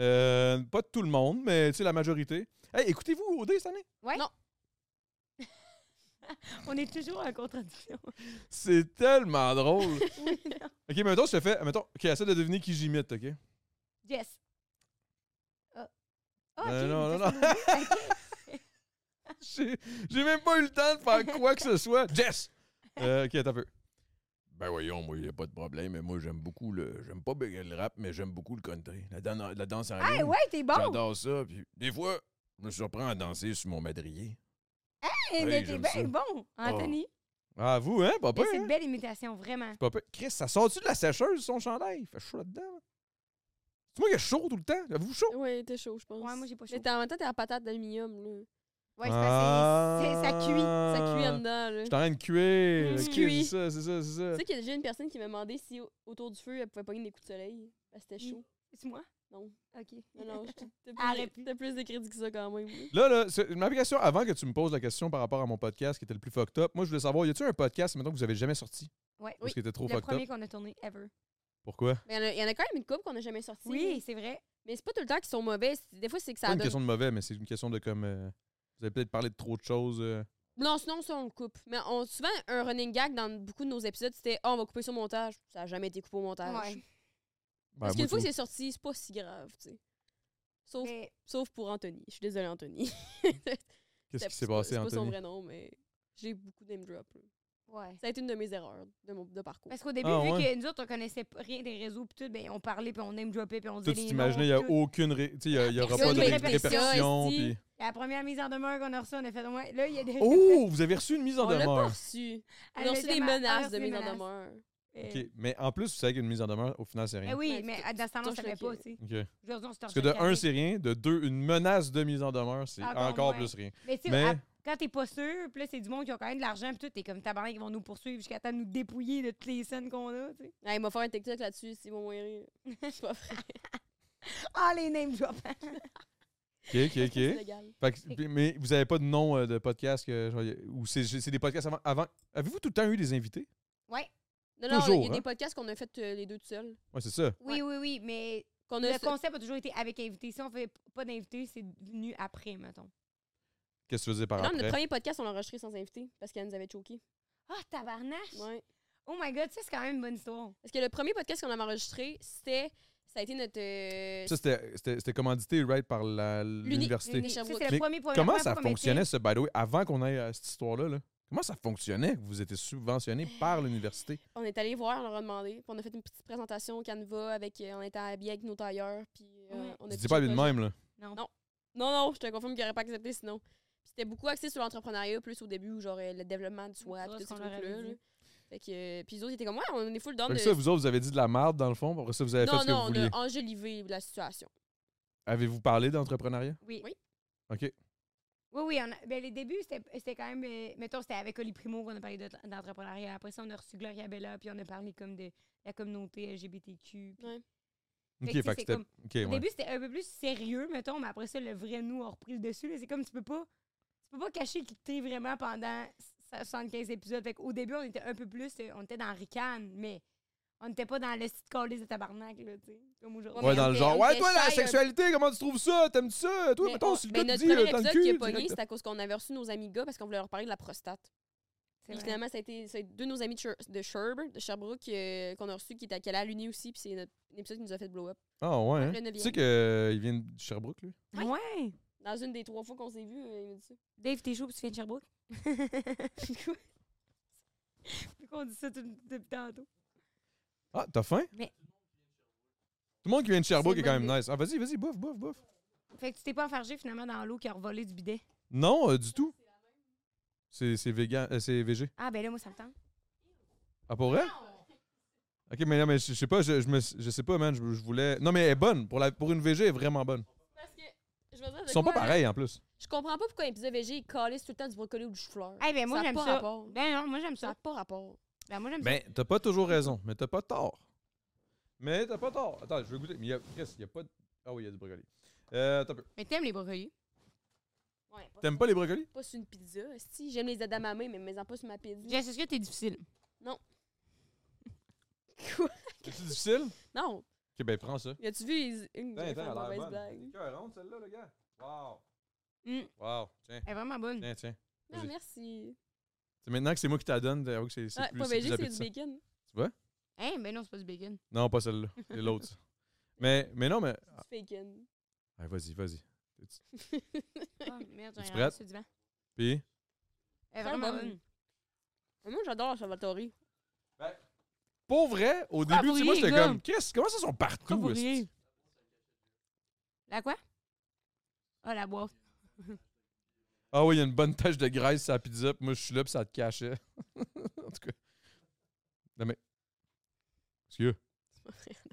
Speaker 1: euh, pas tout le monde, mais tu sais, la majorité. Hey, écoutez-vous OD cette année?
Speaker 4: On est toujours en contradiction.
Speaker 1: C'est tellement
Speaker 4: [LAUGHS]
Speaker 1: drôle. ok, mettons, je te fais. Mettons, ok, essaie de deviner qui j'imite, ok?
Speaker 4: Jess. Ah, Ah, ok,
Speaker 1: Euh, non,
Speaker 4: mais
Speaker 1: non,
Speaker 4: ça,
Speaker 1: non.
Speaker 4: c'est bon. Ok.
Speaker 1: [LAUGHS]
Speaker 4: [LAUGHS]
Speaker 1: J'ai j'ai même pas eu le temps de faire quoi que ce soit. Jess! Euh, ok, attends un peu.
Speaker 3: Ben voyons, moi, y a pas de problème, mais moi, j'aime beaucoup le. J'aime pas le rap, mais j'aime beaucoup le country. La, dan- la danse en
Speaker 4: Hey,
Speaker 3: ligne.
Speaker 4: Ah, ouais, t'es bon!
Speaker 3: J'adore ça, puis des fois, je me surprends à danser sur mon madrier.
Speaker 4: Hey, Eh, mais
Speaker 3: Hey,
Speaker 4: t'es
Speaker 3: j'aime
Speaker 4: bien
Speaker 3: ça.
Speaker 4: bon,
Speaker 1: Oh.
Speaker 4: Anthony.
Speaker 1: Ah, vous, hein, papa?
Speaker 4: Mais C'est une belle imitation, vraiment.
Speaker 1: Pas peu. Chris, ça sort-tu de la sécheuse, son chandail? Il fait chaud là-dedans. là. C'est moi qui ai chaud tout le temps. Avez-vous chaud?
Speaker 2: Ouais, t'es chaud, je pense.
Speaker 4: Ouais, moi, j'ai pas chaud.
Speaker 2: Mais t'es- en même temps, t'es en patate d'aluminium, là.
Speaker 4: Ouais, c'est parce que c'est- ça cuit.
Speaker 2: Ça
Speaker 1: Ah.
Speaker 2: cuit en dedans, là.
Speaker 1: Je suis en train de cuire.
Speaker 4: Mm.
Speaker 1: Ok,
Speaker 2: Cuit.
Speaker 1: C'est ça, c'est ça, c'est ça.
Speaker 2: Tu sais qu'il y a déjà une personne qui m'a demandé si au- autour du feu, elle pouvait pogner des coups de soleil. Parce que c'était
Speaker 4: Mm.
Speaker 2: [LAUGHS] chaud.
Speaker 4: C'est moi?
Speaker 2: Non.
Speaker 4: OK.
Speaker 2: Non, non, je- t'as
Speaker 4: Arrête
Speaker 2: plus,
Speaker 4: plus.
Speaker 2: de- t'as plus de crédit que ça quand même.
Speaker 1: Là,
Speaker 2: là.
Speaker 1: là, c'est- ma question, avant que tu me poses la question par rapport à mon podcast qui était le plus fucked up, moi, je voulais savoir, y a-tu un podcast, maintenant que vous avez jamais sorti?
Speaker 4: Ouais.
Speaker 1: Parce qu'il était trop
Speaker 4: Le
Speaker 1: fucked up.
Speaker 4: premier qu'on a tourné ever.
Speaker 1: Pourquoi?
Speaker 2: Mais Ben, il y en a- il y, en a quand même une coupe qu'on n'a jamais sortie.
Speaker 4: Oui, c'est vrai.
Speaker 2: Mais c'est pas tout le temps qu'ils sont mauvais. c'est- Des fois, c'est que
Speaker 1: C'est
Speaker 2: ça
Speaker 1: pas une
Speaker 2: donne.
Speaker 1: question de mauvais, mais c'est une question de comme. euh, vous avez peut-être parlé de trop de choses. euh.
Speaker 2: Non, sinon, ça, on le coupe. Mais on, souvent, un running gag dans beaucoup de nos épisodes, c'était Ah, on va couper ça au montage. Ça n'a jamais été coupé au montage.
Speaker 4: Ouais.
Speaker 2: Parce
Speaker 1: Ben,
Speaker 2: qu'une
Speaker 1: moi,
Speaker 2: fois que
Speaker 1: tu-
Speaker 2: c'est sorti, c'est pas si grave, tu sais. Sauf,
Speaker 4: Mais
Speaker 2: sauf pour Anthony. Je suis désolée, Anthony.
Speaker 1: Qu'est-ce
Speaker 2: C'est-
Speaker 1: qui
Speaker 2: c'est
Speaker 1: s'est
Speaker 2: pas-
Speaker 1: passé,
Speaker 2: C'est pas son
Speaker 1: Anthony?
Speaker 2: vrai nom, mais j'ai beaucoup de name drop. là.
Speaker 4: ouais.
Speaker 2: Ça a été une de mes erreurs de, mon, de parcours.
Speaker 4: Parce qu'au début,
Speaker 1: Ah,
Speaker 4: vu
Speaker 1: ouais.
Speaker 4: que nous autres, on connaissait p- rien des réseaux, pis tout, ben, on parlait, puis on name droppait, puis on
Speaker 1: Toi,
Speaker 4: disait.
Speaker 1: tu
Speaker 4: les
Speaker 1: t'imaginais, il n'y
Speaker 4: noms,
Speaker 1: a
Speaker 4: tout.
Speaker 1: aucune. ré- Tu sais, il n'y aura pas de
Speaker 4: Personne
Speaker 1: ré-
Speaker 4: ne répète ça,
Speaker 1: répercussions.
Speaker 2: esti. [LAUGHS]
Speaker 1: puis-
Speaker 4: La première mise en demeure qu'on a reçue, on a fait. Ouais, là, il y a des.
Speaker 1: Oh, vous avez reçu une mise en
Speaker 2: on l'a pas
Speaker 1: demeure.
Speaker 2: reçu.
Speaker 4: [LAUGHS] Elle
Speaker 2: on a
Speaker 4: l'a
Speaker 2: reçu des
Speaker 4: jamais- on a
Speaker 2: menaces
Speaker 4: reçu
Speaker 2: de
Speaker 4: des
Speaker 2: mise en
Speaker 4: menaces.
Speaker 2: demeure.
Speaker 4: Euh,
Speaker 1: OK. Mais en plus, vous savez qu'une mise en demeure, au final, c'est
Speaker 4: eh
Speaker 1: rien.
Speaker 4: oui,
Speaker 2: Ouais,
Speaker 4: mais
Speaker 2: tu-
Speaker 4: à- dans ce temps-là, on
Speaker 2: torches le
Speaker 4: savait pas,
Speaker 2: pied.
Speaker 4: tu sais.
Speaker 1: OK. Parce
Speaker 4: Aujourd'hui, on se torche
Speaker 1: que
Speaker 4: le
Speaker 1: de un,
Speaker 4: carré.
Speaker 1: c'est rien. De deux, une menace de mise en demeure,
Speaker 2: Ah
Speaker 1: c'est
Speaker 4: Encore
Speaker 1: encore,
Speaker 4: moins.
Speaker 1: plus rien.
Speaker 4: Mais tu sais,
Speaker 1: Mais
Speaker 4: à- quand t'es pas sûr, puis là, c'est du monde qui a quand même de l'argent, puis tout, t'es comme tabarnak, ils vont nous poursuivre jusqu'à temps de nous dépouiller de toutes les scènes qu'on a, tu sais.
Speaker 2: Ah, il m'a fait un TikTok là-dessus, c'est mon moyen.
Speaker 4: [LAUGHS]
Speaker 2: C'est pas vrai.
Speaker 4: Ah, les name drops!
Speaker 1: OK, OK, OK.
Speaker 2: [LAUGHS] C'est légal.
Speaker 1: Fait que- puis- mais vous n'avez pas de nom euh, de podcast que, genre, y a- ou c'est c'est des podcasts avant. avant... Avez-vous tout le temps eu des invités?
Speaker 4: [LAUGHS] Ouais.
Speaker 2: Non, non,
Speaker 1: Toujours,
Speaker 2: il y a
Speaker 1: hein?
Speaker 2: des podcasts qu'on a fait euh, les deux tout seuls.
Speaker 1: Ouais, c'est ça.
Speaker 4: Oui, oui, oui, mais
Speaker 2: Qu'on a
Speaker 4: le concept a toujours été avec invité. Si on fait p- pas d'invité, c'est venu après, mettons.
Speaker 1: Qu'est-ce que tu veux dire par
Speaker 2: Non, notre
Speaker 1: après?
Speaker 2: premier podcast, on l'a enregistré sans invité parce qu'elle nous avait choqué.
Speaker 4: Ah, tabarnache!
Speaker 2: Ouais.
Speaker 4: Oh my god, ça, c'est quand même une bonne histoire.
Speaker 2: Parce que le premier podcast qu'on avait enregistré, c'était. Ça a été notre. euh,
Speaker 1: Ça, c'était- c'était c'était commandité, right, par la- l'université.
Speaker 4: Ça,
Speaker 2: Sherbrooke.
Speaker 4: c'est le
Speaker 1: Mais
Speaker 4: premier problème.
Speaker 1: Comment ça fonctionnait, ce by the way, avant qu'on aille à cette histoire-là? là? Comment ça fonctionnait que vous étiez subventionné
Speaker 2: [SIGHS]
Speaker 1: par l'université?
Speaker 2: On est allé voir, on leur a demandé. Puis on a fait une petite présentation au Canva avec. euh, on était habillés avec nos tailleurs. Puis euh,
Speaker 4: Ouais.
Speaker 2: on a
Speaker 1: Tu dis
Speaker 2: pitché
Speaker 1: pas
Speaker 2: le
Speaker 1: bien de
Speaker 2: projet.
Speaker 1: même, là.
Speaker 4: Non.
Speaker 2: Non. Non, non, je te confirme qu'ils n'auraient pas accepté sinon. Puis c'était beaucoup axé sur l'entrepreneuriat, plus au début, genre euh, le développement du soi,
Speaker 4: Ça,
Speaker 2: puis
Speaker 4: c'est
Speaker 2: tout ce
Speaker 4: ce qu'on leur
Speaker 2: truc-là.
Speaker 4: avait
Speaker 2: là.
Speaker 4: dit.
Speaker 2: Fait que. euh, Puis les autres, ils étaient comme, ouais, on est full d'hommes
Speaker 1: Fait
Speaker 2: de.
Speaker 1: que ça, vous autres, vous avez dit de la merde dans le fond. Après ça, vous avez fait
Speaker 2: non,
Speaker 1: ce que
Speaker 2: non,
Speaker 1: vous
Speaker 2: on a
Speaker 1: vouliez.
Speaker 2: enjolivé la situation.
Speaker 1: Avez-vous parlé d'entrepreneuriat?
Speaker 4: Oui.
Speaker 2: Oui.
Speaker 1: OK.
Speaker 4: Oui, oui. on a- ben, les débuts, c'était c'était quand même. euh, mettons, c'était avec Oli Primo qu'on a parlé de- d'entrepreneuriat. Après ça, on a reçu Gloria Bella, puis on a parlé comme de la communauté LGBTQ. puis-
Speaker 2: Ouais.
Speaker 1: OK,
Speaker 4: Fait que,
Speaker 1: fait
Speaker 4: tu sais,
Speaker 1: que
Speaker 4: c'est
Speaker 1: c'était.
Speaker 4: comme-
Speaker 1: OK, ouais.
Speaker 4: Au début, c'était un peu plus sérieux, mettons, mais après ça, le vrai nous a repris le dessus. là. C'est comme tu peux pas. Tu peux pas cacher qui t'es vraiment pendant 75 épisodes. Fait au début, on était un peu plus. euh, On était dans Ricane, mais on n'était pas dans le site callé de tabarnak, là, tu sais, comme aujourd'hui.
Speaker 1: Ouais,
Speaker 2: mais
Speaker 1: dans
Speaker 2: on
Speaker 1: le
Speaker 2: était-
Speaker 1: genre,
Speaker 2: on
Speaker 1: ouais,
Speaker 2: était
Speaker 1: toi, la
Speaker 2: shy un
Speaker 1: sexualité, comment tu trouves ça? T'aimes-tu ça? Toi,
Speaker 2: Mais
Speaker 1: mettons,
Speaker 2: on-
Speaker 1: si le
Speaker 2: mais
Speaker 1: gars te
Speaker 2: notre
Speaker 1: dit,
Speaker 2: premier
Speaker 1: euh, t'as le
Speaker 2: épisode qui a
Speaker 1: cul.
Speaker 2: pogné,
Speaker 1: direct,
Speaker 2: c'était à cause qu'on avait reçu nos amis gars parce qu'on voulait leur parler de la prostate.
Speaker 4: C'est
Speaker 2: Puis
Speaker 4: vrai.
Speaker 2: finalement, ça a été ça a été deux de nos amis de, Sher- de Sherbrooke, de Sherbrooke euh, qu'on a reçu, qui était à- qui allait à l'Uni aussi, puis c'est notre un épisode qui nous a fait blow up.
Speaker 1: Ah, ouais. hein?
Speaker 2: Le neuvième.
Speaker 1: Tu sais qu'il vient de Sherbrooke, lui?
Speaker 4: Ouais.
Speaker 2: Dans une des trois fois qu'on s'est vus, euh, il m'a dit ça.
Speaker 4: Dave, t'es chaud, puis tu viens de Sherbrooke? Quoi? [LAUGHS] Pourquoi on dit ça tout- depuis tantôt?
Speaker 1: Ah, t'as faim?
Speaker 4: Mais-
Speaker 1: Tout le monde qui vient de Sherbrooke
Speaker 4: C'est
Speaker 1: est quand
Speaker 4: une
Speaker 1: même nice. Ah, vas-y, vas-y, bouffe, bouffe, bouffe.
Speaker 4: Fait que tu t'es pas enfargé finalement dans l'eau qui a revolé du bidet.
Speaker 1: Non, euh, du tout. C'est c'est vegan, euh, c'est végé.
Speaker 4: Ah, ben là, moi, ça me tente.
Speaker 1: Ah, pour vrai? Ok, mais non, mais je je sais pas, je, je, me- je sais pas, man, je, je voulais. Non, mais elle est bonne. Pour, la, pour une VG, elle est vraiment bonne.
Speaker 2: Parce que, je veux dire, de
Speaker 1: Ils sont pas
Speaker 2: quoi,
Speaker 1: pareils en plus.
Speaker 2: Je comprends pas pourquoi un pizza végé, il calisse tout le temps du brocoli ou du chou-fleur.
Speaker 4: Eh ben, moi,
Speaker 2: a
Speaker 4: j'aime
Speaker 2: pas
Speaker 4: ça.
Speaker 2: rapport.
Speaker 4: Ben non, moi, j'aime
Speaker 2: Ça
Speaker 4: ça.
Speaker 2: n'a pas rapport.
Speaker 4: Ben, moi, j'aime ça.
Speaker 1: Ben, t'as pas toujours raison, mais t'as pas tort. Mais t'as pas tort. Attends, je veux goûter. Mais il y a, Chris, il y a pas de. Ah oui, il y a du brocoli. Euh, t'as peu.
Speaker 4: Mais t'aimes les brocolis?
Speaker 2: Ouais, pas,
Speaker 1: T'aimes pas les brocolis?
Speaker 2: pas sur une pizza. Si, j'aime les adamamés, mais mets-en pas sur ma pizza.
Speaker 4: Jess, est-ce que t'es difficile?
Speaker 1: C'est difficile?
Speaker 2: Non.
Speaker 1: Ok, ben prends ça.
Speaker 2: As-tu vu les... une
Speaker 1: Putain,
Speaker 2: j'ai
Speaker 1: attends, elle
Speaker 2: fait une
Speaker 1: a l'air
Speaker 2: mauvaise
Speaker 1: bonne.
Speaker 2: blague?
Speaker 1: Elle est écœurante, celle-là, le gars. Wow.
Speaker 4: Mm,
Speaker 1: Wow. Tiens,
Speaker 4: Elle est vraiment bonne.
Speaker 1: tiens, tiens.
Speaker 2: Non,
Speaker 1: Vas-y.
Speaker 2: merci.
Speaker 1: C'est maintenant que c'est moi qui t'adonne, donne, t'avoue que c'est c'est
Speaker 2: Ouais,
Speaker 1: plus,
Speaker 2: pas
Speaker 1: c'est
Speaker 2: végé,
Speaker 1: plus
Speaker 2: c'est du
Speaker 1: appétissant.
Speaker 2: bacon.
Speaker 4: Hein? Ben non, c'est pas du bacon.
Speaker 1: Non, pas celle-là. C'est
Speaker 2: [LAUGHS]
Speaker 1: l'autre. ça. mais, mais non, mais.
Speaker 2: Du bacon.
Speaker 1: Ah, vas-y, vas-y.
Speaker 4: Ah, merde,
Speaker 1: Es-tu
Speaker 4: j'ai
Speaker 1: prête?
Speaker 4: rien sur le divan.
Speaker 1: Puis.
Speaker 4: Elle est
Speaker 2: Très
Speaker 4: vraiment
Speaker 2: bonne.
Speaker 4: bonne.
Speaker 2: Moi, j'adore la Salvatore.
Speaker 1: Pour vrai, au
Speaker 4: Pourquoi
Speaker 1: début,
Speaker 4: vous
Speaker 1: tu sais, moi,
Speaker 4: riez,
Speaker 1: j'étais
Speaker 4: gars?
Speaker 1: comme, qu'est-ce, comment ça sont
Speaker 4: Pourquoi vous
Speaker 1: partout? esti?
Speaker 4: riez? La quoi? Ah, la boîte.
Speaker 1: Ah oui, il y a une bonne tache de graisse sur la pizza, puis moi, je suis là, puis ça te cachait. [LAUGHS] en tout cas. Non, mais. Excuse.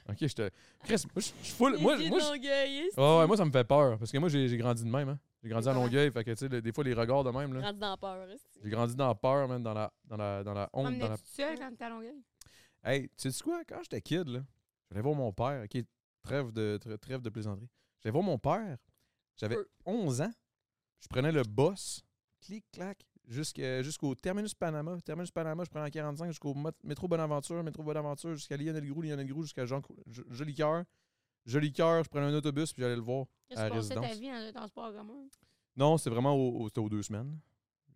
Speaker 1: Ok, je te. Chris, moi, je je suis full. Moi, moi, je- Ah ouais, moi, ça me fait peur, parce que moi, j'ai j'ai grandi de même, hein. J'ai grandi à
Speaker 4: Ouais.
Speaker 1: Longueuil, fait que, tu sais, le- des fois, les regards de même, Oh, là.
Speaker 2: Rendu dans la peur. esti.
Speaker 1: J'ai grandi dans la peur, même, dans la, dans la, dans la honte, dans la
Speaker 4: M'emmenais-tu tout seul quand t'es à Longueuil?
Speaker 1: Hey, tu sais quoi? Quand j'étais kid, là, j'allais voir mon père. OK, trêve de, tr- trêve de plaisanterie. J'allais voir mon père. J'avais
Speaker 2: Peu.
Speaker 1: 11 ans. Je prenais le boss, clic, clac, jusqu'à- jusqu'au terminus Panama. Terminus Panama, je prenais la 45 jusqu'au mot- métro Bonaventure, métro Bonaventure, jusqu'à Lionel Groux, Lionel Groux, jusqu'à Jean Cou- Jo- Joli Cœur. Joli Cœur, je prenais un autobus, puis j'allais le voir.
Speaker 4: Qu'est-ce
Speaker 1: À
Speaker 4: que tu passais ta
Speaker 1: résidence.
Speaker 4: vie dans un transport commun?
Speaker 1: Non, c'est vraiment au, au- c'était aux deux semaines.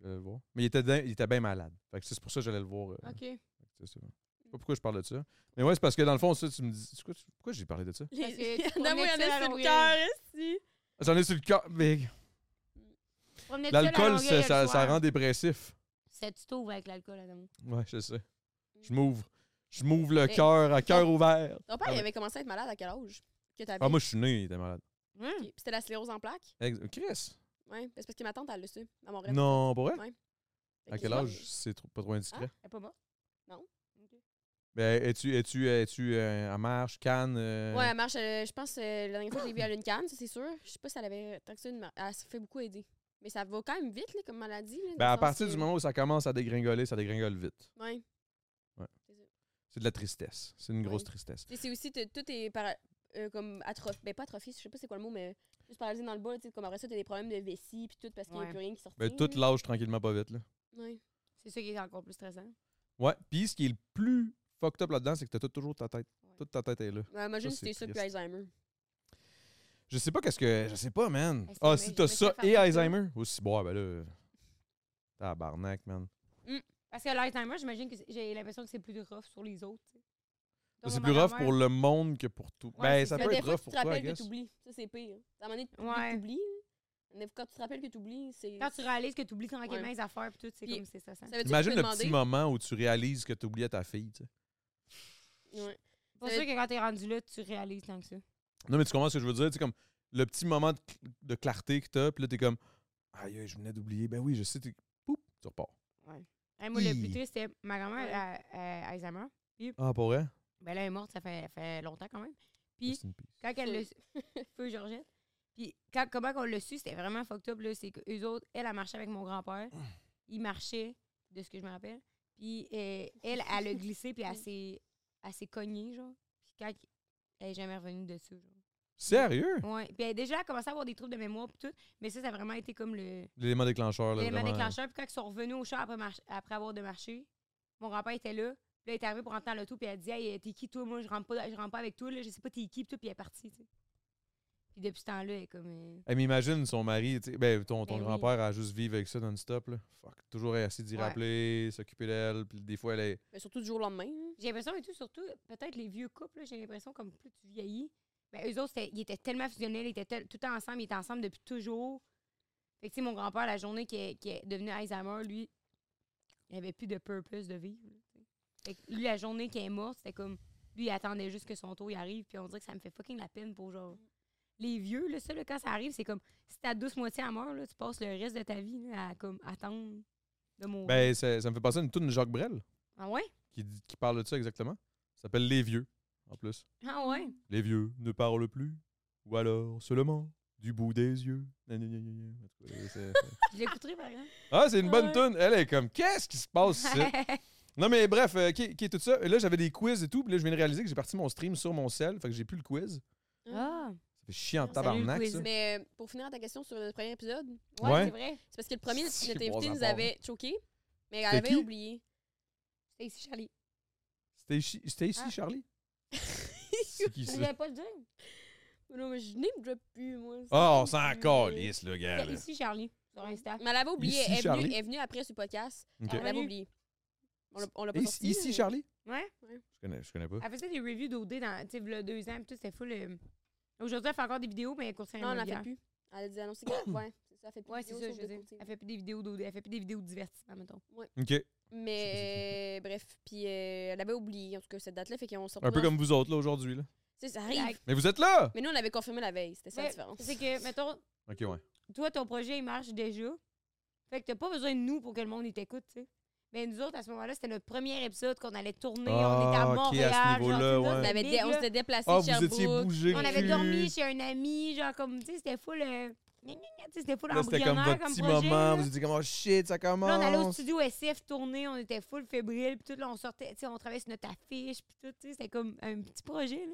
Speaker 1: J'allais le voir. Mais il était, din- il était bien malade. Fait que c'est pour ça que j'allais le voir. euh,
Speaker 4: OK.
Speaker 1: c'est ça. Je sais pas pourquoi je parle de ça. Mais ouais, c'est parce que dans le fond, ça, tu me dis. c'est quoi- pourquoi j'ai parlé de ça? Ah,
Speaker 2: Les-
Speaker 4: Parce que tu
Speaker 2: [LAUGHS] Il y en a,
Speaker 4: promenais
Speaker 2: moi, il y en
Speaker 4: tout seul à
Speaker 2: a sur le
Speaker 4: Longueuil.
Speaker 2: cœur, esti.
Speaker 1: J'en ai sur le cœur. mais
Speaker 4: Promenais-tu seul à
Speaker 1: L'alcool,
Speaker 4: Longueuil
Speaker 1: ça,
Speaker 4: le
Speaker 1: ça, ça
Speaker 4: soir?
Speaker 1: rend dépressif.
Speaker 4: C'est tu t'ouvres avec l'alcool, Adam.
Speaker 1: Ouais, je sais. Je m'ouvre. Je m'ouvre le
Speaker 2: Mais-
Speaker 1: cœur à cœur ouvert.
Speaker 2: Ton père,
Speaker 1: Ah,
Speaker 2: il
Speaker 1: mais-
Speaker 2: avait commencé à être malade à quel âge que t'avais?
Speaker 1: Ah, moi, je suis né, il était malade.
Speaker 4: Hum.
Speaker 2: Ok. Puis C'était la sclérose en plaques?
Speaker 1: Ex- Chris?
Speaker 2: Ouais, c'est parce que ma tante, elle le sait, à Montréal.
Speaker 1: Non, pour vrai?
Speaker 2: Ouais. Fait
Speaker 1: À
Speaker 2: que
Speaker 1: quel
Speaker 2: c'est
Speaker 1: âge? C'est trop- pas trop indiscret.
Speaker 4: Elle est pas morte?
Speaker 2: Non.
Speaker 4: OK.
Speaker 1: Ben, es-tu, es-tu, es-tu euh, en marche, canne? euh,
Speaker 2: bon. Ouais, elle marche. euh, je pense euh, la dernière fois que j'ai vu, elle a une canne, ça c'est sûr. Je sais pas si elle avait tant que ça. Une mar- elle se fait beaucoup aider. Mais ça va quand même vite, là, comme maladie. là, dans
Speaker 1: Ben, à
Speaker 2: le sens
Speaker 1: partir
Speaker 2: que-
Speaker 1: du moment où ça commence à dégringoler, ça dégringole vite.
Speaker 2: Ouais.
Speaker 1: C'est de la tristesse. C'est une grosse
Speaker 2: Ouais.
Speaker 1: tristesse.
Speaker 2: Tu sais, C'est aussi, t'as- tout est para- euh, comme atrophié. Ben, pas atrophié, je sais pas c'est quoi le mot, mais juste paralysé dans le bas. là, tu sais, Comme après ça, t'as des problèmes de vessie, puis tout, parce qu'il n'y a
Speaker 4: Ouais.
Speaker 2: plus rien qui sort.
Speaker 1: Ben, tout lâche tranquillement pas vite, là.
Speaker 2: Ouais.
Speaker 4: C'est ça qui est encore plus stressant.
Speaker 1: Ouais. Puis ce qui est le plus fucked up là-dedans, c'est que t'as tout- toujours ta tête. Toute ta tête est là.
Speaker 2: Ben, imagine
Speaker 1: Ça,
Speaker 2: si t'es
Speaker 1: c'est
Speaker 2: ça, puis
Speaker 1: triste.
Speaker 2: Alzheimer.
Speaker 1: Je sais pas qu'est-ce que. Je sais pas, man.
Speaker 4: Est-ce
Speaker 1: Ah,
Speaker 4: que
Speaker 1: si
Speaker 4: mais-
Speaker 1: t'as
Speaker 4: mais
Speaker 1: ça
Speaker 4: ça fait
Speaker 1: et
Speaker 4: un peu.
Speaker 1: Alzheimer aussi. Bon, ah, ben là. Tabarnak, man.
Speaker 4: Parce que l'Alzheimer, j'imagine que c'est- j'ai l'impression que c'est plus rough sur les autres. tu sais. Donc,
Speaker 1: C'est
Speaker 4: ma
Speaker 1: plus rough
Speaker 4: grand-mère-
Speaker 1: pour le monde que pour tout.
Speaker 4: Ouais,
Speaker 1: ben,
Speaker 4: c'est
Speaker 1: ça
Speaker 4: ça.
Speaker 2: Mais
Speaker 1: peut
Speaker 2: des
Speaker 1: être
Speaker 2: fois,
Speaker 1: rough
Speaker 2: tu
Speaker 1: pour
Speaker 2: te
Speaker 1: toi, I
Speaker 2: rappelles que
Speaker 1: guess.
Speaker 2: t'oublies. Ça, c'est pire. À un moment donné, t'oublies,
Speaker 4: Ouais.
Speaker 2: t'oublies. Mais quand tu te rappelles que t'oublies, c'est.
Speaker 4: Quand tu réalises que tu oublies tranquillement
Speaker 2: Ouais.
Speaker 4: les affaires, puis tout, c'est
Speaker 2: Puis-
Speaker 4: comme c'est stressant.
Speaker 2: Ça veut dire que tu
Speaker 1: Imagine
Speaker 2: peux
Speaker 1: le
Speaker 2: demander-
Speaker 1: petit moment où tu réalises que t'oubliais ta fille, tu sais.
Speaker 2: Ouais.
Speaker 4: C'est pour
Speaker 2: ça
Speaker 4: ça
Speaker 2: veut-
Speaker 4: que quand t'es rendu là, tu réalises tant que ça.
Speaker 1: Non, mais tu comprends ce que je veux dire? Tu sais, comme le petit moment de, cl- de clarté que t'as, puis là, t'es comme. Aïe, aïe, je venais d'oublier. Ben oui, je sais. t'es- Poup, tu repars.
Speaker 4: Hey, moi, le plus
Speaker 1: Hi.
Speaker 4: triste, c'était ma grand-mère, elle a- elle a Alzheimer.
Speaker 1: Ah, pour vrai?
Speaker 4: Ben là, elle est morte, ça fait, fait longtemps quand même. Puis-
Speaker 1: Rest in peace.
Speaker 4: Quand elle
Speaker 2: Feu.
Speaker 4: le su- [LAUGHS] Feu Georgette. Puis quand, comment qu'on l'a su, c'était vraiment fucked up. là. C'est qu'eux autres, elle a marché avec mon grand-père. Il marchait, de ce que je me rappelle. Puis euh, elle, elle a glissé, puis elle s'est- elle s'est cognée, genre. Puis quand elle est jamais revenue dessus, genre.
Speaker 1: Sérieux?
Speaker 4: Ouais. Puis elle, déjà, elle a commencé à avoir des troubles de mémoire, puis tout. Mais ça, ça a vraiment été comme le
Speaker 1: L'élément déclencheur, là.
Speaker 4: l'élément
Speaker 1: vraiment, euh,
Speaker 4: déclencheur. Puis quand ils sont revenus au char après, march- après avoir de marché, mon grand-père était là. Puis là, il est arrivé pour entendre le l'auto, puis elle a dit Hey, t'es qui, toi Moi, je rentre pas, je rentre pas avec toi, là. je sais pas t'es qui, puis tout, puis elle est partie. tu sais. Puis depuis ce temps-là, elle est comme. euh,
Speaker 1: Hey, mais imagine son mari, tu sais, ben, ton, ton
Speaker 4: Ben oui.
Speaker 1: grand-père a juste vivre avec ça non-stop. là. Fuck, toujours essayer d'y
Speaker 4: Ouais.
Speaker 1: rappeler, s'occuper d'elle, puis des fois elle est.
Speaker 2: Mais surtout du jour au lendemain. hein.
Speaker 4: J'ai l'impression et tout, surtout, peut-être les vieux couples, là, j'ai l'impression comme plus tu vieillis, ben, eux autres, c'était- ils étaient tellement fusionnels, ils étaient tel- tout le temps ensemble, ils étaient ensemble depuis toujours. Fait que, tu sais, mon grand-père, la journée qui est, qui est devenu Alzheimer, lui, il avait plus de purpose de vivre. là, tu sais. Fait que lui, la journée qui est morte, c'était comme, lui, il attendait juste que son tour il arrive, puis on dirait que ça me fait fucking la peine pour genre. Les vieux, là, ça, là, quand ça arrive, c'est comme, si t'as douce moitié à mort, là, tu passes le reste de ta vie là, à comme, attendre de mourir.
Speaker 1: Ben, ça, ça me fait penser à une toune de Jacques Brel
Speaker 4: ah ouais?
Speaker 1: qui- qui, dit- qui parle de ça exactement. Ça s'appelle Les Vieux, en plus.
Speaker 4: Ah ouais?
Speaker 1: Les Vieux ne parlent plus, ou alors seulement du bout des yeux. Gna, gna, gna, gna, gna. En tout cas, c'est- c'est-
Speaker 4: [LAUGHS] Je l'écouterai par exemple.
Speaker 1: Ah, c'est une bonne
Speaker 2: Ouais.
Speaker 1: tune. Elle est comme, qu'est-ce qui se passe ici?
Speaker 4: [LAUGHS]
Speaker 1: Non, mais bref, euh, qui, qui est tout ça? Et là, j'avais des quiz et tout. Puis là, je viens de réaliser que j'ai parti mon stream sur mon sel. Fait que j'ai plus le quiz.
Speaker 4: Ah!
Speaker 1: Ça fait chier en
Speaker 2: Salut, le
Speaker 1: tabarnak,
Speaker 4: quiz.
Speaker 1: ça.
Speaker 2: Mais euh, pour finir ta question sur le premier épisode,
Speaker 4: Ouais,
Speaker 1: Ouais.
Speaker 4: c'est vrai.
Speaker 2: c'est parce que le premier,
Speaker 1: C'est
Speaker 2: notre
Speaker 1: bon
Speaker 2: invité nous
Speaker 1: rapport,
Speaker 2: avait choqué, mais elle
Speaker 1: C'était
Speaker 2: avait
Speaker 1: qui?
Speaker 2: oublié.
Speaker 4: C'est ici, Charlie.
Speaker 1: C'était ici, c'était ici,
Speaker 4: Ah. [LAUGHS]
Speaker 1: Charlie? C'est qui
Speaker 4: Vous
Speaker 1: ça?
Speaker 4: n'avez pas le dire?
Speaker 2: Non, mais je n'ai drop plus, moi.
Speaker 1: Ah, on s'en
Speaker 2: Mm.
Speaker 1: calisse, le gars.
Speaker 4: C'est
Speaker 1: Ah, là.
Speaker 4: ici, Charlie. Sur Insta.
Speaker 2: Mais elle avait oublié.
Speaker 1: Ici,
Speaker 2: elle, est venue,
Speaker 1: Charlie.
Speaker 2: elle est venue après sur le podcast.
Speaker 1: Ok.
Speaker 2: Elle l'avait oublié. On l'a- On l'a pas
Speaker 1: Ici,
Speaker 2: sorti, hein.
Speaker 1: ici,
Speaker 2: mais-
Speaker 1: Charlie?
Speaker 4: Ouais.
Speaker 1: Je connais, je connais pas.
Speaker 4: Elle faisait des reviews d'OD dans, tu sais, v'là deux ans, puis tout, c'était full. euh, Aujourd'hui, elle fait encore des vidéos, mais elle court
Speaker 2: Non, on la fait plus. Elle a dit annoncé
Speaker 1: [COUGHS]
Speaker 2: que. Ouais, c'est ça, elle fait plus.
Speaker 4: Ouais,
Speaker 2: de
Speaker 4: c'est
Speaker 2: vidéos
Speaker 4: ça, je
Speaker 2: sur
Speaker 4: veux
Speaker 2: le
Speaker 4: dire.
Speaker 2: côté.
Speaker 4: Elle fait plus des vidéos d'OD, elle fait plus des vidéos de divertissement, mettons.
Speaker 1: OK.
Speaker 2: Mais euh, bref, puis euh, elle avait oublié, en tout cas, cette date-là, fait qu'on sortait.
Speaker 1: Un peu comme vous autres, là, aujourd'hui. là.
Speaker 2: Ça arrive.
Speaker 1: Mais vous êtes là!
Speaker 2: Mais nous, on l'avait confirmé la veille. C'était ça la
Speaker 4: Mais
Speaker 2: différence.
Speaker 4: C'est que, mettons,
Speaker 1: OK, ouais.
Speaker 4: toi, ton projet, il marche déjà. Fait que t'as pas besoin de nous pour que le monde il t'écoute, tu sais. Mais nous autres, à ce moment-là, c'était notre premier épisode qu'on allait tourner. on était à
Speaker 1: Ah, ok, à ce
Speaker 4: Montréal. genre,
Speaker 1: niveau-là,
Speaker 4: tu sais, nous autres,
Speaker 1: ouais.
Speaker 2: On,
Speaker 4: c'était
Speaker 2: avait
Speaker 4: big,
Speaker 2: dé- on
Speaker 4: là.
Speaker 2: s'était déplacé
Speaker 1: Ah,
Speaker 2: de
Speaker 1: vous étiez
Speaker 2: Sherbrooke.
Speaker 1: bougé.
Speaker 4: On avait
Speaker 1: cul.
Speaker 4: dormi chez un ami, genre comme, tu sais, c'était full. euh, gna, gna, gna, tu sais, C'était full
Speaker 1: Là, c'était comme
Speaker 4: embryonnaire
Speaker 1: votre
Speaker 4: comme
Speaker 1: petit
Speaker 4: projet, là.
Speaker 1: moment. Vous étiez comme, oh shit, ça commence.
Speaker 4: Là, on allait au studio SF tourner, on était full fébrile, puis tout, là, on sortait, tu sais, on travaillait sur notre affiche, puis tout, tu sais, c'était comme un petit projet, là.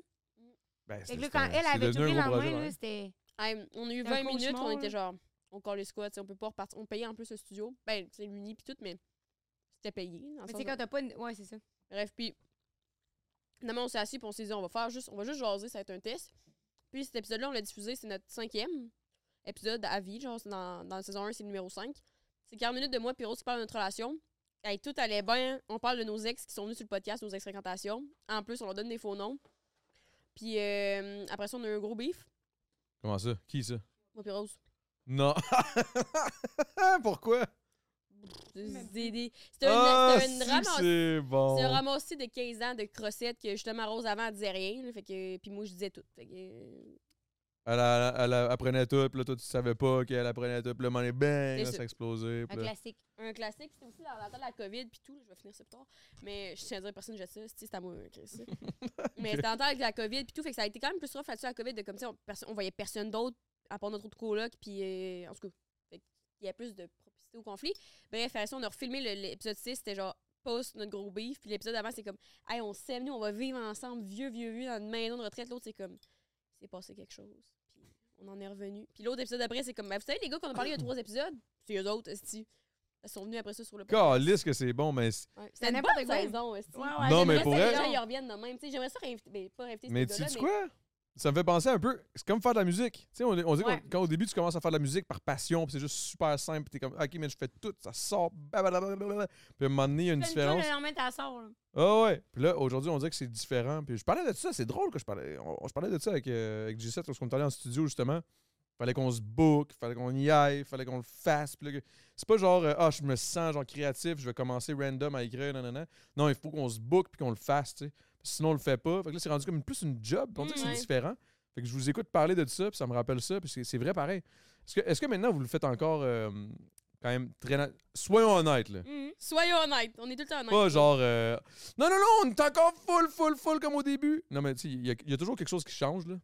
Speaker 1: Ben,
Speaker 4: Fait
Speaker 1: c'est-
Speaker 4: que là,
Speaker 1: c'est
Speaker 4: quand
Speaker 1: un-
Speaker 4: elle
Speaker 1: c'est
Speaker 4: avait
Speaker 1: devenu un
Speaker 4: tourné
Speaker 1: gros
Speaker 4: la
Speaker 1: projet,
Speaker 4: main,
Speaker 1: ouais.
Speaker 4: là, c'était...
Speaker 2: Hey, on a eu
Speaker 4: C'était
Speaker 2: 20
Speaker 4: un
Speaker 2: minutes,
Speaker 4: cauchemar,
Speaker 2: on était
Speaker 4: là.
Speaker 2: genre, on colle les squats, on peut pas repartir. On payait en plus le studio. Ben, c'est l'uni puis tout, mais c'était payé. dans le
Speaker 4: Mais tu
Speaker 2: sens
Speaker 4: sais,
Speaker 2: de-
Speaker 4: quand t'as pas... une- Ouais, c'est ça.
Speaker 2: Bref, puis finalement, on s'est assis, puis on s'est dit, on va faire juste, on va juste jaser, ça va être un test. Puis cet épisode-là, on l'a diffusé, c'est notre cinquième épisode à vie, genre, c'est dans, dans la saison 1, c'est le numéro 5. C'est 40 minutes de moi, puis Rose qui parle de notre relation. Hey, tout allait bien. On parle de nos ex qui sont venus sur le podcast, nos ex-fréquentations. En plus, on leur donne des faux noms. Puis euh, après ça, on a eu un gros beef.
Speaker 1: Comment ça? Qui ça?
Speaker 2: Moi, puis Rose.
Speaker 1: Non. [LAUGHS] Pourquoi?
Speaker 2: Des-
Speaker 4: Même
Speaker 2: des- des- C'était
Speaker 1: Ah,
Speaker 2: une, c'était une
Speaker 1: si,
Speaker 2: ramasse-
Speaker 1: c'est bon.
Speaker 2: C'est un ramassis de 15 ans de crossettes que justement Rose avant elle disait rien. là, fait que, puis moi je disais tout. Fait que, euh,
Speaker 1: Elle, a- elle a- apprenait tout, puis là, toi, tu savais pas qu'elle apprenait tout, puis là, money bang,
Speaker 2: C'est
Speaker 1: là,
Speaker 2: ça.
Speaker 1: ça a explosé.
Speaker 4: Un
Speaker 1: puis là-
Speaker 4: classique.
Speaker 2: un classique, c'était aussi dans l'attente de la COVID puis tout, là, je vais finir ça plus tard. Mais je tiens à dire personne jette ça, c'est c'est à moi, Chris. ça. Mais c'était en temps avec la COVID puis tout, fait que ça a été quand même plus rough là-dessus la COVID de comme ça, on, perso- on voyait personne d'autre à part notre autre coloc puis euh, en tout cas, fait il y a plus de propicité au conflit. Bref, après ça, on a refilmé le- l'épisode 6, c'était genre post notre gros beef, puis l'épisode avant c'est comme hey, on s'aime, nous on va vivre ensemble vieux vieux vieux dans une maison de retraite, l'autre c'est comme c'est passé quelque chose. Puis on en est revenu. Puis l'autre épisode après, c'est comme, Ben, vous savez, les gars qu'on a parlé il y a trois épisodes, c'est eux autres, esti. Ils sont venus après ça sur le
Speaker 1: Calisse que c'est bon, mais, c'est-
Speaker 2: Ouais.
Speaker 4: C'est
Speaker 2: C'était une
Speaker 4: n'importe
Speaker 2: bonne
Speaker 4: quoi.
Speaker 2: saison, esti.
Speaker 1: ouais, Non, mais
Speaker 2: J'aimerais
Speaker 1: pour
Speaker 2: ça que
Speaker 1: elle-
Speaker 2: les gens y reviennent de même. Tu sais, J'aimerais ça réinviter, mais pas réinviter ces
Speaker 1: mais tu
Speaker 2: gars-là,
Speaker 1: sais quoi? Ça me fait penser un peu. C'est comme faire de la musique. Tu sais, on, on dit qu'on-
Speaker 4: Ouais.
Speaker 1: quand au début, tu commences à faire de la musique par passion, puis c'est juste super simple, puis t'es comme, OK, mais je fais tout, ça sort, blablabla. Puis à un moment donné, il y a une
Speaker 4: Plein de fois,
Speaker 1: différence.
Speaker 4: le lendemain, t'as sort, là.
Speaker 1: Ah ouais. Puis là, aujourd'hui, on dirait que c'est différent. Puis je parlais de ça, c'est drôle que je parlais. on- on- je parlais de ça avec, euh, avec G7 lorsqu'on est allé en studio, justement. Fallait qu'on se book, fallait qu'on y aille, fallait qu'on le fasse. Puis là, que- c'est pas genre, euh, ah, je me sens genre créatif, je vais commencer random à écrire, non, non, non. Non, il faut qu'on se book puis qu'on le fasse, tu sais. Sinon, on le fait pas. Fait que là, c'est rendu comme plus une job. puis on dirait que
Speaker 2: Mm,
Speaker 1: c'est
Speaker 2: ouais.
Speaker 1: différent. Fait que je vous écoute parler de ça, puis ça me rappelle ça, puis c'est- c'est vrai pareil. Est-ce que, est-ce que maintenant, vous le faites encore euh, quand même très... na- Soyons honnêtes, là.
Speaker 2: Soyons honnêtes, on est tout le temps honnêtes.
Speaker 1: Pas genre. euh, non, non, non, on est encore full, full, full comme au début. Non, mais tu sais, il y, a- il y a toujours quelque chose qui change, là.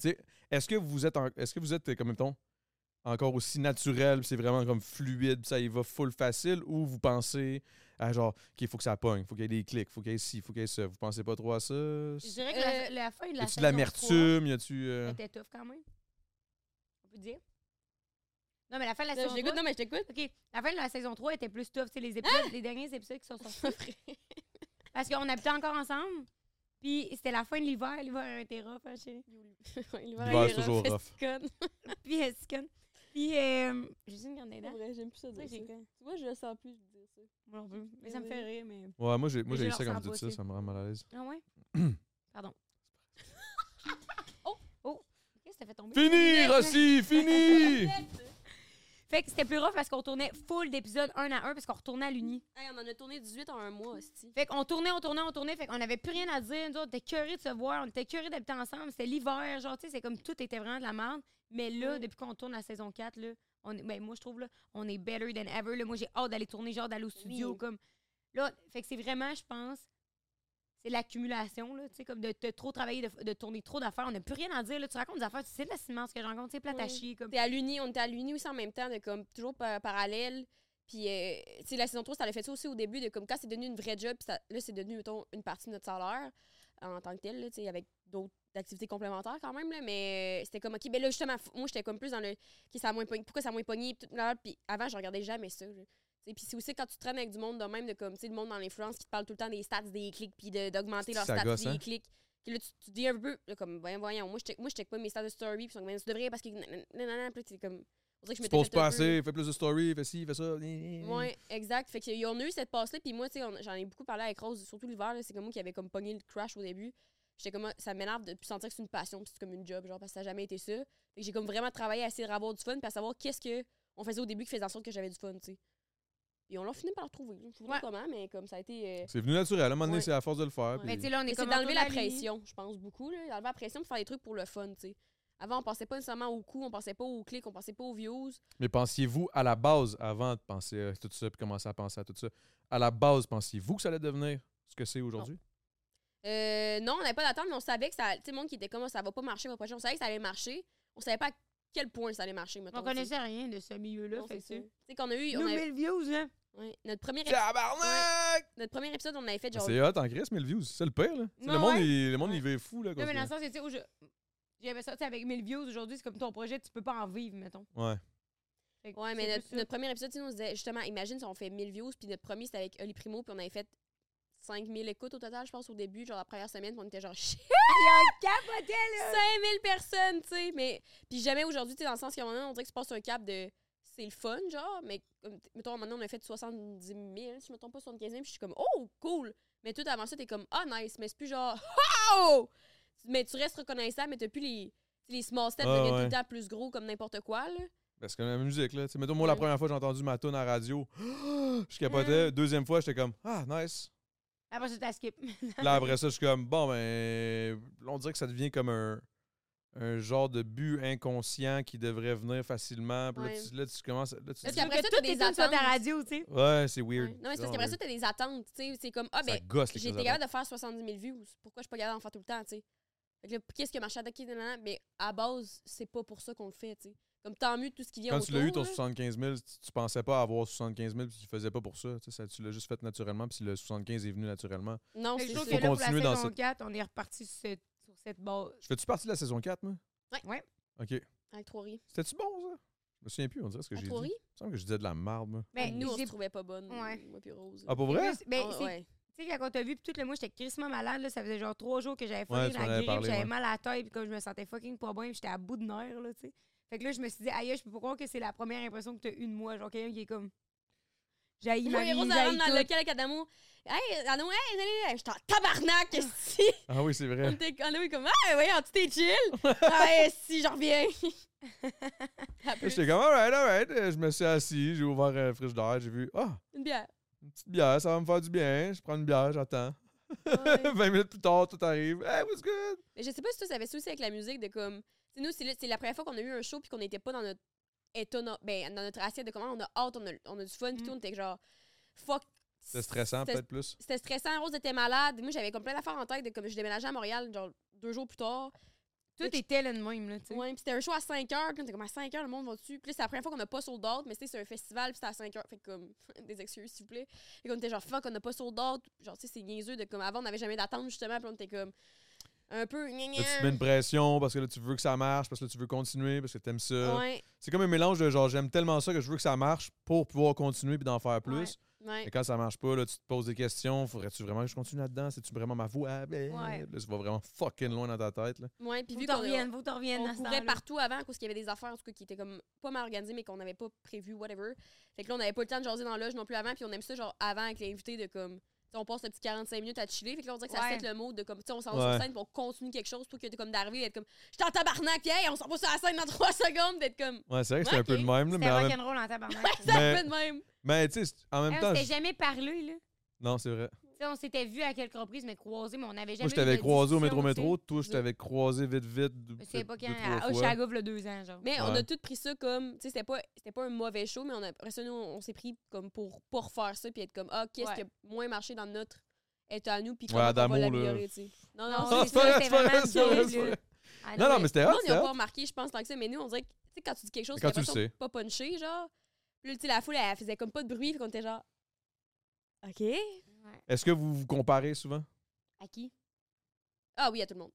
Speaker 1: Tu sais, est-ce que vous êtes, en- est-ce que vous êtes, euh, comme mettons, encore aussi naturel, puis c'est vraiment comme fluide, puis ça y va full facile, ou vous pensez à genre, qu'il faut que ça pogne, faut qu'il y ait des clics, faut qu'il y ait ci, faut qu'il y ait ça. Vous pensez pas trop à ça?
Speaker 4: Je
Speaker 1: Y
Speaker 4: dirais que
Speaker 2: Euh,
Speaker 4: la, la fin de la
Speaker 1: a-tu de
Speaker 4: saison
Speaker 1: l'amertume? Y a-tu.
Speaker 4: trois,
Speaker 1: euh,
Speaker 4: était tough quand même. On peut dire. Non, mais la fin de la
Speaker 2: Là,
Speaker 4: saison
Speaker 2: je t'écoute, non,
Speaker 4: 3...
Speaker 2: mais je
Speaker 4: [LAUGHS]
Speaker 2: t'écoute.
Speaker 4: OK, la fin de la saison 3 était plus tough, tu sais, les épisodes, les derniers épisodes qui sont sortis.
Speaker 2: [LAUGHS]
Speaker 4: Parce qu'on habitait encore ensemble, puis c'était la fin de l'hiver, l'hiver était rough, hein, chérie.
Speaker 1: L'hiver, c'est toujours rough.
Speaker 4: [LAUGHS] Puis elle se conne. Puis euh, j'ai juste une grande aide.
Speaker 2: J'aime plus ça dire ça.
Speaker 4: j'ai
Speaker 2: Tu vois, je le sens plus, je dis ça.
Speaker 4: Moi non plus. Mais ça me fait rire, mais.
Speaker 1: Ouais, moi, j'ai, moi,
Speaker 4: Mais je
Speaker 1: j'ai
Speaker 4: le
Speaker 1: ça quand vous
Speaker 4: ressens
Speaker 1: dites
Speaker 4: pas
Speaker 1: ça,
Speaker 4: aussi.
Speaker 1: ça me rend mal à l'aise.
Speaker 4: Ah ouais? [CLEARS THROAT] Pardon.
Speaker 2: Oh!
Speaker 4: [LAUGHS] Oh! Qu'est-ce que t'as fait tomber?
Speaker 1: Fini, Rossi, fini!
Speaker 4: Fait que c'était plus rough parce qu'on tournait full d'épisodes un à un parce qu'on retournait à l'uni.
Speaker 2: Hey, on en a tourné 18 en un mois, hostie.
Speaker 4: Fait qu'on tournait, on tournait, on tournait. Fait qu'on avait plus rien à dire. Nous autres, on était curieux de se voir. On était curieux d'habiter ensemble. C'était l'hiver. Genre, tu sais, c'est comme tout était vraiment de la merde. Mais là,
Speaker 2: Ouais.
Speaker 4: depuis qu'on tourne la saison 4, là, on est, ben, moi, je trouve, là, on est better than ever. Là. Moi, j'ai hâte d'aller tourner, genre, d'aller au studio.
Speaker 2: Oui.
Speaker 4: Comme, Là, fait que c'est vraiment, je pense, c'est l'accumulation, là, tu sais, comme de, de trop travailler, de, de tourner trop d'affaires. On n'a plus rien à dire, là. Tu racontes des affaires, tu sais de la ciment, ce que j'en compte, c'est plate à
Speaker 2: Oui.
Speaker 4: chier, comme.
Speaker 2: T'es à l'Uni, on était à l'Uni aussi en même temps, de comme toujours par- parallèle. Puis, euh, tu sais, la saison 3, ça l'a fait ça aussi au début, de comme quand c'est devenu une vraie job, puis ça- là, c'est devenu, mettons, une partie de notre salaire en tant que tel, là, tu sais, avec d'autres activités complémentaires quand même, là, mais euh, c'était comme, OK, ben là, justement, f- moi, j'étais comme plus dans le, OK, ça a moins pogné, pourquoi ça a moins pogné, puis tout, là, puis avant, je regardais jamais ça, là. Tu sais, Puis c'est aussi quand tu traînes avec du monde de même, de comme, tu sais, le monde dans l'influence qui te parle tout le temps des stats, des clics, puis de- d'augmenter
Speaker 1: C'est
Speaker 2: leurs
Speaker 1: que ça
Speaker 2: stats,
Speaker 1: gosse,
Speaker 2: des
Speaker 1: hein?
Speaker 2: clics. Puis là, tu, tu dis un peu, là, comme, voyons, voyons, moi, je check, moi, je check pas mes stats de story, puis ils sont comme, tu devrais, parce que, nanana, nanana, puis là, t'es comme, on dirait que [LAUGHS] je
Speaker 1: Tu
Speaker 2: m'étais
Speaker 1: poses
Speaker 2: fait un
Speaker 1: pas
Speaker 2: peu-
Speaker 1: assez, fais plus de stories, fais ci, fais ça.
Speaker 2: Ouais, exact. Fait qu'ils ont eu cette passe-là, puis moi, tu sais, on- j'en ai beaucoup parlé avec Rose, surtout l'hiver, là, c'est comme moi qui avait comme pogné le crash au début. J'étais comme, ah, ça m'énerve de sentir que c'est une passion, puis c'est comme une job, genre, parce que ça n'a jamais été ça. Fait que j'ai comme vraiment travaillé à essayer de avoir du fun, puis à savoir qu'est-ce que on faisait au début qui faisait en sorte que j'avais du fun, tu sais. Et on l'a fini par le trouver. Je sais pas
Speaker 4: Ouais.
Speaker 2: comment, mais comme ça a été. euh,
Speaker 1: C'est venu naturel. À un moment donné,
Speaker 2: Ouais.
Speaker 1: c'est à force de le faire.
Speaker 2: Ouais.
Speaker 1: puis-
Speaker 4: Mais Ben, tu sais, là, on est
Speaker 2: mais c'est
Speaker 4: comme
Speaker 2: d'enlever la
Speaker 4: Antoine Ali.
Speaker 2: pression, je pense beaucoup. Là. D'enlever la pression pour faire des trucs pour le fun, tu sais. Avant, on pensait pas nécessairement au coût, on pensait pas aux clics, on pensait pas aux views.
Speaker 1: Mais pensiez-vous à la base, avant de penser à tout ça, puis commencer à penser à tout ça, à la base, pensiez-vous que ça allait devenir ce que c'est aujourd'hui?
Speaker 2: Euh, non, on n'avait pas d'attente, mais on savait que ça. Tu sais, le monde qui était comme ça va pas marcher votre projet, on savait que ça allait marcher. On savait pas à quel point ça allait marcher. Mettons,
Speaker 4: On connaissait rien de ce milieu-là,
Speaker 2: là,
Speaker 4: fait que
Speaker 2: c'est
Speaker 4: tu
Speaker 2: sais, qu'on a eu. on
Speaker 4: Nous,
Speaker 2: avait-
Speaker 4: 1000 views, hein.
Speaker 2: ouais, notre, premier épi-
Speaker 1: Tabarnak!
Speaker 2: notre premier épisode, on avait fait genre.
Speaker 1: Ah, C'est hot en Chris, mais le views, c'est le pire. Là. C'est Le
Speaker 4: Ouais,
Speaker 1: monde,
Speaker 4: ouais.
Speaker 1: il, le monde
Speaker 2: Ouais.
Speaker 1: il vit fou. Là,
Speaker 4: Non,
Speaker 1: quand
Speaker 4: mais dans le
Speaker 1: c'est-
Speaker 4: sens que, tu sais, aujourd'hui- j'avais ça, tu sais, avec 1000 views aujourd'hui, c'est comme ton projet, tu peux pas en vivre, mettons.
Speaker 1: ouais.
Speaker 4: Fait que
Speaker 2: Ouais, mais
Speaker 4: c'est
Speaker 2: notre,
Speaker 4: plus ça.
Speaker 1: [LAUGHS]
Speaker 2: notre premier épisode, tu sais, on se disait justement, imagine si on fait 1000 views, puis notre premier c'était avec Oli Primo, puis on avait fait 5000 écoutes au total, je pense, au début, genre la première semaine, puis on était genre shit,
Speaker 4: Il a capoté, là!
Speaker 2: 5000 personnes, tu sais. Mais. Puis jamais aujourd'hui, tu sais, dans le sens qu'à un moment donné, on dirait que tu passes un cap de. C'est le fun, genre, mais comme, t- mettons, à un moment donné, on a fait 70 000, si je me trompe pas, 75 000, puis je suis comme, oh, cool! Mais tout avant ça, t'es comme, ah, nice, mais c'est plus genre, [LAUGHS] oh! Mais tu restes reconnaissable, mais t'as plus les, tu sais, les small steps
Speaker 1: Ah,
Speaker 2: deviennent
Speaker 1: ouais.
Speaker 2: tout le temps plus gros comme n'importe quoi, là.
Speaker 1: Parce que Ben, la musique, là. tu sais, Mettons, moi, la
Speaker 2: Ouais.
Speaker 1: première fois, j'ai entendu ma tune à la radio. [GASPS] Je capotais. Deuxième fois, j'étais comme, ah, nice.
Speaker 4: Après ça, t'as skip.
Speaker 1: Là, après ça, je suis comme, bon, ben. On dirait que ça devient comme un, un genre de but inconscient qui devrait venir facilement. Puis là,
Speaker 2: Ouais.
Speaker 1: tu- là, tu commences. Là, tu
Speaker 2: Parce
Speaker 1: dis-
Speaker 2: qu'après ça,
Speaker 4: Que
Speaker 2: t'as
Speaker 4: toutes
Speaker 2: des
Speaker 4: tes tunes soient à ta
Speaker 2: attentes.
Speaker 4: radio, tu sais.
Speaker 1: Ouais, c'est weird.
Speaker 2: Ouais. Non, mais c'est parce qu'après ça, t'as des attentes, tu sais. C'est comme, ah,
Speaker 1: ça
Speaker 2: ben,
Speaker 1: gosse les
Speaker 2: j'ai été
Speaker 1: crises
Speaker 2: capable de faire 70 000 vues. Pourquoi je suis pas capable d'en faire tout le temps, tu sais? Fait que là, qu'est-ce que ma chatte qui mais à base, c'est pas pour ça qu'on le fait, tu sais. Comme tant mieux tout ce qui vient
Speaker 1: Quand
Speaker 2: autour.
Speaker 1: tu l'as eu, ton
Speaker 2: là.
Speaker 1: 75 000, tu, tu pensais pas avoir 75 000 puis tu le faisais pas pour ça. Tu, sais, ça- tu l'as juste fait naturellement puis le 75 est venu naturellement.
Speaker 2: Non,
Speaker 4: Fait que
Speaker 2: c'est
Speaker 4: je trouve
Speaker 2: ça.
Speaker 4: que là, pour la
Speaker 1: continuer dans
Speaker 4: saison
Speaker 1: cette-
Speaker 4: 4, on est reparti sur cette, sur cette base.
Speaker 1: Je fais-tu partie de la saison 4, moi?
Speaker 2: Ouais.
Speaker 4: Ouais.
Speaker 1: OK.
Speaker 2: Avec Trois-Ries.
Speaker 1: C'était-tu bon, ça? Je me souviens plus, on dirait ce que
Speaker 2: À
Speaker 1: j'ai dit. Il
Speaker 2: Trois-Ries?
Speaker 1: me semble que je disais de la marde, moi.
Speaker 4: Mais
Speaker 2: Ben, nous, on se
Speaker 4: j'ai-
Speaker 2: trouvait pas bonne.
Speaker 4: Ouais.
Speaker 2: Moi, puis Rose.
Speaker 1: Ah, pour vrai?
Speaker 4: plus- ben,
Speaker 2: Ah,
Speaker 4: c'est-
Speaker 2: ouais.
Speaker 4: Tu sais, quand on t'a vu, puis tout le mois, j'étais crissement malade, là, ça faisait genre trois jours que j'avais
Speaker 1: Ouais,
Speaker 4: fucking
Speaker 1: tu m'en avais
Speaker 4: la grippe,
Speaker 1: parlé,
Speaker 4: j'avais
Speaker 1: ouais.
Speaker 4: mal à la tête, puis comme je me sentais fucking pas bien, puis j'étais à bout de nerfs, là, tu sais. Fait que là, je me suis dit, aïe, je peux pas croire que c'est la première impression que t'as eue de moi, genre quelqu'un qui est comme. J'ai
Speaker 2: Moi et
Speaker 4: ma
Speaker 2: Rose,
Speaker 4: vie,
Speaker 2: elle rentre
Speaker 4: j'haïs
Speaker 2: dans le
Speaker 4: tout.
Speaker 2: local avec Adamo. Hey, Adamo, hey, allez, je suis en tabarnak, [LAUGHS] si.
Speaker 1: Ah oui, c'est
Speaker 2: On
Speaker 1: vrai.
Speaker 2: était on était comme, ah, ouais, tu
Speaker 1: [LAUGHS]
Speaker 2: t'es chill. Ah, ouais, si, j'en
Speaker 4: [LAUGHS]
Speaker 2: reviens. Après,
Speaker 1: J'étais comme, alright, alright. Euh, Je me suis assis, j'ai ouvert un frigidaire, j'ai vu, ah,
Speaker 2: Une bière.
Speaker 1: une petite bière, ça va me faire du bien. Je prends une bière, j'attends.
Speaker 2: Ouais.
Speaker 1: [LAUGHS] 20 minutes plus tard, tout arrive. Hey, what's good?
Speaker 2: Mais je sais pas si toi, ça avait ça aussi avec la musique de comme. Tu sais, nous, c'est le- c'est la première fois qu'on a eu un show puis qu'on n'était pas dans notre étonnant. Ben, dans notre assiette de comment on a hâte, on a, on a du fun puis
Speaker 4: Mm.
Speaker 2: tout, on était genre. Fuck.
Speaker 1: C'était stressant,
Speaker 2: C'était-
Speaker 1: peut-être plus.
Speaker 2: C'était stressant. Rose était malade. Moi, j'avais comme plein d'affaires en tête de comme je déménageais à Montréal, genre deux jours plus tard.
Speaker 4: Tout était là de même, là, tu sais.
Speaker 2: Ouais, puis c'était un show à 5 heures. Puis on était comme à 5 heures, le monde va dessus. Puis là, c'est la première fois qu'on n'a pas sold out, mais c'était c'est un festival, puis c'était à 5 heures. Fait que comme, [LAUGHS] des excuses, s'il vous plaît. Et qu'on était genre, fuck, on n'a pas sold out. Genre, tu sais, c'est niaiseux de comme avant, on n'avait jamais d'attente, justement. Puis on était comme, un peu, gna,
Speaker 1: Là,
Speaker 2: gna.
Speaker 1: tu te mets une pression parce que là, tu veux que ça marche, parce que là, tu veux continuer, parce que t'aimes ça.
Speaker 2: Ouais,
Speaker 1: C'est comme un mélange de genre, j'aime tellement ça que je veux que ça marche pour pouvoir continuer puis d'en faire plus.
Speaker 4: Ouais.
Speaker 2: ouais.
Speaker 1: Et quand ça marche pas, là, tu te poses des questions. Faudrait-tu vraiment que je continue là-dedans? C'est-tu vraiment ma voix? Bleh.
Speaker 4: Ouais.
Speaker 1: Là, ça va vraiment fucking loin dans ta tête. Là.
Speaker 2: Ouais, puis
Speaker 4: Faut
Speaker 2: vu
Speaker 4: t'en
Speaker 2: qu'on a-
Speaker 4: reviennes, faut t'en reviennes.
Speaker 2: on
Speaker 4: dans ce
Speaker 2: courait
Speaker 4: temps-là.
Speaker 2: partout avant parce qu'il y avait des affaires en tout cas qui étaient comme pas mal organisées mais qu'on n'avait pas prévu whatever. Fait que là on n'avait pas le temps de jaser dans la loge non plus avant puis on aime ça genre avant avec l'invité de comme tu sais, on passe le petit 45 minutes à chiller fait que là on dirait que ça
Speaker 4: Ouais.
Speaker 2: set le mode de comme tu sais on s'en va
Speaker 1: Ouais.
Speaker 2: sur scène puis on continue quelque chose plutôt que de comme d'arriver et d'être comme je suis en tabarnak puis hey, on s'en va sur la scène dans 3 [LAUGHS] secondes d'être comme
Speaker 1: Ouais, c'est vrai que c'est
Speaker 2: Ouais,
Speaker 1: un peu
Speaker 2: ok.
Speaker 1: le même. Là, mais
Speaker 4: C'était
Speaker 1: en même,
Speaker 4: rock'n'roll en tabarnak.
Speaker 2: ça
Speaker 1: Mais-
Speaker 2: fait de Ah même.
Speaker 1: mais tu sais, c'est- en même
Speaker 4: Hey,
Speaker 1: temps.
Speaker 4: On
Speaker 1: je-
Speaker 4: s'était jamais parlé, là.
Speaker 1: Non, c'est vrai.
Speaker 4: Tu sais, on s'était vu à quelques reprises, mais croisés, mais on n'avait jamais.
Speaker 1: Moi, je t'avais croisé au métro-métro. Toi, je t'avais croisé vite-vite.
Speaker 4: Je
Speaker 1: peut-être
Speaker 4: sais pas
Speaker 1: deux,
Speaker 4: quand.
Speaker 1: trois
Speaker 4: À
Speaker 1: fois.
Speaker 4: Oshaga, il y a deux ans, genre.
Speaker 2: Mais on
Speaker 1: Ouais.
Speaker 2: a tout pris ça comme. Tu sais, c'était pas, c'était pas un mauvais show, mais on a, après ça, nous, on s'est pris comme pour pas refaire ça, puis être comme, ah, qu'est-ce
Speaker 4: Ouais.
Speaker 2: qui a moins marché dans notre état à nous, puis
Speaker 1: Ouais,
Speaker 2: comment on
Speaker 1: Adamo,
Speaker 2: va
Speaker 1: là.
Speaker 2: l'améliorer, tu sais. Non, non,
Speaker 4: Non,
Speaker 2: c'est-
Speaker 1: Ah,
Speaker 4: c'est
Speaker 1: c'est [LAUGHS] pas vrai,
Speaker 4: ça,
Speaker 1: c'est pas vrai,
Speaker 4: c'était
Speaker 1: c'est pas vrai,
Speaker 4: vraiment
Speaker 1: c'est pas
Speaker 4: nul,
Speaker 1: vrai.
Speaker 4: là. Ah,
Speaker 1: Non, non,
Speaker 4: mais-
Speaker 1: mais c'était
Speaker 2: Nous,
Speaker 1: hot,
Speaker 2: on n'y a
Speaker 1: c'était
Speaker 2: pas
Speaker 1: hot.
Speaker 2: remarqué, je pense, tant que ça, mais nous, on dirait que, tu sais, quand tu dis quelque chose,
Speaker 1: Quand tu
Speaker 2: t'as
Speaker 1: le
Speaker 2: l'impression
Speaker 1: sais.
Speaker 2: de pas punché, genre. Puis là, tu sais, la foule, elle faisait comme pas de bruit, puis qu'on était genre. OK.
Speaker 4: Ouais.
Speaker 1: Est-ce que vous vous comparez souvent?
Speaker 4: À qui?
Speaker 2: Ah oui, à tout le monde.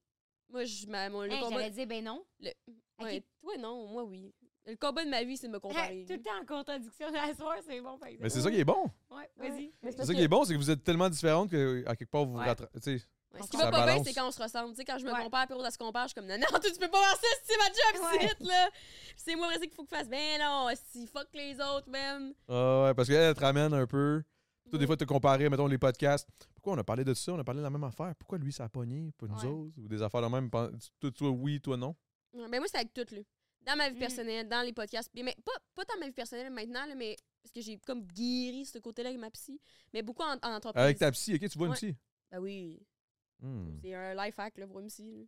Speaker 2: Moi, je, ma, mon, le
Speaker 4: Hein,
Speaker 2: combat.
Speaker 4: J'allais dire, ben non.
Speaker 2: Le-
Speaker 4: À
Speaker 2: Ouais,
Speaker 4: qui?
Speaker 2: toi, non, moi, oui. Le combat de ma vie, c'est de me comparer.
Speaker 4: Tout le temps en contradiction. La soirée, c'est bon, par exemple.
Speaker 1: Mais c'est ça qui est bon.
Speaker 4: Ouais, vas-y.
Speaker 1: C'est ça qui est bon, c'est que vous êtes tellement différentes que, euh, à quelque part, vous vous
Speaker 4: Ouais.
Speaker 1: rattrapez. tu sais.
Speaker 2: Ouais,
Speaker 4: On
Speaker 2: ce qui
Speaker 1: s'en
Speaker 2: va pas bien,
Speaker 1: balance.
Speaker 2: c'est quand on se ressemble. Tu sais, quand je me
Speaker 4: Ouais.
Speaker 2: compare, puis Rose, elle se compare, je suis comme, non, [LAUGHS] non, toi, tu peux pas faire ça, c'est ma job,
Speaker 4: Ouais.
Speaker 2: c'est là. Puis c'est moi, c'est qu'il faut que je fasse. Ben non, si fuck les autres, même.
Speaker 1: Ah ouais, parce qu'elle elle te ramène un peu. Toi, des
Speaker 2: Ouais.
Speaker 1: fois, te comparer, mettons, les podcasts. Pourquoi on a parlé de ça? On a parlé de la même affaire. Pourquoi lui, ça a pogné, pas nous
Speaker 4: Ouais.
Speaker 1: autres? Ou des affaires de même. pen- Toi, toi, oui, toi, non.
Speaker 2: Ouais, ben moi, c'est avec tout, là. Dans ma vie
Speaker 4: Mm.
Speaker 2: personnelle, dans les podcasts. puis- Mais pas, pas dans ma vie personnelle maintenant, là, mais parce que j'ai comme guéri ce côté-là avec ma psy. Mais beaucoup en, en entreprise.
Speaker 1: Avec ta psy, OK, tu vois une
Speaker 2: Ouais.
Speaker 1: psy.
Speaker 2: Ben oui,
Speaker 1: Hmm,
Speaker 2: c'est un life hack, là, pour une psy. là.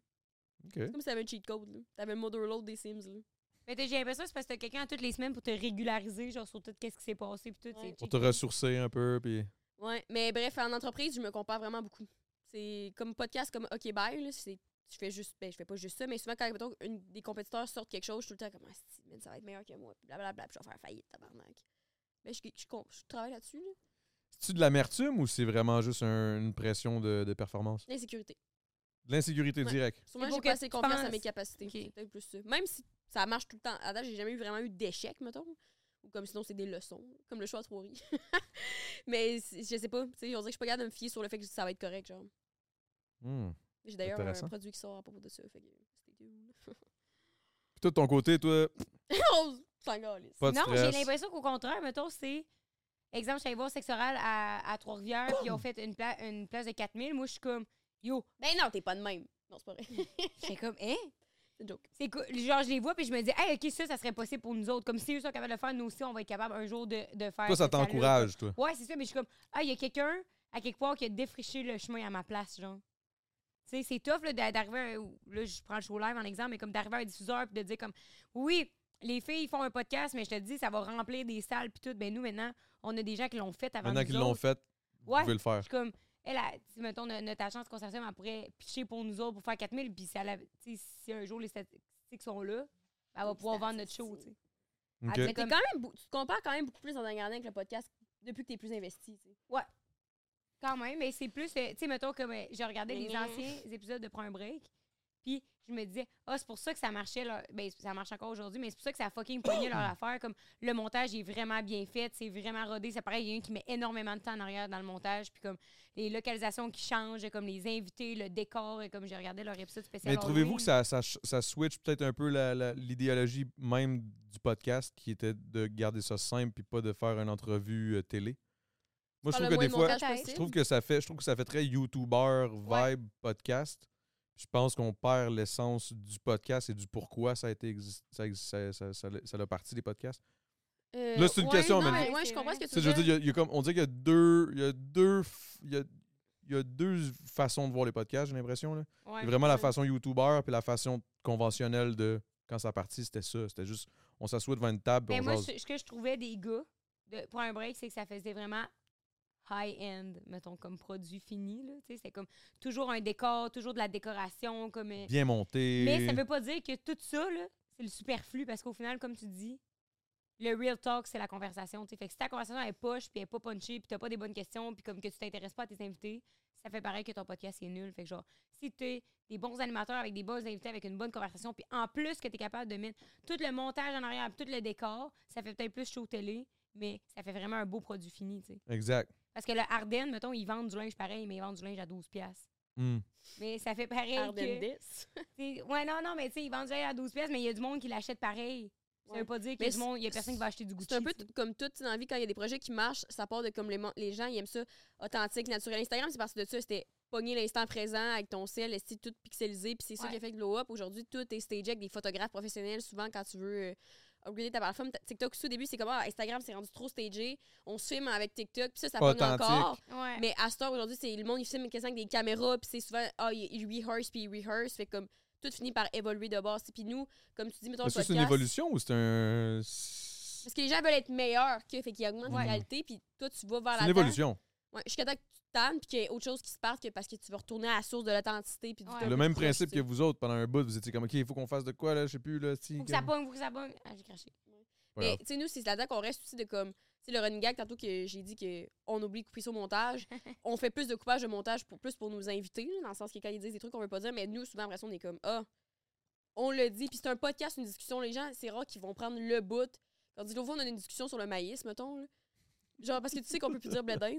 Speaker 1: OK.
Speaker 2: C'est comme si t'avais un cheat code, là. T'avais le motherload des Sims, là.
Speaker 4: Mais t'as- j'ai l'impression que c'est parce que t'as quelqu'un toutes les semaines pour te régulariser, genre sur tout qu'est-ce qui s'est passé, puis tout.
Speaker 2: Ouais.
Speaker 4: c'est
Speaker 1: Pour te
Speaker 4: checké.
Speaker 1: ressourcer un peu, puis...
Speaker 2: Ouais, mais bref, en entreprise, je me compare vraiment beaucoup. C'est comme podcast, comme OK Bye, là, c'est je fais juste ben je fais pas juste ça mais souvent quand mettons, une des compétiteurs sortent quelque chose je suis tout le temps comme ah, si, man, ça va être meilleur que moi puis blablabla puis je vais faire faillite tabarnak mais je, je, com- je travaille là-dessus là.
Speaker 1: C'est-tu de l'amertume ou c'est vraiment juste un- une pression de, de performance?
Speaker 2: l'insécurité
Speaker 1: De l'insécurité
Speaker 2: Ouais.
Speaker 1: directe.
Speaker 2: sûrement
Speaker 4: Il faut
Speaker 2: j'ai pas
Speaker 4: que
Speaker 2: assez
Speaker 4: tu
Speaker 2: confiance à
Speaker 4: penses.
Speaker 2: mes capacités
Speaker 4: Ok.
Speaker 2: c'est peut-être plus ça même si ça marche tout le temps à date j'ai jamais eu vraiment eu d'échec mettons ou comme sinon c'est des leçons comme le choix à trois riz [LAUGHS] mais c'est- je sais pas tu sais on dirait que je suis pas capable de me fier sur le fait que ça va être correct genre
Speaker 1: Hmm.
Speaker 2: j'ai d'ailleurs
Speaker 1: Intéressant.
Speaker 2: un produit qui sort à propos de ça fait que stay tuned. [LAUGHS]
Speaker 1: Puis toi, de ton côté, toi,
Speaker 2: on s'en calisse.
Speaker 1: pas de
Speaker 4: Non, j'ai
Speaker 1: stress.
Speaker 4: l'impression qu'au contraire, mettons, c'est. Exemple, je suis allée voir Sexoral à, à Trois-Rivières, puis ils ont fait une, pla- une place de 4000. Moi, je suis comme, yo.
Speaker 2: Ben non, t'es pas de même. Non, [LAUGHS] c'est pas vrai.
Speaker 4: J'étais comme, hein?
Speaker 2: c'est une joke.
Speaker 4: C'est cool. Genre, je les vois, puis je me dis, hey, OK, ça, ça serait possible pour nous autres. Comme si eux sont capables de le faire, nous aussi, on va être capable un jour de, de faire.
Speaker 1: Toi, ça
Speaker 4: cette salle-là.
Speaker 1: t'encourage, toi.
Speaker 4: Ouais, c'est ça, mais je suis comme, ah, il y a quelqu'un à quelque part qui a défriché le chemin à ma place, genre. Tu sais, c'est tough là, d'a- d'arriver, à un- là, je prends le show live en exemple, mais comme d'arriver à un diffuseur puis de dire comme, oui, les filles font un podcast, mais je te dis, ça va remplir des salles puis tout. Ben nous, maintenant, on a des gens qui l'ont fait avant
Speaker 1: Maintenant
Speaker 4: nous
Speaker 1: qu'ils l'ont
Speaker 4: autres.
Speaker 1: fait, vous
Speaker 4: Ouais.
Speaker 1: pouvez le faire.
Speaker 4: Je suis comme, elle, a, si, mettons, no- notre agence consortium, elle pourrait pitcher pour nous autres pour faire 4000, puis si, elle a- tu sais, si un jour les statistiques sont là, ben, elle va pouvoir vendre notre show, tu sais.
Speaker 1: OK.
Speaker 4: Elle
Speaker 2: Mais t'es
Speaker 4: Comme-
Speaker 2: quand même, bou- tu te compares quand même beaucoup plus en regardant avec le podcast depuis que t'es plus investi. tu sais.
Speaker 4: Quand même, mais c'est plus, euh, tu sais, mettons, comme euh, je regardais les
Speaker 2: Gna gna.
Speaker 4: anciens épisodes de Prends un break, puis je me disais, ah, c'est pour ça que ça marchait, là. Ben, ça marche encore aujourd'hui, mais c'est pour ça que ça a fucking pogné leur affaire. Comme le montage est vraiment bien fait, c'est vraiment rodé. Ça paraît, il y en a un qui met énormément de temps en arrière dans le montage, puis comme les localisations qui changent, comme les invités, le décor, et comme j'ai regardé leur épisode spécial.
Speaker 1: Mais trouvez-vous que ça,
Speaker 4: Halloween.
Speaker 1: ça, ch- ça switch peut-être un peu la- la- l'idéologie même du podcast qui était de garder ça simple puis pas de faire une entrevue euh, télé? Moi, je trouve
Speaker 2: Par le
Speaker 1: que
Speaker 2: moins
Speaker 1: des
Speaker 2: de
Speaker 1: fois,
Speaker 2: montage
Speaker 4: je
Speaker 2: possible.
Speaker 1: je trouve que ça fait, je trouve que ça fait très YouTuber
Speaker 4: Ouais.
Speaker 1: vibe podcast. Je pense qu'on perd l'essence du podcast et du pourquoi ça a été exis- ça, exi- ça, ça, ça, l'a- ça l'a parti des podcasts.
Speaker 2: Euh,
Speaker 1: Là, c'est une
Speaker 2: ouais,
Speaker 1: question,
Speaker 2: non,
Speaker 1: mais-
Speaker 2: mais ouais, je comprends ce que
Speaker 1: Tu sais,
Speaker 2: tu
Speaker 1: je
Speaker 2: veux
Speaker 1: veux dire,
Speaker 2: dire.
Speaker 1: il y a- il y a comme- on dirait qu'il y a deux, il y a deux, f- il y a, il y a deux façons de voir les podcasts. J'ai l'impression là.
Speaker 4: Ouais.
Speaker 1: Il y a vraiment la
Speaker 2: Ouais.
Speaker 1: façon YouTuber puis la façon conventionnelle de quand ça a parti, c'était ça. C'était juste, on s'assoit devant une table. puis
Speaker 4: Mais
Speaker 1: on
Speaker 4: Ben, moi,
Speaker 1: jase.
Speaker 4: ce ce que je trouvais des gars de, pour un break, c'est que ça faisait vraiment high-end, mettons, comme produit fini. Là. Tu sais, C'est comme toujours un décor, toujours de la décoration. Comme, euh,
Speaker 1: Bien monté.
Speaker 4: mais ça veut pas dire que tout ça, là, c'est le superflu, parce qu'au final, comme tu dis, le real talk, c'est la conversation. tu sais. Fait que si ta conversation elle est poche, puis elle est pas punchée, puis t'as pas des bonnes questions, puis comme que tu t'intéresses pas à tes invités, ça fait pareil que ton podcast est nul. Fait que genre, si t'es des bons animateurs avec des bons invités, avec une bonne conversation, puis en plus que t'es capable de mettre tout le montage en arrière, puis tout le décor, ça fait peut-être plus show télé, mais ça fait vraiment un beau produit fini, tu sais.
Speaker 1: Exact.
Speaker 4: Parce que le Arden, mettons, ils vendent du linge pareil, mais ils vendent du linge à 12 pièces.
Speaker 1: Hmm.
Speaker 4: Mais ça fait pareil que...
Speaker 2: Ardennes.
Speaker 4: T'sais, Ouais, non, non, mais tu sais, ils vendent déjà à 12 pièces, mais il y a du monde qui l'achète pareil. Ça
Speaker 2: Ouais.
Speaker 4: veut pas dire qu'il
Speaker 2: Mais
Speaker 4: y a du monde, il y a personne qui va acheter du Gucci.
Speaker 2: C'est un peu
Speaker 4: t'sais.
Speaker 2: tout- comme tout tu sais, dans la vie, quand il y a des projets qui marchent, ça part de comme les, mon- les gens, ils aiment ça authentique, naturel. Instagram, c'est parce que de ça, c'était pogner l'instant présent avec ton ciel, est tout pixelisé, puis c'est ça
Speaker 4: Ouais.
Speaker 2: qui a fait le glow-up. Aujourd'hui, tout est stagé avec des photographes professionnels, souvent quand tu veux euh, upgrader ta plateforme. Ta- TikTok aussi, au début, c'est comme ah, Instagram, c'est rendu trop stagé. On se filme avec TikTok, puis ça, ça pogne
Speaker 1: Authentique.
Speaker 2: encore.
Speaker 4: Ouais.
Speaker 2: Mais à cette heure, aujourd'hui, c'est le monde, il filme quasiment avec des caméras, puis c'est souvent, ah, il, il rehearse, puis il rehearse. Fait que comme tout finit par évoluer de base. Puis nous, comme tu dis, mettons, le
Speaker 1: Est-ce que c'est une
Speaker 2: podcast-
Speaker 1: évolution ou c'est un.
Speaker 2: Parce
Speaker 1: C'est
Speaker 2: que les gens veulent être meilleurs que fait qu'ils augmentent
Speaker 1: Ouais.
Speaker 2: la qualité, puis toi, tu vas vers
Speaker 1: une
Speaker 2: la tête.
Speaker 1: évolution.
Speaker 2: Ouais, jusqu'à temps que tu te tannes, puis qu'il y ait autre chose qui se parte que parce que tu vas retourner à la source de l'authenticité. Puis du
Speaker 4: Ouais.
Speaker 2: truc
Speaker 1: Le
Speaker 2: un
Speaker 1: même
Speaker 2: peu proche,
Speaker 1: principe
Speaker 2: tu
Speaker 1: que
Speaker 2: sais.
Speaker 1: vous autres, pendant un bout, vous étiez comme, OK, il faut qu'on fasse de quoi, là, je sais plus, là, si.
Speaker 4: Faut que ça pogne, faut que ça pogne. Ah, j'ai craché.
Speaker 1: Pas
Speaker 2: Mais
Speaker 1: grave.
Speaker 2: tu sais, nous, c'est là-dedans qu'on reste aussi de comme. Tu sais, le running gag, tantôt que j'ai dit qu'on oublie de couper ça au
Speaker 4: [LAUGHS]
Speaker 2: montage, on fait plus de coupage de montage pour, plus pour nous inviter, là, dans le sens que quand ils disent des trucs qu'on veut pas dire, mais nous, souvent, après ça, on est comme Ah, on le dit. Puis c'est un podcast, une discussion. Les gens, c'est rare qu'ils vont prendre le bout. Quand dit l'autre fois, on a une discussion sur le maïs, mettons. là. Genre, parce que tu sais qu'on peut plus dire bledin.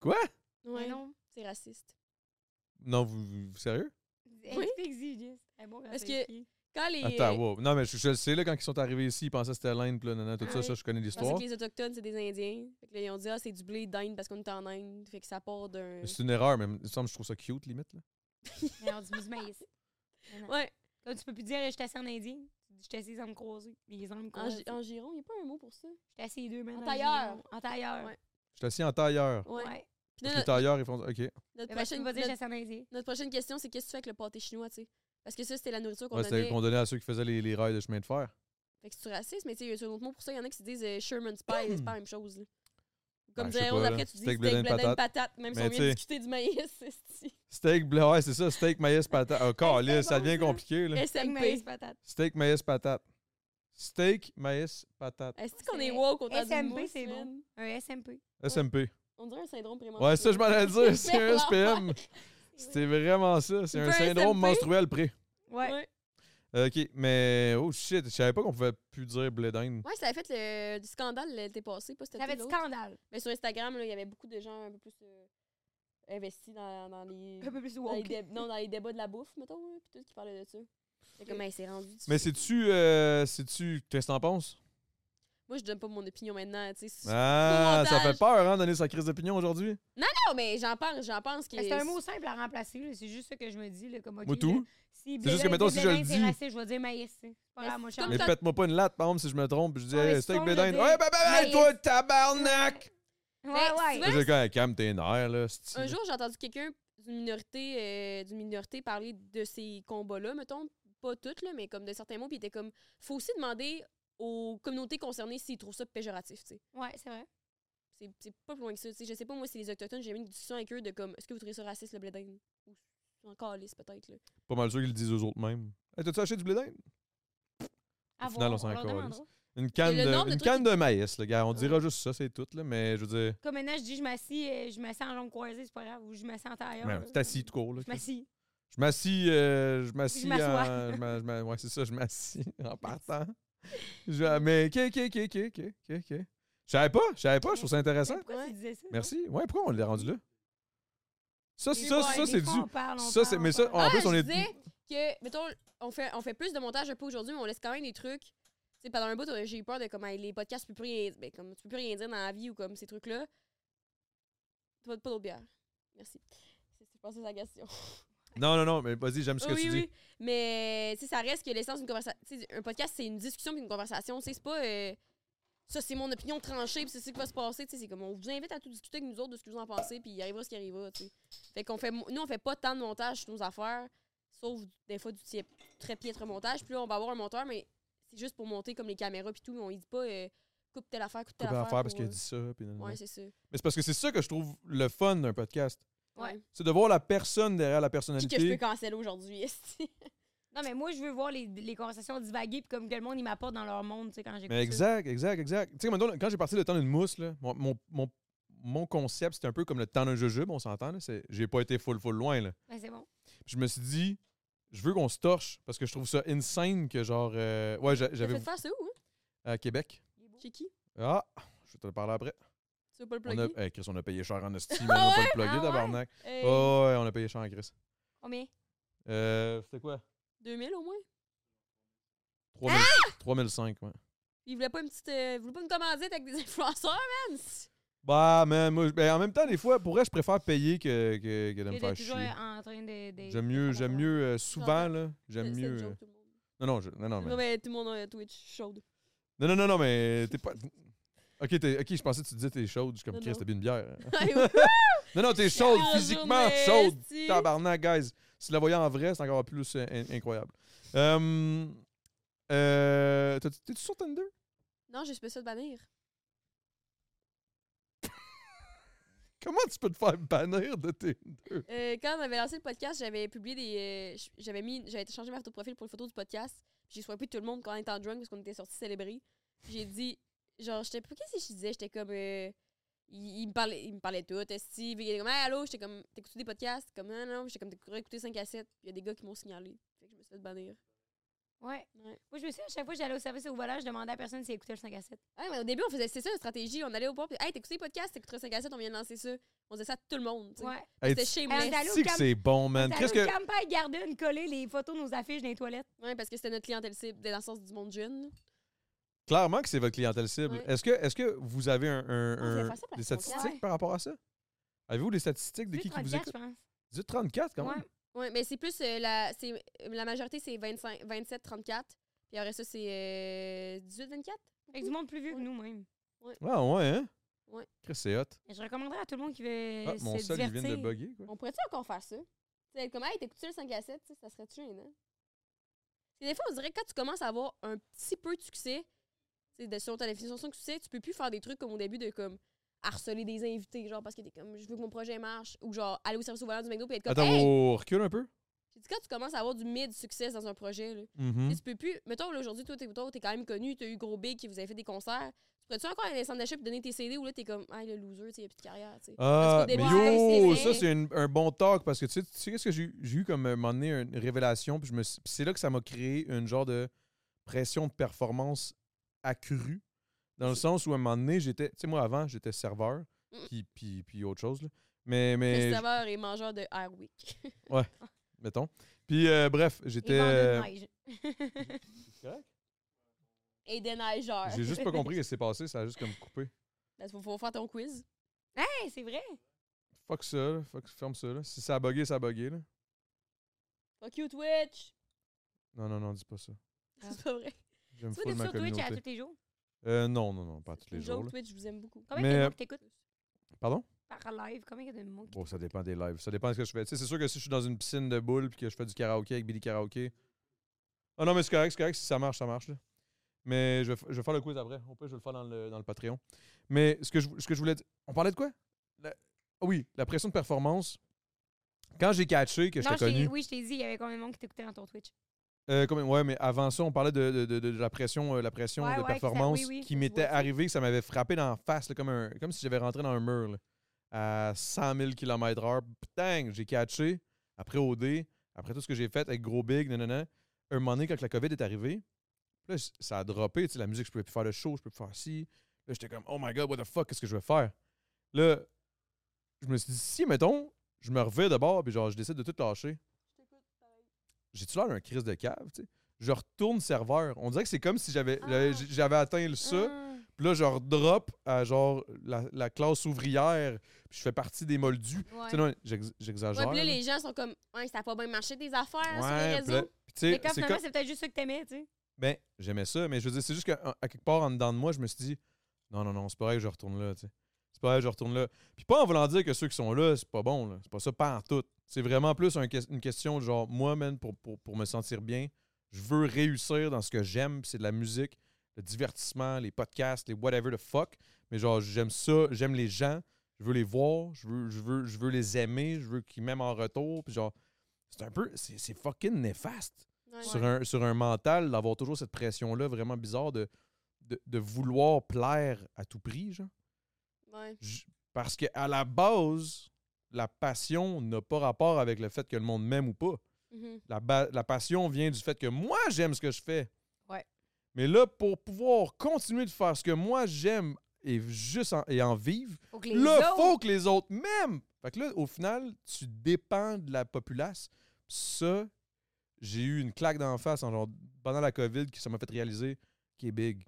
Speaker 1: Quoi?
Speaker 4: Mais
Speaker 2: Ouais,
Speaker 4: non.
Speaker 2: c'est raciste.
Speaker 1: Non, vous, vous- sérieux?
Speaker 2: Oui. Parce
Speaker 4: Parce
Speaker 2: que- Quand les.
Speaker 1: Attends, wow. Non, mais je, je le sais, là, quand ils sont arrivés ici, ils pensaient que c'était l'Inde, puis là, nanana, tout ça,
Speaker 2: Ouais.
Speaker 1: ça, je connais
Speaker 2: Je pensais
Speaker 1: l'histoire.
Speaker 2: que les Autochtones, c'est des Indiens. Fait que là, ils ont dit, ah, c'est du blé d'Inde parce qu'on est en Inde. Fait que ça part d'un.
Speaker 1: Mais C'est une erreur, mais il me semble que je trouve ça cute, limite, là.
Speaker 4: Non, du maïs.
Speaker 2: Ouais,
Speaker 4: Là, tu peux plus dire, je suis assis en indien. Tu dis, je suis assis les hommes croisés. Mais les hommes
Speaker 2: en,
Speaker 4: croisés.
Speaker 2: gi- en giron, il n'y a pas un mot pour ça.
Speaker 4: Je suis assis les deux, maintenant.
Speaker 2: Ah, En tailleur.
Speaker 4: En tailleur.
Speaker 2: Ouais.
Speaker 1: Je suis assis en tailleur.
Speaker 2: Ouais.
Speaker 4: Ouais.
Speaker 2: Puis
Speaker 1: Parce
Speaker 2: là,
Speaker 1: que les tailleurs, ils font. OK.
Speaker 2: notre, notre
Speaker 4: Mais parce que
Speaker 2: prochaine,
Speaker 4: tu vas dire, je
Speaker 2: notre,
Speaker 4: suis assis en indien.
Speaker 2: notre prochaine question, c'est qu'est-ce que tu fais avec le pâté chinois, tu sais? Parce que ça, c'était la nourriture qu'on
Speaker 1: Ouais,
Speaker 2: donnait.
Speaker 1: c'était qu'on donnait à ceux qui faisaient les, les rails de chemin de fer.
Speaker 2: Fait que c'est raciste, mais tu sais, il y a un autre mot pour ça. Il y en a qui se disent euh, Sherman's Pie, c'est pas la même chose. là. Comme
Speaker 1: Ben, je sais
Speaker 2: dire, on
Speaker 1: pas,
Speaker 2: après,
Speaker 1: là.
Speaker 2: tu dis
Speaker 1: Steak,
Speaker 2: steak,
Speaker 1: blé,
Speaker 2: blé,
Speaker 1: patate.
Speaker 2: patate. patate, même si
Speaker 1: Mais
Speaker 2: on
Speaker 1: tu
Speaker 2: vient
Speaker 1: sais-
Speaker 2: discuter du maïs, [LAUGHS]
Speaker 1: [LAUGHS]
Speaker 2: c'est
Speaker 1: Steak, blé- ouais, c'est ça, steak, maïs,
Speaker 2: [LAUGHS]
Speaker 1: patate. Oh, calisse, ça
Speaker 4: bon,
Speaker 1: devient
Speaker 4: ça.
Speaker 1: compliqué, là.
Speaker 4: Avec maïs,
Speaker 2: SMP.
Speaker 4: patate.
Speaker 1: Steak, maïs, patate. Steak, maïs, patate.
Speaker 2: Est-ce qu'on
Speaker 4: C'est
Speaker 2: est woke autant du
Speaker 4: SMP,
Speaker 2: mot?
Speaker 4: c'est bon. Un SMP.
Speaker 1: SMP.
Speaker 2: On dirait un syndrome prémenstruel.
Speaker 1: Ouais,
Speaker 2: [LAUGHS]
Speaker 1: ça, je m'en [LAUGHS] allais dire, c'est un
Speaker 2: Super
Speaker 1: SPM. C'était vraiment ça. C'est
Speaker 2: Tu
Speaker 1: un
Speaker 2: veux un
Speaker 1: syndrome
Speaker 2: SMP?
Speaker 1: menstruel pré. Euh,
Speaker 4: Ouais.
Speaker 2: Ouais.
Speaker 1: OK, mais oh shit, je savais pas qu'on pouvait plus dire blé d'Inde.
Speaker 2: Ouais, ça avait fait le, du scandale l'été passé, pas cet
Speaker 4: Ça
Speaker 2: été,
Speaker 4: fait du
Speaker 2: l'autre.
Speaker 4: scandale.
Speaker 2: Mais sur Instagram, là, il y avait beaucoup de gens un peu plus euh, investis dans, dans les.
Speaker 4: Un peu plus
Speaker 2: dans les
Speaker 4: woke.
Speaker 2: dé- non, dans les débats de la bouffe, mettons, hein, puis tout qui parlait de ça. C'est comme, hey, c'est rendu. du-
Speaker 1: Mais c'est-tu. euh, c'est-tu. Qu'est-ce que t'en penses?
Speaker 2: Moi, je donne pas mon opinion maintenant, tu sais. c'est-
Speaker 1: Ah, ça
Speaker 2: montage.
Speaker 1: fait peur, hein, donner sa crise d'opinion aujourd'hui?
Speaker 2: Non, mais j'en pense, j'en pense que.
Speaker 4: Mais C'est un mot simple à remplacer. là. C'est juste ça que je me dis. Là, comme, ok,
Speaker 1: Moi, tout.
Speaker 4: là, Si
Speaker 1: C'est juste que, mettons, si je le dis-
Speaker 4: raciste, je vais dire maïs. C'est pas
Speaker 2: Mais Ah,
Speaker 4: grave, moi,
Speaker 2: c'est
Speaker 4: je
Speaker 2: comme
Speaker 1: Mais
Speaker 2: ça-
Speaker 1: pète-moi pas une latte, par exemple, si je me trompe. Je dis,
Speaker 4: Ouais,
Speaker 1: hey,
Speaker 4: c'est
Speaker 1: steak
Speaker 4: con
Speaker 1: blé
Speaker 4: de
Speaker 1: d'Inde.
Speaker 4: dire.
Speaker 1: Ouais, bah, bah,
Speaker 4: Mais-
Speaker 1: bah, toi, tabarnak!
Speaker 4: Ouais,
Speaker 2: Mais
Speaker 4: ouais.
Speaker 2: souvent,
Speaker 1: Là, J'ai quand même calme tes nerfs, là. c'est-tu.
Speaker 2: Un jour, j'ai entendu quelqu'un d'une minorité, euh, d'une minorité parler de ces combats-là, mettons, pas toutes, là, mais comme de certains mots, puis il était comme, faut aussi demander aux communautés concernées s'ils trouvent ça péjoratif, tu sais.
Speaker 4: Ouais, c'est vrai.
Speaker 2: C'est- C'est pas plus loin que ça. tu sais. je sais pas, moi, c'est les Autochtones, j'ai eu une discussion avec eux de comme, est-ce que vous trouvez ça raciste, le blé d'Inde? Ou encore lisse, peut-être. là.
Speaker 1: Pas mal sûr qu'ils le disent eux autres même. Hey, t'as-tu acheté du blé d'Inde?
Speaker 4: À
Speaker 1: final,
Speaker 4: voir,
Speaker 1: on s'en
Speaker 4: leur
Speaker 1: calisse.
Speaker 4: demandera.
Speaker 1: Une canne,
Speaker 2: le nombre
Speaker 1: de,
Speaker 2: de
Speaker 1: une
Speaker 2: trucs
Speaker 1: canne de maïs, le gars. On
Speaker 2: Ouais.
Speaker 1: dira juste ça, c'est tout, là. Mais je veux dire,
Speaker 4: Comme maintenant, je dis, je m'assis, euh, je m'assis en jambe croisée, c'est pas grave, ou je m'assis en tailleur.
Speaker 1: ouais,
Speaker 4: là.
Speaker 1: c'est assis tout court, là.
Speaker 4: Je m'assis.
Speaker 1: Je m'assis, euh, je m'assis,
Speaker 4: Je m'assois.
Speaker 1: en- je m'a- je m'a- ouais, c'est ça, je m'assis [LAUGHS] en partant. Je- mais ok, ok, ok, ok, ok, ok, ok. Je savais pas, je savais pas, je trouve ça
Speaker 4: Mais
Speaker 1: intéressant.
Speaker 4: Pourquoi
Speaker 2: Ouais.
Speaker 4: tu disais ça?
Speaker 1: Merci. Ouais, pourquoi on l'a rendu là? Ça,
Speaker 4: Des
Speaker 1: ça,
Speaker 4: fois,
Speaker 1: ça,
Speaker 4: des
Speaker 1: c'est
Speaker 4: fois,
Speaker 1: du.
Speaker 4: on parle, on
Speaker 1: Ça, c'est.
Speaker 4: parle,
Speaker 1: Mais
Speaker 4: on
Speaker 1: ça,
Speaker 4: parle.
Speaker 1: en
Speaker 2: ah,
Speaker 1: plus, on
Speaker 2: je
Speaker 1: est.
Speaker 2: disais que, mettons, on fait, on fait plus de montage un peu aujourd'hui, mais on laisse quand même des trucs. Tu sais, pendant un bout, euh, j'ai eu peur de comme, hey, les podcasts, tu peux plus rien, ben, comme, tu peux plus rien dire dans la vie ou comme ces trucs-là. Pas, pas d'autre bière. Merci. C'est- Je pense que c'est la question.
Speaker 1: Non, non, non, mais vas-y, j'aime ce que
Speaker 2: Ah oui,
Speaker 1: tu dis.
Speaker 2: oui. Mais tu sais, ça reste que l'essence d'une conversation. Un podcast, c'est une discussion puis une conversation. Tu sais, C'est pas. euh, ça, c'est mon opinion tranchée, puis c'est ce qui va se passer. Tu sais, C'est comme on vous invite à tout discuter avec nous autres de ce que vous en pensez, puis il arrivera ce qui arrivera. tu sais. Fait qu'on fait. mo- Nous, on fait pas tant de montage sur nos affaires, sauf des fois du tiep- très piètre montage. Puis là, on va avoir un monteur, mais c'est juste pour monter comme les caméras, puis tout. On ne dit pas euh, coupe telle affaire, coupe telle
Speaker 1: Coupe à
Speaker 2: affaire.
Speaker 1: faire parce
Speaker 2: pour,
Speaker 1: qu'il a
Speaker 2: euh,
Speaker 1: dit ça. puis nan, nan,
Speaker 2: Ouais,
Speaker 1: nan.
Speaker 2: c'est ça.
Speaker 1: Mais c'est parce que c'est ça que je trouve le fun d'un podcast.
Speaker 4: Ouais.
Speaker 1: C'est de voir la personne derrière la
Speaker 2: Qui que je peux
Speaker 1: personnalité.
Speaker 2: canceller aujourd'hui? [LAUGHS] esti?
Speaker 4: Non, mais moi, je veux voir les, les conversations divaguer, puis comme que le monde, il m'apporte dans leur monde, tu sais, quand j'écoute.
Speaker 1: Mais
Speaker 4: ça.
Speaker 1: exact, exact, exact. Tu sais, mettons, quand j'ai parti le temps d'une mousse, là, mon, mon, mon- mon concept, c'était un peu comme le temps d'un jujube, on s'entend. là, c'est- J'ai pas été full, full loin. Là.
Speaker 4: Ben, c'est bon.
Speaker 1: Puis je me suis dit, je veux qu'on se torche parce que je trouve ça insane que genre. euh, ouais, j'a-
Speaker 2: T'as fait
Speaker 1: j'avais.
Speaker 2: faire ça où? hein?
Speaker 1: À Québec.
Speaker 2: Chez qui?
Speaker 1: Ah, je vais te le parler après.
Speaker 2: Tu veux pas le
Speaker 1: On a,
Speaker 2: plugger? Euh,
Speaker 1: eh, Chris, on a payé cher en estime, on a pas le plugger,
Speaker 4: Ah ouais?
Speaker 1: tabarnak.
Speaker 2: Hey,
Speaker 1: Oh, ouais, on a payé cher en Chris.
Speaker 4: Combien?
Speaker 1: Euh, c'était quoi
Speaker 2: 2000 au moins?
Speaker 1: 3000,
Speaker 4: Ah!
Speaker 1: 3005, ouais.
Speaker 2: Il voulait pas une petite. euh, il voulait pas une commandite avec des [LAUGHS] influenceurs, man!
Speaker 1: Bah, mais moi, je- ben, en même temps, des fois, pour vrai, je préfère payer que, que, que de me
Speaker 4: J'étais
Speaker 1: faire
Speaker 4: toujours
Speaker 1: chier.
Speaker 4: en train de. de-
Speaker 1: J'aime mieux,
Speaker 4: de-
Speaker 1: j'aime mieux euh, souvent,
Speaker 2: J'entends.
Speaker 1: là.
Speaker 2: C'est-
Speaker 1: J'aime
Speaker 2: c'est une
Speaker 1: mieux. euh,
Speaker 2: joke, tout le monde.
Speaker 1: Non, non, je- non, non,
Speaker 2: Non,
Speaker 1: mais. [LAUGHS]
Speaker 2: mais tout le monde a Twitch chaude.
Speaker 1: Non, non, non, non, mais t'es pas. Ok, t'es- ok, je pensais que tu disais t'es chaude. Je suis comme,
Speaker 2: Non,
Speaker 1: Chris,
Speaker 2: non.
Speaker 1: t'as bu une bière. hein.
Speaker 2: Hey, oui.
Speaker 1: non, non, t'es
Speaker 2: [LAUGHS]
Speaker 1: chaude,
Speaker 2: Grosse
Speaker 1: physiquement
Speaker 2: journée,
Speaker 1: chaude.
Speaker 2: esti.
Speaker 1: Tabarnak, guys. Si tu la voyais en vrai, c'est encore plus euh, in- incroyable. Euh, euh, t'as- T'es-tu sur Tinder?
Speaker 2: Non, j'ai spécial de bannir.
Speaker 1: Comment tu peux te faire bannir de tes.
Speaker 2: Euh, quand on avait lancé le podcast, j'avais publié des. euh, j- j'avais mis. J'avais changé ma photo de profil pour une photo du podcast. J'ai swipé tout le monde quand on était en drunk parce qu'on était sortis célébrer. J'ai dit. Genre, j'étais. Qu'est-ce que je disais? J'étais comme. euh, il, il me parlait, il me parlait tout. Steve, il était comme, hey, allô? J'étais comme, t'écoutes des podcasts? Comme, non, non. J'étais comme, t'écoutes écouter 5 à 7. Il y a des gars qui m'ont signalé. Fait que je me suis fait bannir.
Speaker 4: Ouais.
Speaker 2: Ouais.
Speaker 4: Moi, je me souviens, à chaque fois que j'allais au service au volant, je demandais à personne si écoutait le 5 à 7.
Speaker 2: Ah, mais au début, on faisait. C'est ça la stratégie. On allait au port. puis, Hey, t'écoutes des podcasts? T'écoutes 5 à 7. On vient de lancer ça. On disait ça à tout le monde. tu sais.
Speaker 4: Ouais.
Speaker 1: Hey,
Speaker 2: C'était
Speaker 1: tu
Speaker 2: chez
Speaker 4: Alors,
Speaker 2: moi.
Speaker 4: t'allais au
Speaker 1: sais que
Speaker 4: camp-
Speaker 1: c'est bon, man.
Speaker 4: T'allais
Speaker 1: Qu'est-ce
Speaker 4: au
Speaker 1: que.
Speaker 4: Campagne Garden coller les photos de nos affiches dans les toilettes.
Speaker 2: Ouais, parce que c'était notre clientèle cible, dans le sens du monde jeune. là.
Speaker 1: Clairement que c'est votre clientèle cible.
Speaker 2: Ouais.
Speaker 1: Est-ce que, est que vous avez un, un-
Speaker 2: On voulait
Speaker 1: un-
Speaker 2: faire ça pour la
Speaker 1: des
Speaker 2: saison
Speaker 1: statistiques
Speaker 4: quatre.
Speaker 1: par rapport à ça? Avez-vous des statistiques de qui, qui vous
Speaker 4: 34, je
Speaker 1: écoute?
Speaker 4: pense.
Speaker 1: 34 quand
Speaker 4: Ouais.
Speaker 1: même.
Speaker 2: Oui, mais c'est plus euh, la, c'est, euh, la majorité, c'est 25, 27, 34. Puis après ça, c'est euh, 18, 24.
Speaker 4: Avec du monde plus vieux que
Speaker 2: Ouais.
Speaker 4: nous, même.
Speaker 1: Ah ouais, hein?
Speaker 2: Ouais. Euh,
Speaker 1: Chris, c'est hot.
Speaker 4: Et Je recommanderais à tout le monde qui veut
Speaker 1: Ah,
Speaker 4: se
Speaker 1: mon sol, il
Speaker 4: divertir.
Speaker 1: vient de bugger. Quoi.
Speaker 2: On pourrait-tu encore faire ça? C'est comme, hey, t'écoutes le 5 à 7, tu sais, ça serait-tu gênant? Parce que des fois, on dirait que quand tu commences à avoir un petit peu de succès, tu sais, de, sur ta définition de succès, tu peux plus faire des trucs comme au début de comme harceler des invités, genre parce que t'es comme, je veux que mon projet marche, ou genre aller au service au volant du McDo puis être comme,
Speaker 1: Attends,
Speaker 2: hey!
Speaker 1: on recule un peu.
Speaker 2: J'ai dit, quand tu commences à avoir du mid-succès dans un projet, là,
Speaker 1: Mhm.
Speaker 2: Tu sais, Tu peux plus. Mettons, là, aujourd'hui, toi, t'es toi, t'es quand même connu, t'as eu Gros Big qui vous avez fait des concerts. Tu pourrais-tu encore aller dans un d'achat et donner tes CD ou là, t'es comme, ah, le loser, tu sais, y a plus de carrière, tu sais.
Speaker 1: Ah,
Speaker 2: Parce qu'au
Speaker 1: mais
Speaker 2: début,
Speaker 1: yo,
Speaker 2: ouais, c'est
Speaker 1: ça
Speaker 2: vrai.
Speaker 1: c'est une- un bon talk parce que tu sais, tu sais qu'est-ce que j'ai eu- j'ai eu comme à un moment donné une révélation, puis je me suis- puis c'est là que ça m'a créé une genre de pression de performance accrue, dans le sens où à un moment donné, j'étais, tu sais, moi avant, j'étais serveur,
Speaker 2: Mm.
Speaker 1: puis, puis, puis autre chose, là. mais, mais
Speaker 2: Le serveur et mangeur de Air Week.
Speaker 1: mettons. Puis euh, bref,
Speaker 4: Et
Speaker 1: j'étais. euh,
Speaker 4: vendeur de neige. [LAUGHS]
Speaker 2: et déneigeur.
Speaker 1: J'ai juste pas compris ce qui s'est passé, ça a juste comme coupé.
Speaker 2: [LAUGHS] Parce qu'il faut faire ton quiz.
Speaker 4: Hey, c'est vrai.
Speaker 1: Fuck ça, là. fuck, ferme ça. Là. Si ça a bugué, ça a bugué. Là.
Speaker 2: Fuck you, Twitch. [LAUGHS]
Speaker 1: Non, non, non, dis pas ça.
Speaker 2: C'est pas vrai.
Speaker 1: J'aime
Speaker 4: Tu
Speaker 1: full
Speaker 4: vois, t'es
Speaker 1: ma
Speaker 4: sur Twitch à
Speaker 1: communauté.
Speaker 4: tous les jours.
Speaker 1: Euh, non, non, non, pas tous les
Speaker 2: Une
Speaker 1: jours.
Speaker 2: joke,
Speaker 1: là.
Speaker 2: Twitch, je vous aime beaucoup.
Speaker 4: Combien
Speaker 1: Mais,
Speaker 4: de
Speaker 1: euh,
Speaker 4: monde t'écoutes
Speaker 1: Pardon?
Speaker 4: par live? Combien il y a de monde qui
Speaker 1: Bon, ça dépend des lives. Ça dépend de ce que je fais. Tu sais, c'est sûr que si je suis dans une piscine de boules puis que je fais du karaoké avec Billy Karaoké. Ah non, mais c'est correct, c'est correct. Si ça marche, ça marche. Là. Mais je vais, f- je vais faire le quiz après. Au pire, je vais le faire dans le, dans le Patreon. Mais ce que je, ce que je voulais dire. On parlait de quoi? La- ah oui, la pression de performance. Quand j'ai catché que
Speaker 4: Non,
Speaker 1: j'étais
Speaker 4: je t'ai-
Speaker 1: connu.
Speaker 4: Oui, je t'ai dit, il y avait combien de monde qui t'écoutait dans ton Twitch.
Speaker 1: Euh, combien- ouais, mais avant ça, on parlait de, de- de- de la pression, euh, la pression
Speaker 4: Ouais,
Speaker 1: de
Speaker 4: ouais, que ça-
Speaker 1: performance
Speaker 4: oui, oui,
Speaker 1: qui
Speaker 4: je
Speaker 1: m'était
Speaker 4: vois ça.
Speaker 1: arrivée, que ça m'avait frappé dans la face, là, comme, un- comme si j'avais rentré dans un mur là, à 100 000 km/h. Putain, j'ai catché. Après OD, après tout ce que j'ai fait avec Gros Big, nanana. Un moment donné, quand la COVID est arrivée, là, c- ça a droppé. tu sais, La musique, je pouvais plus faire le show, je peux plus faire ci. Là, j'étais comme, oh my god, what the fuck, qu'est-ce que je vais faire? Là, je me suis dit, si, mettons, je me revais de bord, puis genre, je décide de tout lâcher. J'ai-tu l'air d'un crise de cave, tu sais? Je retourne serveur. On dirait que c'est comme si
Speaker 2: Ah!
Speaker 1: j'avais j'avais- j'avais atteint le ça.
Speaker 2: Hum.
Speaker 1: Puis là, je redrop à genre la, la classe ouvrière. Puis je fais partie des moldus.
Speaker 4: Ah, ouais.
Speaker 1: Tu sais, non, j'ex-
Speaker 2: Ouais,
Speaker 1: j'exagère.
Speaker 2: puis
Speaker 1: là.
Speaker 2: là, les gens sont comme, ouais, ça a pas bien marché tes affaires
Speaker 1: Ouais,
Speaker 2: sur
Speaker 1: puis
Speaker 2: les
Speaker 1: là-
Speaker 2: réseaux.
Speaker 1: puis tu sais,
Speaker 4: Mais quand
Speaker 1: c'est
Speaker 4: finalement,
Speaker 1: comme-
Speaker 4: c'est peut-être juste ça que t'aimais, tu sais.
Speaker 1: Ben, j'aimais ça, mais je veux dire, c'est juste qu'à à quelque part en dedans de moi, je me suis dit, non, non, non, c'est pas vrai que je retourne là, tu sais. C'est pas vrai que je retourne là. Puis pas en voulant dire que ceux qui sont là, c'est pas bon, là. C'est pas ça, pas en tout. C'est vraiment plus un que- une question de genre, moi, man, pour, pour, pour me sentir bien, je veux réussir dans ce que j'aime, puis c'est de la musique, le divertissement, les podcasts, les whatever the fuck. Mais genre, j'aime ça, j'aime les gens, je veux les voir, je veux, je veux, je veux les aimer, je veux qu'ils m'aiment en retour, puis genre, c'est un peu, c'est c'est fucking néfaste
Speaker 2: Ouais.
Speaker 1: sur, un, sur un mental, d'avoir toujours cette pression-là vraiment bizarre de, de, de vouloir plaire à tout prix, genre.
Speaker 2: Ouais.
Speaker 1: J- Parce qu'à la base, la passion n'a pas rapport avec le fait que le monde m'aime ou pas.
Speaker 2: Mhm.
Speaker 1: La, ba- la passion vient du fait que moi, j'aime ce que je fais.
Speaker 4: Ouais.
Speaker 1: Mais là, pour pouvoir continuer de faire ce que moi, j'aime et juste en, et en vivre,
Speaker 4: Faut que les
Speaker 1: là,
Speaker 4: autres-
Speaker 1: faut que les autres m'aiment. Fait que là, au final, tu dépends de la populace. Ça, j'ai eu une claque d'en face en genre, pendant la COVID qui ça m'a fait réaliser qui est big.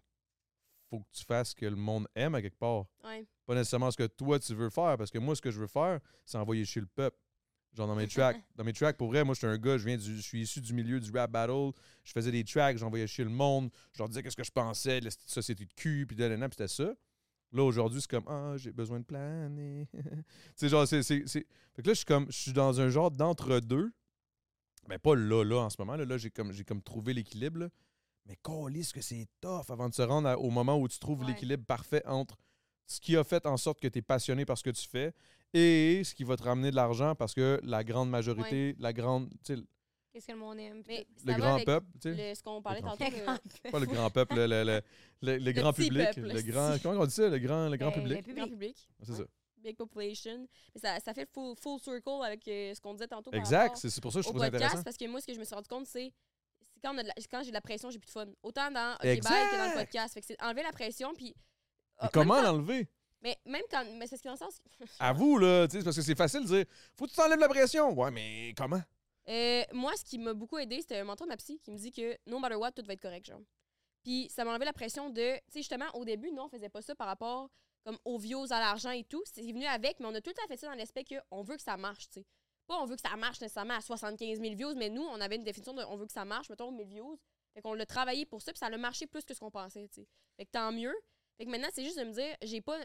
Speaker 1: Faut que tu fasses ce que le monde aime à quelque part.
Speaker 2: Ouais.
Speaker 1: Pas nécessairement ce que toi tu veux faire, parce que moi, ce que je veux faire, c'est envoyer chez le peuple. Genre dans mes tracks. dans mes tracks, pour vrai, moi, j'étais un gars, je viens du, je suis issu du milieu du rap battle. Je faisais des tracks, j'envoyais chez le monde, je leur disais qu'est-ce que je pensais de la société de cul, puis de puis c'était ça. Là, aujourd'hui, c'est comme, ah, j'ai besoin de planer. [LAUGHS] c'est genre, c'est, c'est, c'est- Fait que là, je suis comme, je suis dans un genre d'entre-deux. Ben, pas là, là, en ce moment. Là, là j'ai comme, j'ai comme trouvé l'équilibre. là. Mais ce que c'est tough avant de se rendre à- au moment où tu trouves
Speaker 4: Ouais.
Speaker 1: l'équilibre parfait entre ce qui a fait en sorte que tu es passionné par ce que tu fais et ce qui va te ramener de l'argent parce que la grande majorité, la grande, tu sais,
Speaker 4: Qu'est-ce que le monde aime?
Speaker 1: [LAUGHS]
Speaker 2: Mais ça
Speaker 1: le
Speaker 2: va
Speaker 1: grand
Speaker 2: avec
Speaker 1: peuple, tu sais,
Speaker 2: le- ce qu'on parlait
Speaker 1: Le grand
Speaker 2: tantôt. que-
Speaker 1: pas le grand peuple, le, le- le- le- le grand
Speaker 2: petit
Speaker 1: public,
Speaker 2: peuple,
Speaker 1: le grand,
Speaker 2: si.
Speaker 1: comment on dit ça, le grand, le grand
Speaker 4: Ben,
Speaker 1: public,
Speaker 2: Grand [LAUGHS] public.
Speaker 1: c'est ça.
Speaker 2: Big population. Mais ça, ça fait full, full circle avec euh, ce qu'on disait tantôt. par
Speaker 1: Exact,
Speaker 2: rapport
Speaker 1: c'est c'est pour ça que je
Speaker 2: au
Speaker 1: trouve ça
Speaker 2: podcast,
Speaker 1: intéressant.
Speaker 2: parce que moi, ce que je me suis rendu compte, c'est c'est quand, on a de la- quand j'ai de la pression, j'ai plus de fun. Autant dans OK
Speaker 1: Exact.
Speaker 2: Bye que dans le podcast. Fait que c'est enlever la pression, puis. Ah,
Speaker 1: Mais comment
Speaker 2: même quand-
Speaker 1: l'enlever?
Speaker 2: Mais même quand. Mais c'est ce qui est dans le sens.
Speaker 1: À vous, là, tu sais, parce que c'est facile de dire, faut que tu t'enlèves la pression. Ouais, mais comment?
Speaker 2: Euh, moi, ce qui m'a beaucoup aidé, c'était un mentor de ma psy qui me dit que no matter what, tout va être correct, genre. Puis ça m'a enlevé la pression de. Tu sais, justement, au début, nous, on faisait pas ça par rapport comme aux views, à l'argent et tout. C'est venu avec, mais on a tout le temps fait ça dans l'aspect qu'on veut que ça marche, tu sais. Pas on veut que ça marche nécessairement à 75 000 views, mais nous, on avait une définition de on veut que ça marche, mettons, 1000 views. Fait qu'on l'a travaillé pour ça, puis ça a marché plus que ce qu'on pensait, tu sais. Fait que tant mieux. Fait que maintenant, c'est juste de me dire, j'ai pas.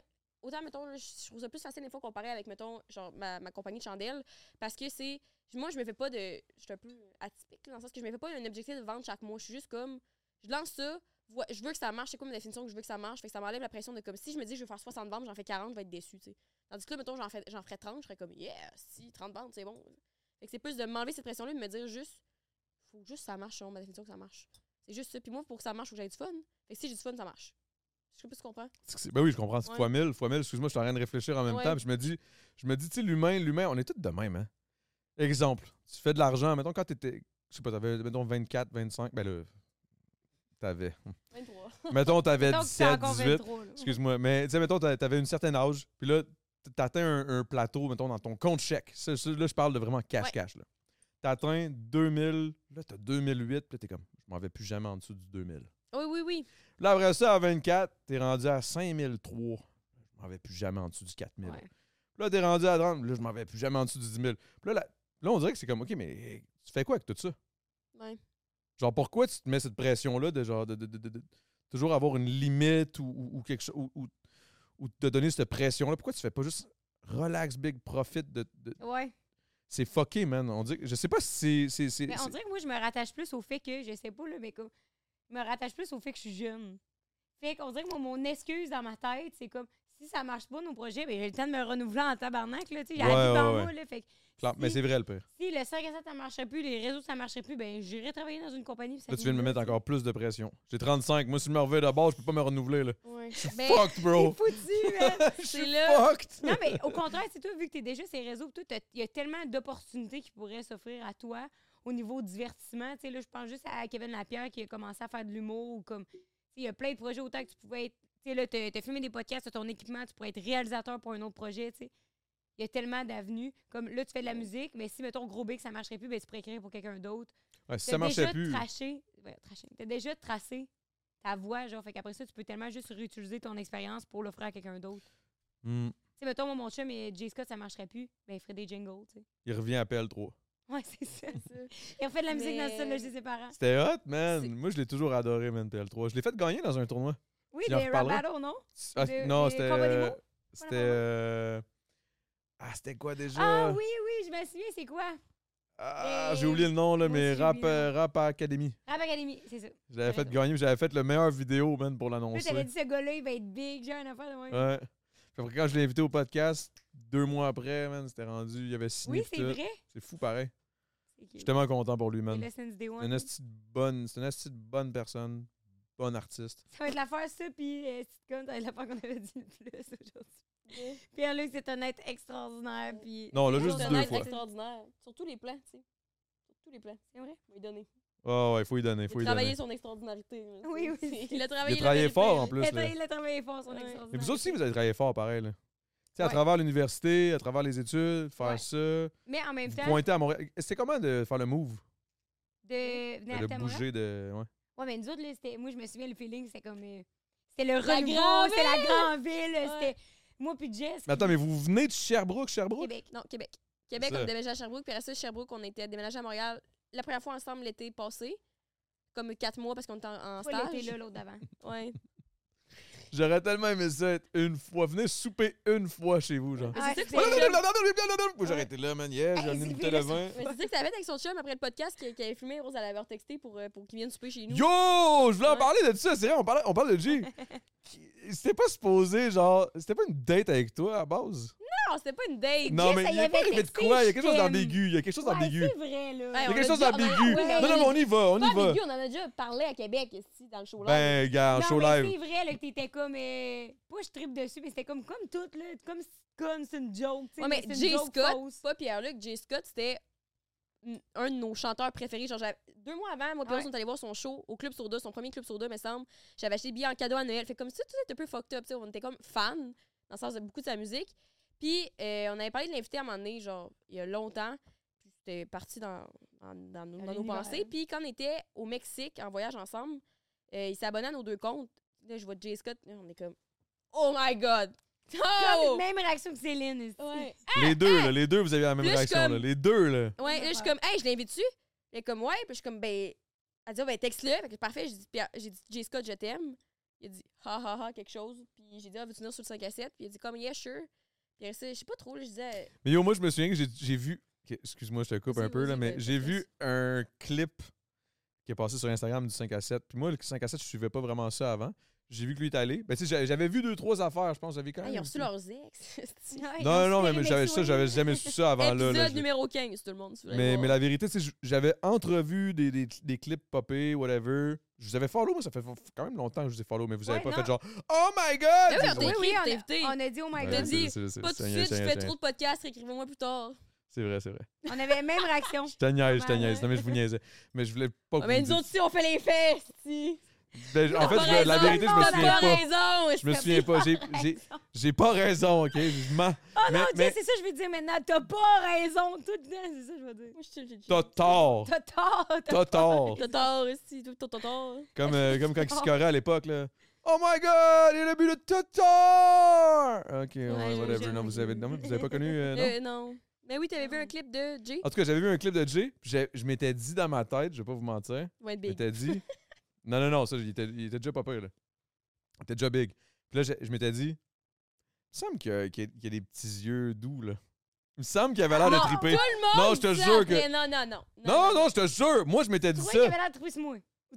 Speaker 2: Autant, mettons, là, je trouve ça plus facile des fois comparé avec, mettons, genre ma, ma compagnie de chandelle, parce que c'est. Moi, je me fais pas de. Je suis un peu atypique, là, dans le sens que je me fais pas un objectif de vente chaque mois. Je suis juste comme. Je lance ça, vois- je veux que ça marche. C'est quoi ma définition que je veux que ça marche? Fait que ça m'enlève la pression de comme si je me dis je veux faire 60 ventes, j'en fais 40, je vais être déçu, tu sais. Tandis que là, mettons, j'en fais- j'en ferais 30, je serais comme, yeah, si, 30 ventes, c'est bon. Fait que c'est plus de m'enlever cette pression-là et de me dire juste, faut juste que ça marche, selon ma définition que ça marche. C'est juste ça. Puis moi, pour que ça marche, faut que j'aille du fun. Fait que si j'ai du fun, ça marche. Je sais pas si tu comprends.
Speaker 1: C'est que c'est- Ben oui, je comprends. c'est
Speaker 2: Ouais.
Speaker 1: Fois mille, fois mille, excuse-moi, je suis en train de réfléchir en même
Speaker 2: Ouais.
Speaker 1: temps. puis Je me dis, je me dis, tu sais, l'humain, l'humain, on est tous de même, hein. Exemple, tu fais de l'argent, mettons, quand t'étais, je sais pas, t'avais, mettons, 24, 25, ben là, t'avais. [LAUGHS]
Speaker 2: 23.
Speaker 1: mettons, t'avais
Speaker 4: Donc, c'est
Speaker 1: 17,
Speaker 4: encore
Speaker 1: 18.
Speaker 4: 23, là.
Speaker 1: Excuse-moi, mais tu sais, mettons, t'a- t'avais une certaine âge, puis là, t- t'atteins un, un plateau, mettons, dans ton compte chèque. Ça, ça, là, je parle de vraiment cash-cash, là. T'atteins 2000, là, t'as 2008, puis là, t'es comme, je m'en vais plus jamais en dessous du 2000.
Speaker 2: Oui, oui, oui.
Speaker 1: Puis là, après ça, à 24, t'es rendu à 5003. Je m'en vais plus jamais en dessous du 4000.
Speaker 4: Ouais.
Speaker 1: Puis là, t'es rendu à 30, là, je m'en vais plus jamais en dessous du 10 000. Puis là, là, là, on dirait que c'est comme, OK, mais eh, tu fais quoi avec tout ça?
Speaker 2: Ouais.
Speaker 1: Genre, pourquoi tu te mets cette pression-là de genre de, de- de- de- de toujours avoir une limite ou, ou- ou quelque chose ou, ou- ou te donner cette pression-là? Pourquoi tu fais pas juste relax, big profit de. de-
Speaker 4: Ouais.
Speaker 1: C'est fucké, man. On dit, je sais pas si c'est. c'est- c'est-
Speaker 4: Mais on
Speaker 1: c'est-
Speaker 4: dirait que moi, je me rattache plus au fait que, je sais pas, là, mais comme, je me rattache plus au fait que je suis jeune. Fait qu'on dirait que moi, mon excuse dans ma tête, c'est comme, si ça marche pas, nos projets, ben, j'ai le temps de me renouveler en tabarnak, là, tu sais, j'ai la
Speaker 1: Ouais,
Speaker 4: vie devant
Speaker 1: ouais, ouais.
Speaker 4: moi, là, fait que
Speaker 1: Claire, Mais c'est vrai, le pire.
Speaker 4: si le 5 à 7, ça marcherait plus, les réseaux, ça marcherait plus, ben, j'irai travailler dans une compagnie. puis ça
Speaker 1: Là, tu viens de me
Speaker 4: finit
Speaker 1: mettre
Speaker 4: là,
Speaker 1: encore plus de pression. J'ai 35. Moi, si je me reviens de bord, je peux pas me renouveler, là.
Speaker 2: Ouais.
Speaker 4: Ben,
Speaker 1: Fuck, bro!
Speaker 4: t'es foutu, man.
Speaker 1: [LAUGHS] Je
Speaker 2: c'est
Speaker 1: suis
Speaker 2: là.
Speaker 1: fucked!
Speaker 4: Non, mais au contraire, c'est toi, vu que tu es déjà ces réseaux, pis tout, t'as- il y a tellement d'opportunités qui pourraient s'offrir à toi au niveau divertissement. Tu sais, là, je pense juste à Kevin Lapierre qui a commencé à faire de l'humour ou comme. tu sais, Il y a plein de projets autant que tu pouvais être. Tu sais, là, t'as t'as filmé des podcasts, t'as ton équipement, tu pourrais être réalisateur pour un autre projet, tu sais. Il y a tellement d'avenues. Comme là, tu fais de la musique, mais si, mettons, gros B, que ça marcherait plus, ben, tu pourrais écrire pour quelqu'un d'autre.
Speaker 1: Ouais, si
Speaker 4: T'as
Speaker 1: ça marchait
Speaker 4: déjà
Speaker 1: plus.
Speaker 4: Traché, ouais, traché. T'as déjà tracé ta voix, genre. Fait qu'après ça, tu peux tellement juste réutiliser ton expérience pour l'offrir à quelqu'un d'autre.
Speaker 1: Hmm.
Speaker 4: Tu sais, mettons, moi, mon chum et Jay Scott, ça marcherait plus. Ben, il ferait des jingles, tu sais. [LAUGHS]
Speaker 1: Il revient à PL3.
Speaker 4: Ouais,
Speaker 2: [LAUGHS]
Speaker 4: c'est ça. Il refait de la musique dans
Speaker 2: Mais-
Speaker 4: le style de chez ses parents.
Speaker 1: C'était hot, man.
Speaker 4: Ah. C'est-
Speaker 1: Moi, je l'ai toujours adoré, man, PL3. Je l'ai fait gagner dans un tournoi.
Speaker 4: Oui,
Speaker 1: Tu en
Speaker 4: des rap
Speaker 1: reparleras?
Speaker 4: battles, non?
Speaker 1: Ah,
Speaker 4: De-
Speaker 1: non,
Speaker 4: des
Speaker 1: c'était.
Speaker 4: combats
Speaker 1: euh,
Speaker 4: d'humour?
Speaker 1: C'était. euh, Ah, c'était quoi déjà?
Speaker 4: Ah oui, Eh, oui, je me souviens, c'est quoi?
Speaker 1: Ah,
Speaker 4: mais-
Speaker 1: j'ai oublié le nom, là,
Speaker 4: Moi
Speaker 1: mais
Speaker 4: aussi, j'ai
Speaker 1: rap,
Speaker 4: oublié le
Speaker 1: euh, rap à Academy.
Speaker 4: Rap Academy, c'est ça.
Speaker 1: Je l'avais
Speaker 4: Ouais.
Speaker 1: fait gagner, puis j'avais fait le meilleur vidéo, man, pour
Speaker 4: Là,
Speaker 1: l'annoncer.
Speaker 4: t'avais dit, ce gars-là, il va être big, j'ai un affaire de moi.
Speaker 1: Ouais. Puis après, quand je l'ai invité au podcast, deux mois après, man, c'était rendu. Il avait signé.
Speaker 4: oui,
Speaker 1: puis
Speaker 4: c'est
Speaker 1: tout.
Speaker 4: vrai.
Speaker 1: C'est fou, pareil. Je
Speaker 4: C'est
Speaker 1: suis tellement content pour lui, man.
Speaker 4: le Since Day
Speaker 1: C'est une
Speaker 4: One.
Speaker 1: esti de bonne, c'est une esti de bonne personne, bonne artiste.
Speaker 4: Ça va être l'affaire, ça, puis euh, sitcom, ça va être l'affaire qu'on avait dit le plus
Speaker 2: [LAUGHS]
Speaker 4: aujourd'hui. Pierre-Luc, c'est un être extraordinaire, puis.
Speaker 1: Non, on l'a
Speaker 4: C'est
Speaker 1: juste
Speaker 4: vrai,
Speaker 1: dit
Speaker 4: on
Speaker 1: deux
Speaker 4: a-
Speaker 1: fois.
Speaker 2: extraordinaire. Sur tous les plans, tu sais. Sur tous les plans.
Speaker 4: C'est vrai.
Speaker 2: Faut lui donner.
Speaker 1: Ah ouais, il faut lui donner, faut
Speaker 2: Il
Speaker 1: lui
Speaker 2: a
Speaker 1: donner.
Speaker 2: travaillé son extraordinarité. là.
Speaker 4: Oui,
Speaker 2: [LAUGHS]
Speaker 4: oui,
Speaker 2: C'est- Il a
Speaker 1: Il
Speaker 2: travaillé,
Speaker 1: a travaillé
Speaker 2: mérité,
Speaker 1: fort
Speaker 2: là.
Speaker 1: en
Speaker 4: Il
Speaker 1: plus.
Speaker 4: a
Speaker 1: là.
Speaker 4: tra- il a travaillé fort, son
Speaker 2: Ouais.
Speaker 4: extraordinaire.
Speaker 1: Mais vous aussi, vous avez travaillé fort pareil. Là. Tu sais, À
Speaker 4: Ouais.
Speaker 1: travers l'université, à travers les études, faire
Speaker 4: Ouais.
Speaker 1: ça.
Speaker 4: Mais en même
Speaker 1: Vous
Speaker 4: temps,
Speaker 1: pointez à Montréal. C'était comment de faire le move?
Speaker 4: de
Speaker 1: De
Speaker 4: venir à
Speaker 1: le
Speaker 4: Tamara-
Speaker 1: bouger de. Ouais.
Speaker 4: Ouais, mais nous autres, là, c'était... moi, je me souviens, le feeling, c'était comme. euh, C'était le
Speaker 2: La
Speaker 4: renouveau,
Speaker 2: grande
Speaker 4: c'était la grande ville.
Speaker 2: Ouais.
Speaker 4: C'était moi puis Jess.
Speaker 1: Mais attends, mais vous venez de Sherbrooke, Sherbrooke?
Speaker 4: Québec.
Speaker 2: Non, Québec. Québec,
Speaker 1: C'est
Speaker 2: on
Speaker 1: ça.
Speaker 2: a déménagé à Sherbrooke. Puis après ça, Sherbrooke, on était déménagé à Montréal la première fois ensemble l'été passé. Comme quatre mois parce qu'on était en, en
Speaker 4: Toi, l'été
Speaker 2: stage.
Speaker 4: là, l'autre d'avant.
Speaker 2: Ouais.
Speaker 1: J'aurais tellement aimé ça être une fois. Venez souper une fois chez vous, genre.
Speaker 4: Ah,
Speaker 2: c'est
Speaker 4: c'est-
Speaker 2: ça que c'est-
Speaker 1: Moi, J'aurais été là, man. Yeah, j'ai
Speaker 4: Hey,
Speaker 1: amené une
Speaker 4: Sylvie,
Speaker 1: bouteille de
Speaker 4: là,
Speaker 1: vin.
Speaker 2: Mais c'est ça que t'avais avec son chum après le podcast qui, qui avait filmé. Rose, elle avait texté pour, euh, pour qu'il vienne souper chez nous.
Speaker 1: Yo! Je voulais en
Speaker 2: Ouais.
Speaker 1: parler de ça, c'est vrai, on parle, on parle de
Speaker 2: [LAUGHS]
Speaker 1: G. C'était pas supposé, genre. C'était pas une date avec toi à base.
Speaker 2: Non, c'était pas une date.
Speaker 1: Non,
Speaker 4: Jay,
Speaker 1: mais
Speaker 4: ça
Speaker 1: il
Speaker 4: y
Speaker 1: est pas
Speaker 4: avait
Speaker 1: arrivé de quoi?
Speaker 4: texté,
Speaker 1: Il y a
Speaker 4: je
Speaker 1: quelque chose
Speaker 4: t'aime.
Speaker 1: d'ambigu. Il y a quelque chose
Speaker 4: Ouais,
Speaker 1: d'ambigu.
Speaker 4: C'est vrai, là.
Speaker 1: Il y
Speaker 2: Ouais,
Speaker 1: a
Speaker 2: on
Speaker 1: quelque
Speaker 2: a
Speaker 1: chose
Speaker 2: dit- on a-
Speaker 1: d'ambigu. Non,
Speaker 4: ouais,
Speaker 1: non, mais on y va, on
Speaker 2: Pas
Speaker 1: y va.
Speaker 2: avec lui, on en a déjà parlé à Québec ici, dans le show là.
Speaker 1: Ben, gars, en
Speaker 4: Non,
Speaker 1: show
Speaker 4: mais
Speaker 1: live.
Speaker 4: C'est vrai là, que t'étais comme. euh, pas je tripe dessus, mais c'était comme, comme tout, là. Comme, comme c'est une joke. tu sais,
Speaker 2: Ouais, mais
Speaker 4: c'est une
Speaker 2: Jay
Speaker 4: joke
Speaker 2: Scott,
Speaker 4: fausse.
Speaker 2: pas Pierre-Luc, Jay Scott, c'était n- un de nos chanteurs préférés. Genre, j'avais- deux mois avant, moi, puis
Speaker 4: Ouais.
Speaker 2: Rose, on est allé voir son show au Club Sourda, son premier Club Sourda, me semble. J'avais acheté des billets en cadeau à Noël. Fait comme ça, tout était un peu fucked up. tu sais, On était comme fans, dans le sens de beaucoup de sa musique. Puis, euh, on avait parlé de l'invité à un moment donné, genre, il y a longtemps. Puis, c'était parti dans, dans, dans nos,
Speaker 4: À
Speaker 2: dans nos
Speaker 4: l'univers.
Speaker 2: pensées. Puis, quand on était au Mexique, en voyage ensemble, euh, il s'est abonné à nos deux comptes. Là, je vois Jay Scott, là, on est comme, oh my god!
Speaker 4: Comme,
Speaker 2: Oh!
Speaker 4: Même réaction que Céline. ici.
Speaker 2: Ouais.
Speaker 1: Les deux, là, les deux, vous avez la même
Speaker 2: Ah, Plus
Speaker 1: réaction.
Speaker 2: comme-
Speaker 1: là. Les deux, là.
Speaker 2: Ouais,
Speaker 4: Même
Speaker 2: là, je suis
Speaker 4: affaire.
Speaker 2: comme, hey, je l'invite-tu? Elle est comme, ouais. Puis je suis comme, ben, elle dit, oh, ben, texte-le. Fait que parfait, j'ai dit, Pierre- j'ai dit, J. Scott, je t'aime. Il a dit, ha ha ha, quelque chose. Puis j'ai dit, ah, veux-tu venir sur le 5 à 7? Puis il a dit, comme, yeah, sure. Puis après ça, je sais pas trop, là, je disais,
Speaker 1: Mais yo, moi, je me souviens que j'ai- j'ai vu. que- Excuse-moi, je te coupe un
Speaker 2: Vas-y,
Speaker 1: peu, là,
Speaker 2: vas-y,
Speaker 1: mais
Speaker 2: t'as-
Speaker 1: j'ai
Speaker 2: t'as-
Speaker 1: vu un clip qui est passé sur Instagram du 5 à 7. Puis moi, le 5 à 7, je suivais pas vraiment ça avant. J'ai vu que lui est allé. Ben, tu sais, j'a- j'avais vu deux, trois affaires, je pense. J'avais quand
Speaker 2: ah,
Speaker 1: même.
Speaker 2: ils ont reçu
Speaker 1: vu-
Speaker 2: leurs ex. [LAUGHS] C'est-tu?
Speaker 4: Ouais,
Speaker 1: Non,
Speaker 4: on
Speaker 1: non,
Speaker 4: se
Speaker 1: non, mais
Speaker 4: fait
Speaker 1: j'avais ça,
Speaker 4: réveiller.
Speaker 1: j'avais jamais su ça [LAUGHS] avant là.
Speaker 2: Épisode
Speaker 1: là, je-
Speaker 2: numéro 15, tout le monde. si vous voulez
Speaker 1: mais,
Speaker 2: voir.
Speaker 1: mais la vérité, tu sais, je- j'avais entrevu des, des, des clips popés, whatever. Je vous avais follow, moi, ça fait quand même longtemps que je vous ai follow, mais vous avez
Speaker 4: Ouais,
Speaker 1: pas
Speaker 4: non.
Speaker 1: fait genre Oh my god!
Speaker 2: Mais Ben oui, on
Speaker 4: Oui,
Speaker 2: t'écrit,
Speaker 4: oui,
Speaker 2: puis
Speaker 4: on
Speaker 2: t'es
Speaker 4: a-
Speaker 2: invité.
Speaker 4: on a dit, oh my
Speaker 1: Ouais,
Speaker 2: t'as
Speaker 1: c'est-
Speaker 4: god.
Speaker 2: dit,
Speaker 1: c'est- c'est-
Speaker 2: Pas tout
Speaker 1: c'est-
Speaker 2: de suite, je
Speaker 1: c'est-
Speaker 2: fais trop de podcasts, écrivez-moi plus tard.
Speaker 1: C'est vrai, c'est vrai.
Speaker 4: On avait même réaction.
Speaker 1: Je te niaise, je te
Speaker 4: Ouais,
Speaker 1: niaise.
Speaker 4: ouais.
Speaker 1: Non, mais je vous niaisais. Mais je voulais pas. que
Speaker 2: Ah,
Speaker 1: vous
Speaker 2: mais
Speaker 1: me
Speaker 2: nous autres, si on fait les fesses, si.
Speaker 1: dites- Ben, en
Speaker 2: T'as
Speaker 1: fait,
Speaker 2: pas
Speaker 1: je- la
Speaker 2: raison,
Speaker 1: vérité, je me
Speaker 2: t'as
Speaker 1: souviens pas.
Speaker 2: pas raison.
Speaker 1: Je me souviens pas. J'ai- J'ai j'ai pas raison, OK? Je mens.
Speaker 4: Oh
Speaker 1: Mais-
Speaker 4: non,
Speaker 1: mais-
Speaker 4: Jay, c'est ça que je veux dire maintenant. T'as pas raison. Tout dedans, c'est ça que je veux dire.
Speaker 2: Moi, je suis-
Speaker 1: T'as tort.
Speaker 4: T'as tort.
Speaker 1: T'as tort.
Speaker 2: T'as tort aussi, tout t'as tort.
Speaker 1: Comme, euh, comme quand il se corrait à l'époque, là. Oh my god, il a bu le Tatar! Ok, ouais,
Speaker 4: je-
Speaker 1: whatever.
Speaker 4: je-
Speaker 1: Non, vous avez, non, mais vous avez pas connu. euh, non?
Speaker 2: [LAUGHS] Euh, non. Mais oui, t'avais vu un clip de Jay?
Speaker 1: En tout cas, j'avais vu un clip de Jay, puis j'ai- je m'étais dit dans ma tête, je vais pas vous mentir,
Speaker 2: Ouais,
Speaker 1: je
Speaker 2: big.
Speaker 1: m'étais dit. [LAUGHS] Non, non, non, ça, il était, il était déjà pas pire, là. Il était déjà big. Puis là, j'ai- je, m'étais dit, il me semble qu'il a, qu'il a- qu'il a des petits yeux doux, là. Il me semble qu'il avait l'air de
Speaker 2: Non,
Speaker 1: triper.
Speaker 2: Tout le monde
Speaker 1: Non, je te
Speaker 2: dit
Speaker 1: jure
Speaker 2: après,
Speaker 1: que-
Speaker 2: Non, non, non.
Speaker 1: Non, non, je te jure, moi, je m'étais dit
Speaker 4: Tu vois qu'il
Speaker 1: ça.
Speaker 4: avait l'air de trouver ce mot.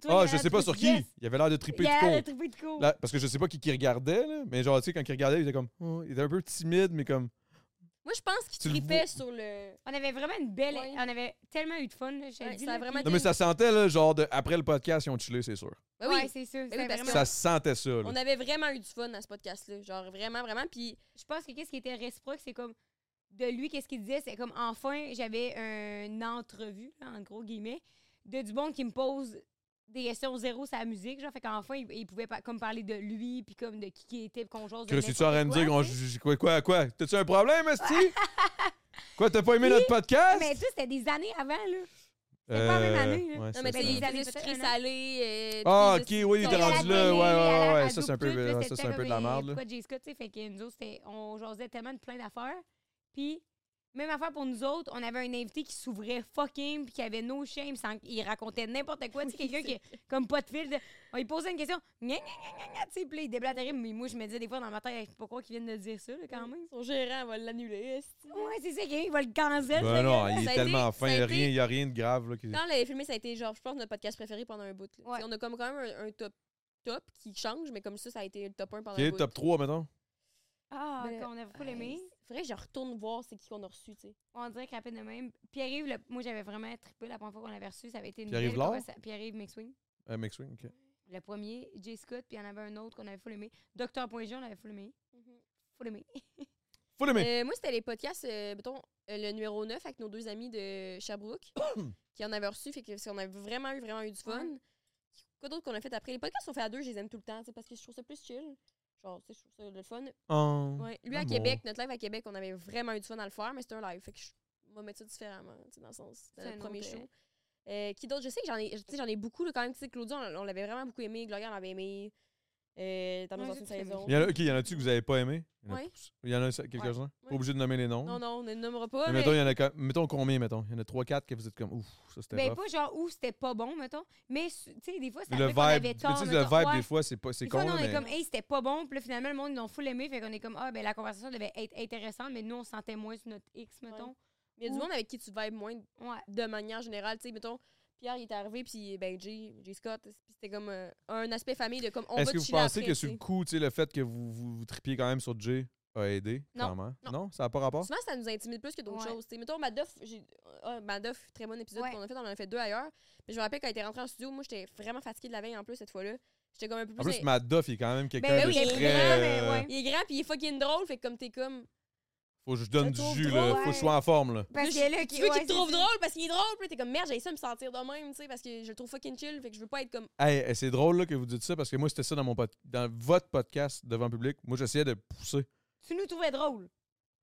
Speaker 1: Ah, je sais pas sur qui. Il avait l'air de triper
Speaker 4: Il
Speaker 1: tout
Speaker 4: avait l'air
Speaker 1: court.
Speaker 4: de trouver de court.
Speaker 1: Là, parce que je sais pas qui, qui regardait, là, mais genre, tu sais, quand il regardait, il était comme. oh, il était un peu timide, mais comme.
Speaker 2: Moi, je pense qu'il
Speaker 1: Tu le vois.
Speaker 2: tripait sur le...
Speaker 4: On avait vraiment une belle.
Speaker 2: Ouais.
Speaker 4: On avait tellement eu de fun. Là, je te
Speaker 2: Ouais,
Speaker 4: le dis,
Speaker 2: ça a
Speaker 4: là,
Speaker 2: vraiment
Speaker 4: puis-
Speaker 1: Non, mais ça sentait, là, genre, de- après le podcast, ils ont chillé, c'est sûr.
Speaker 2: Ben
Speaker 4: Ouais,
Speaker 2: oui,
Speaker 4: c'est sûr.
Speaker 2: oui,
Speaker 4: c'est
Speaker 2: parce que-
Speaker 4: vraiment-
Speaker 1: Ça sentait ça, là.
Speaker 2: on avait vraiment eu du fun à ce podcast-là. Genre, vraiment, vraiment. Puis,
Speaker 4: Je pense que qu'est-ce qui était réciproque, c'est comme de lui, qu'est-ce qu'il disait, c'est comme enfin, j'avais une entrevue, là, en gros guillemets, de du bon qui me pose des questions zéro sur la musique. Genre, fait qu'enfin, il, il pouvait pas- comme parler de lui, puis comme de qui il était, puis qu'on jase de
Speaker 1: Chris, tu es en
Speaker 4: n'importe
Speaker 1: train de
Speaker 4: quoi,
Speaker 1: dire qu'on
Speaker 4: tu sais.
Speaker 1: juge- quoi, quoi, quoi? T'as-tu un problème, Esti? [LAUGHS] quoi, t'as pas aimé notre podcast? Euh,
Speaker 4: Mais tu sais, c'était des années avant, là. c'était pas la même année, là.
Speaker 1: ouais,
Speaker 2: non,
Speaker 1: c'est
Speaker 2: mais hein,
Speaker 1: ça.
Speaker 2: tu sais, il
Speaker 4: années,
Speaker 2: faisait
Speaker 4: peut-être
Speaker 2: sucré
Speaker 4: un an.
Speaker 2: salé. euh,
Speaker 1: Ah,
Speaker 2: tous
Speaker 1: ok,
Speaker 2: les-
Speaker 1: oui, il était
Speaker 4: à la
Speaker 1: rendu là.
Speaker 4: télé,
Speaker 1: Ouais, ouais,
Speaker 4: à la
Speaker 1: ouais, ça, c'est un peu-
Speaker 4: double, là,
Speaker 1: ouais, ça,
Speaker 4: c'était
Speaker 1: c'est un peu de la
Speaker 4: comme, euh,
Speaker 1: marde, là.
Speaker 4: pourquoi Jay Scott, tu sais, fait que nous autres, c'était- on jasait tellement de plein d'affaires. Puis, même affaire pour nous autres, on avait un invité qui s'ouvrait fucking, puis qui avait no shame, sans- il racontait n'importe quoi. Tu sais, quelqu'un qui, comme pas de fil, de- on lui posait une question, gna, gna, gna, gna, gna, tu sais, puis là, il déblatérait. Mais moi, je me disais des fois dans ma tête, Hey, pourquoi qu'il vienne de dire ça, là, quand même?
Speaker 2: Son gérant va l'annuler. esti.
Speaker 4: Ouais, c'est ça, il va le
Speaker 1: Ben
Speaker 4: cancel. ce
Speaker 1: non,
Speaker 4: gars-là.
Speaker 1: il
Speaker 2: Ça
Speaker 1: est
Speaker 2: a
Speaker 1: tellement
Speaker 2: été-
Speaker 1: fin,
Speaker 2: ça a
Speaker 1: il y a
Speaker 2: été- Ah,
Speaker 1: rien- il y a rien de grave, là. qui-
Speaker 2: Quand on l'avait filmé, ça a été genre, je pense, notre podcast préféré pendant un bout. là.
Speaker 4: Ouais.
Speaker 2: Tu sais, On a comme quand même un, un top top qui change, mais comme ça, ça a été le top 1 pendant
Speaker 1: Qui
Speaker 2: un
Speaker 1: est
Speaker 2: bout.
Speaker 1: top 3, mettons?
Speaker 4: Ah,
Speaker 2: Mais-
Speaker 4: qu'on avait pas aimé.
Speaker 2: Faudrait que je retourne voir c'est qui qu'on a reçu, tu sais.
Speaker 4: On dirait que rapide de même. Pierre-Yves, le- moi, j'avais vraiment trippé la première fois qu'on l'avait reçu. Ça avait été une
Speaker 1: Pierre-Yves
Speaker 4: belle
Speaker 1: Laure?
Speaker 4: conversation. Pierre-Yves McSwing.
Speaker 1: Euh, McSwing, ok.
Speaker 4: Le premier, Jay Scott, puis il y en avait un autre qu'on avait full aimé. Docteur.g, on avait full aimé.
Speaker 2: Mhm.
Speaker 4: Full aimé.
Speaker 1: Faut [LAUGHS] l'aimer.
Speaker 2: Euh, moi, c'était les podcasts, euh, mettons, euh, le numéro 9 avec nos deux amis de Sherbrooke qui en avaient reçu, fait que, parce qu'on avait vraiment eu, vraiment eu du fun. Quoi d'autre qu'on a fait après? Les podcasts sont faits à deux, je les aime tout le temps, tu sais, parce que je trouve ça plus chill. Genre, tu sais, je trouve ça le fun.
Speaker 1: Oh.
Speaker 2: Ouais. Lui, à
Speaker 1: amour.
Speaker 2: Québec, notre live à Québec, on avait vraiment eu du fun à le faire, mais c'était un live, fait que je vais mettre ça différemment, tu sais, dans le sens,
Speaker 4: C'est
Speaker 2: c'était
Speaker 4: un
Speaker 2: le premier
Speaker 4: autre,
Speaker 2: show. Euh, qui d'autre? Je sais que j'en ai, tu sais, j'en ai beaucoup, là, quand même, tu sais, Claudia, on, on l'avait vraiment beaucoup aimé, Gloria, on l'avait aimé. euh, dans nos
Speaker 4: Ouais,
Speaker 2: anciennes
Speaker 4: c'est très
Speaker 2: saisons.
Speaker 1: Il y en a, OK, il y en a-tu que vous n'avez pas aimé? Il y en a,
Speaker 2: Ouais.
Speaker 1: il y en a ça- quelques-uns? Pas
Speaker 2: Ouais.
Speaker 1: obligé de nommer les noms.
Speaker 2: Non, non, on ne le nommera pas.
Speaker 1: mais
Speaker 2: mais-
Speaker 1: mettons, il y en a quand- mettons combien, mettons? Il y en a 3-4 que vous êtes comme, ouf, ça c'était
Speaker 4: Ben,
Speaker 1: rough.
Speaker 4: pas genre où c'était pas bon, mettons. Mais, su- tu sais, des fois, ça
Speaker 1: le
Speaker 4: arrive qu'on
Speaker 1: vibe,
Speaker 4: avait
Speaker 1: mais tu
Speaker 4: tort,
Speaker 1: sais, le
Speaker 4: mettons.
Speaker 1: vibe
Speaker 4: Ouais.
Speaker 1: des fois, c'est pas- c'est
Speaker 4: Des
Speaker 1: con,
Speaker 4: fois,
Speaker 1: là,
Speaker 4: nous, on est
Speaker 1: mais-
Speaker 4: comme, hey, c'était pas bon. Puis là, finalement, le monde, ils l'ont full aimé. Fait qu'on est comme, ah, ben, la conversation devait être intéressante, mais nous, on se sentait moins sur notre X, mettons.
Speaker 2: Il y a du
Speaker 4: Ou-
Speaker 2: monde avec qui tu vibes moins
Speaker 4: Ouais.
Speaker 2: de manière générale. Tu sais, mettons, Pierre, il est arrivé, puis ben, Jay, Jay Scott, puis c'était comme euh, un aspect famille de comme on
Speaker 1: Est-ce
Speaker 2: va
Speaker 1: que vous
Speaker 2: chiller
Speaker 1: pensez
Speaker 2: après,
Speaker 1: que
Speaker 2: tu
Speaker 1: sur le
Speaker 2: sais.
Speaker 1: coup, tu sais, le fait que vous, vous, vous tripiez quand même sur Jay a aidé?
Speaker 4: Non.
Speaker 1: Clairement.
Speaker 2: Non.
Speaker 1: ça n'a pas rapport?
Speaker 2: Souvent, ça nous intimide plus que d'autres
Speaker 4: Ouais.
Speaker 2: choses. Tu sais, mettons, Madoff, j'ai- ah, Madoff, très bon épisode
Speaker 4: Ouais.
Speaker 2: qu'on a fait, on en a fait deux ailleurs. Mais je me rappelle quand il était rentré en studio, moi, j'étais vraiment fatiguée de la veille en plus cette fois-là. J'étais comme un peu
Speaker 1: En
Speaker 2: plus.
Speaker 1: plus, Madoff, il est quand même quelqu'un
Speaker 4: Ben
Speaker 1: de
Speaker 2: oui, il est
Speaker 1: très...
Speaker 4: grand, mais
Speaker 1: euh,
Speaker 4: ouais.
Speaker 2: Il est grand, puis il est fucking drôle, fait que comme t'es comme.
Speaker 1: Faut que je donne
Speaker 2: Je
Speaker 1: du
Speaker 2: trouve
Speaker 1: jus,
Speaker 2: drôle,
Speaker 1: là. Faut que je sois en forme, là.
Speaker 4: Parce
Speaker 2: Là,
Speaker 4: que là,
Speaker 2: Tu
Speaker 4: qui-
Speaker 2: veux
Speaker 4: ouais,
Speaker 2: qu'il te
Speaker 4: c'est
Speaker 2: trouve
Speaker 4: ça.
Speaker 2: drôle parce qu'il est drôle, puis là, t'es comme merde, j'ai ça me sentir de même, tu sais, parce que je le trouve fucking chill, fait que je veux pas être comme. [LAUGHS]
Speaker 1: Hey, eh, c'est drôle là, que vous dites ça parce que moi, c'était ça dans mon pod- dans votre podcast devant le public. Moi, j'essayais de pousser.
Speaker 4: Tu nous trouvais drôle.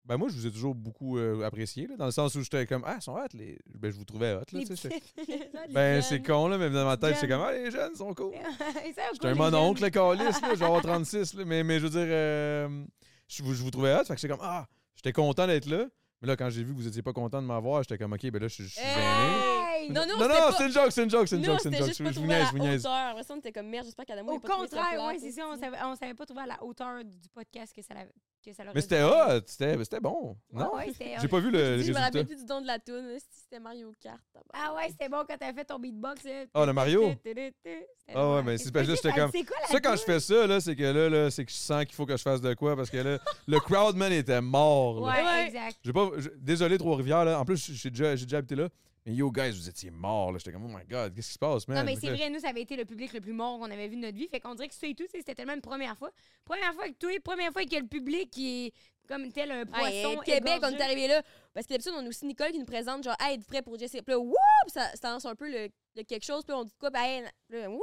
Speaker 1: Ben moi, je vous ai toujours beaucoup euh, apprécié, là, dans le sens où j'étais comme Ah, ils sont hot, les. Ben, je vous trouvais hot, là,
Speaker 4: Les
Speaker 1: tu sais.
Speaker 4: petites-
Speaker 2: [LAUGHS]
Speaker 1: j'étais- Ben, c'est con, là, mais dans ma tête,
Speaker 4: jeunes.
Speaker 1: c'est comme Ah, les jeunes sont cool.
Speaker 4: [LAUGHS]
Speaker 1: J'étais
Speaker 4: J'étais
Speaker 1: un mononcle, le calice, là, genre 36, là, mais, mais je veux dire, euh, je, vous- je vous trouvais hot, fait que j'étais comme Ah, j'étais content d'être là. Mais là, quand j'ai vu que vous étiez pas content de m'avoir, j'étais comme Ok, ben là, je je suis gêné.
Speaker 4: Hey!
Speaker 2: Non,
Speaker 1: non,
Speaker 2: Euh, nous, on s'était
Speaker 1: c'est une joke, c'est une joke, c'est une
Speaker 2: Nous, on
Speaker 1: joke, c'est une
Speaker 2: s'était
Speaker 1: joke.
Speaker 2: juste
Speaker 1: Je
Speaker 2: pas
Speaker 1: vous
Speaker 2: trouvé à
Speaker 1: niaise, je
Speaker 2: la
Speaker 1: vous niaise. Euh,
Speaker 2: hauteur. Après ça, on était comme merde, j'espère qu'Adamo
Speaker 4: Au
Speaker 2: est pas trouvé sa
Speaker 4: contraire,
Speaker 2: place,
Speaker 4: oui, c'est ça. On
Speaker 2: tu sais.
Speaker 4: savait, on savait pas trouver à la hauteur du podcast que ça, la- que ça leur
Speaker 1: Mais c'était hot, c'était c'était bon. Non?
Speaker 4: ouais, c'était
Speaker 1: J'ai
Speaker 4: hot.
Speaker 1: pas vu le
Speaker 2: Je
Speaker 1: le
Speaker 2: me
Speaker 1: résultat.
Speaker 2: rappelle plus du don de la toune, là, si c'était Mario Kart. tabarnak.
Speaker 4: Ah ouais, c'était bon quand t'as fait ton beatbox. là.
Speaker 1: Ah, le Mario?
Speaker 4: C'était
Speaker 1: Ah ouais,
Speaker 4: drôle.
Speaker 1: mais c'est parce que là, j'étais
Speaker 4: Hey,
Speaker 1: comme-
Speaker 4: C'est quoi la
Speaker 1: Ça, quand je
Speaker 4: toune?
Speaker 1: fais ça, là, c'est que là, là c'est que je sens qu'il faut que je fasse de quoi parce que là, le crowd, man, était mort. là.
Speaker 4: Ouais,
Speaker 2: Ouais.
Speaker 4: exact.
Speaker 1: J'ai pas, je- désolé, Trois-Rivières, là. En plus, j'ai déjà, j'ai déjà habité là. Mais yo, guys, vous étiez morts, là. J'étais comme, oh my god, qu'est-ce qui se passe, man?
Speaker 4: Non, mais
Speaker 1: Fait
Speaker 4: c'est
Speaker 1: que là,
Speaker 4: vrai, nous, ça avait été le public le plus mort qu'on avait vu de notre vie. Fait qu'on dirait que ça et tout, tu sais, c'était tellement une première fois. Première fois que toi, première fois que le public qui est comme tel un poisson.
Speaker 2: Hey, Ah, Québec, on
Speaker 4: égorgé.
Speaker 2: est arrivé là. Parce que d'habitude, on a aussi Nicole qui nous présente, genre, hey, êtes-vous prêt pour Jessica? Puis là, wouh! Puis ça, ça lance un peu le, le quelque chose. Puis là, on dit de quoi? Puis hey, puis là, wouh!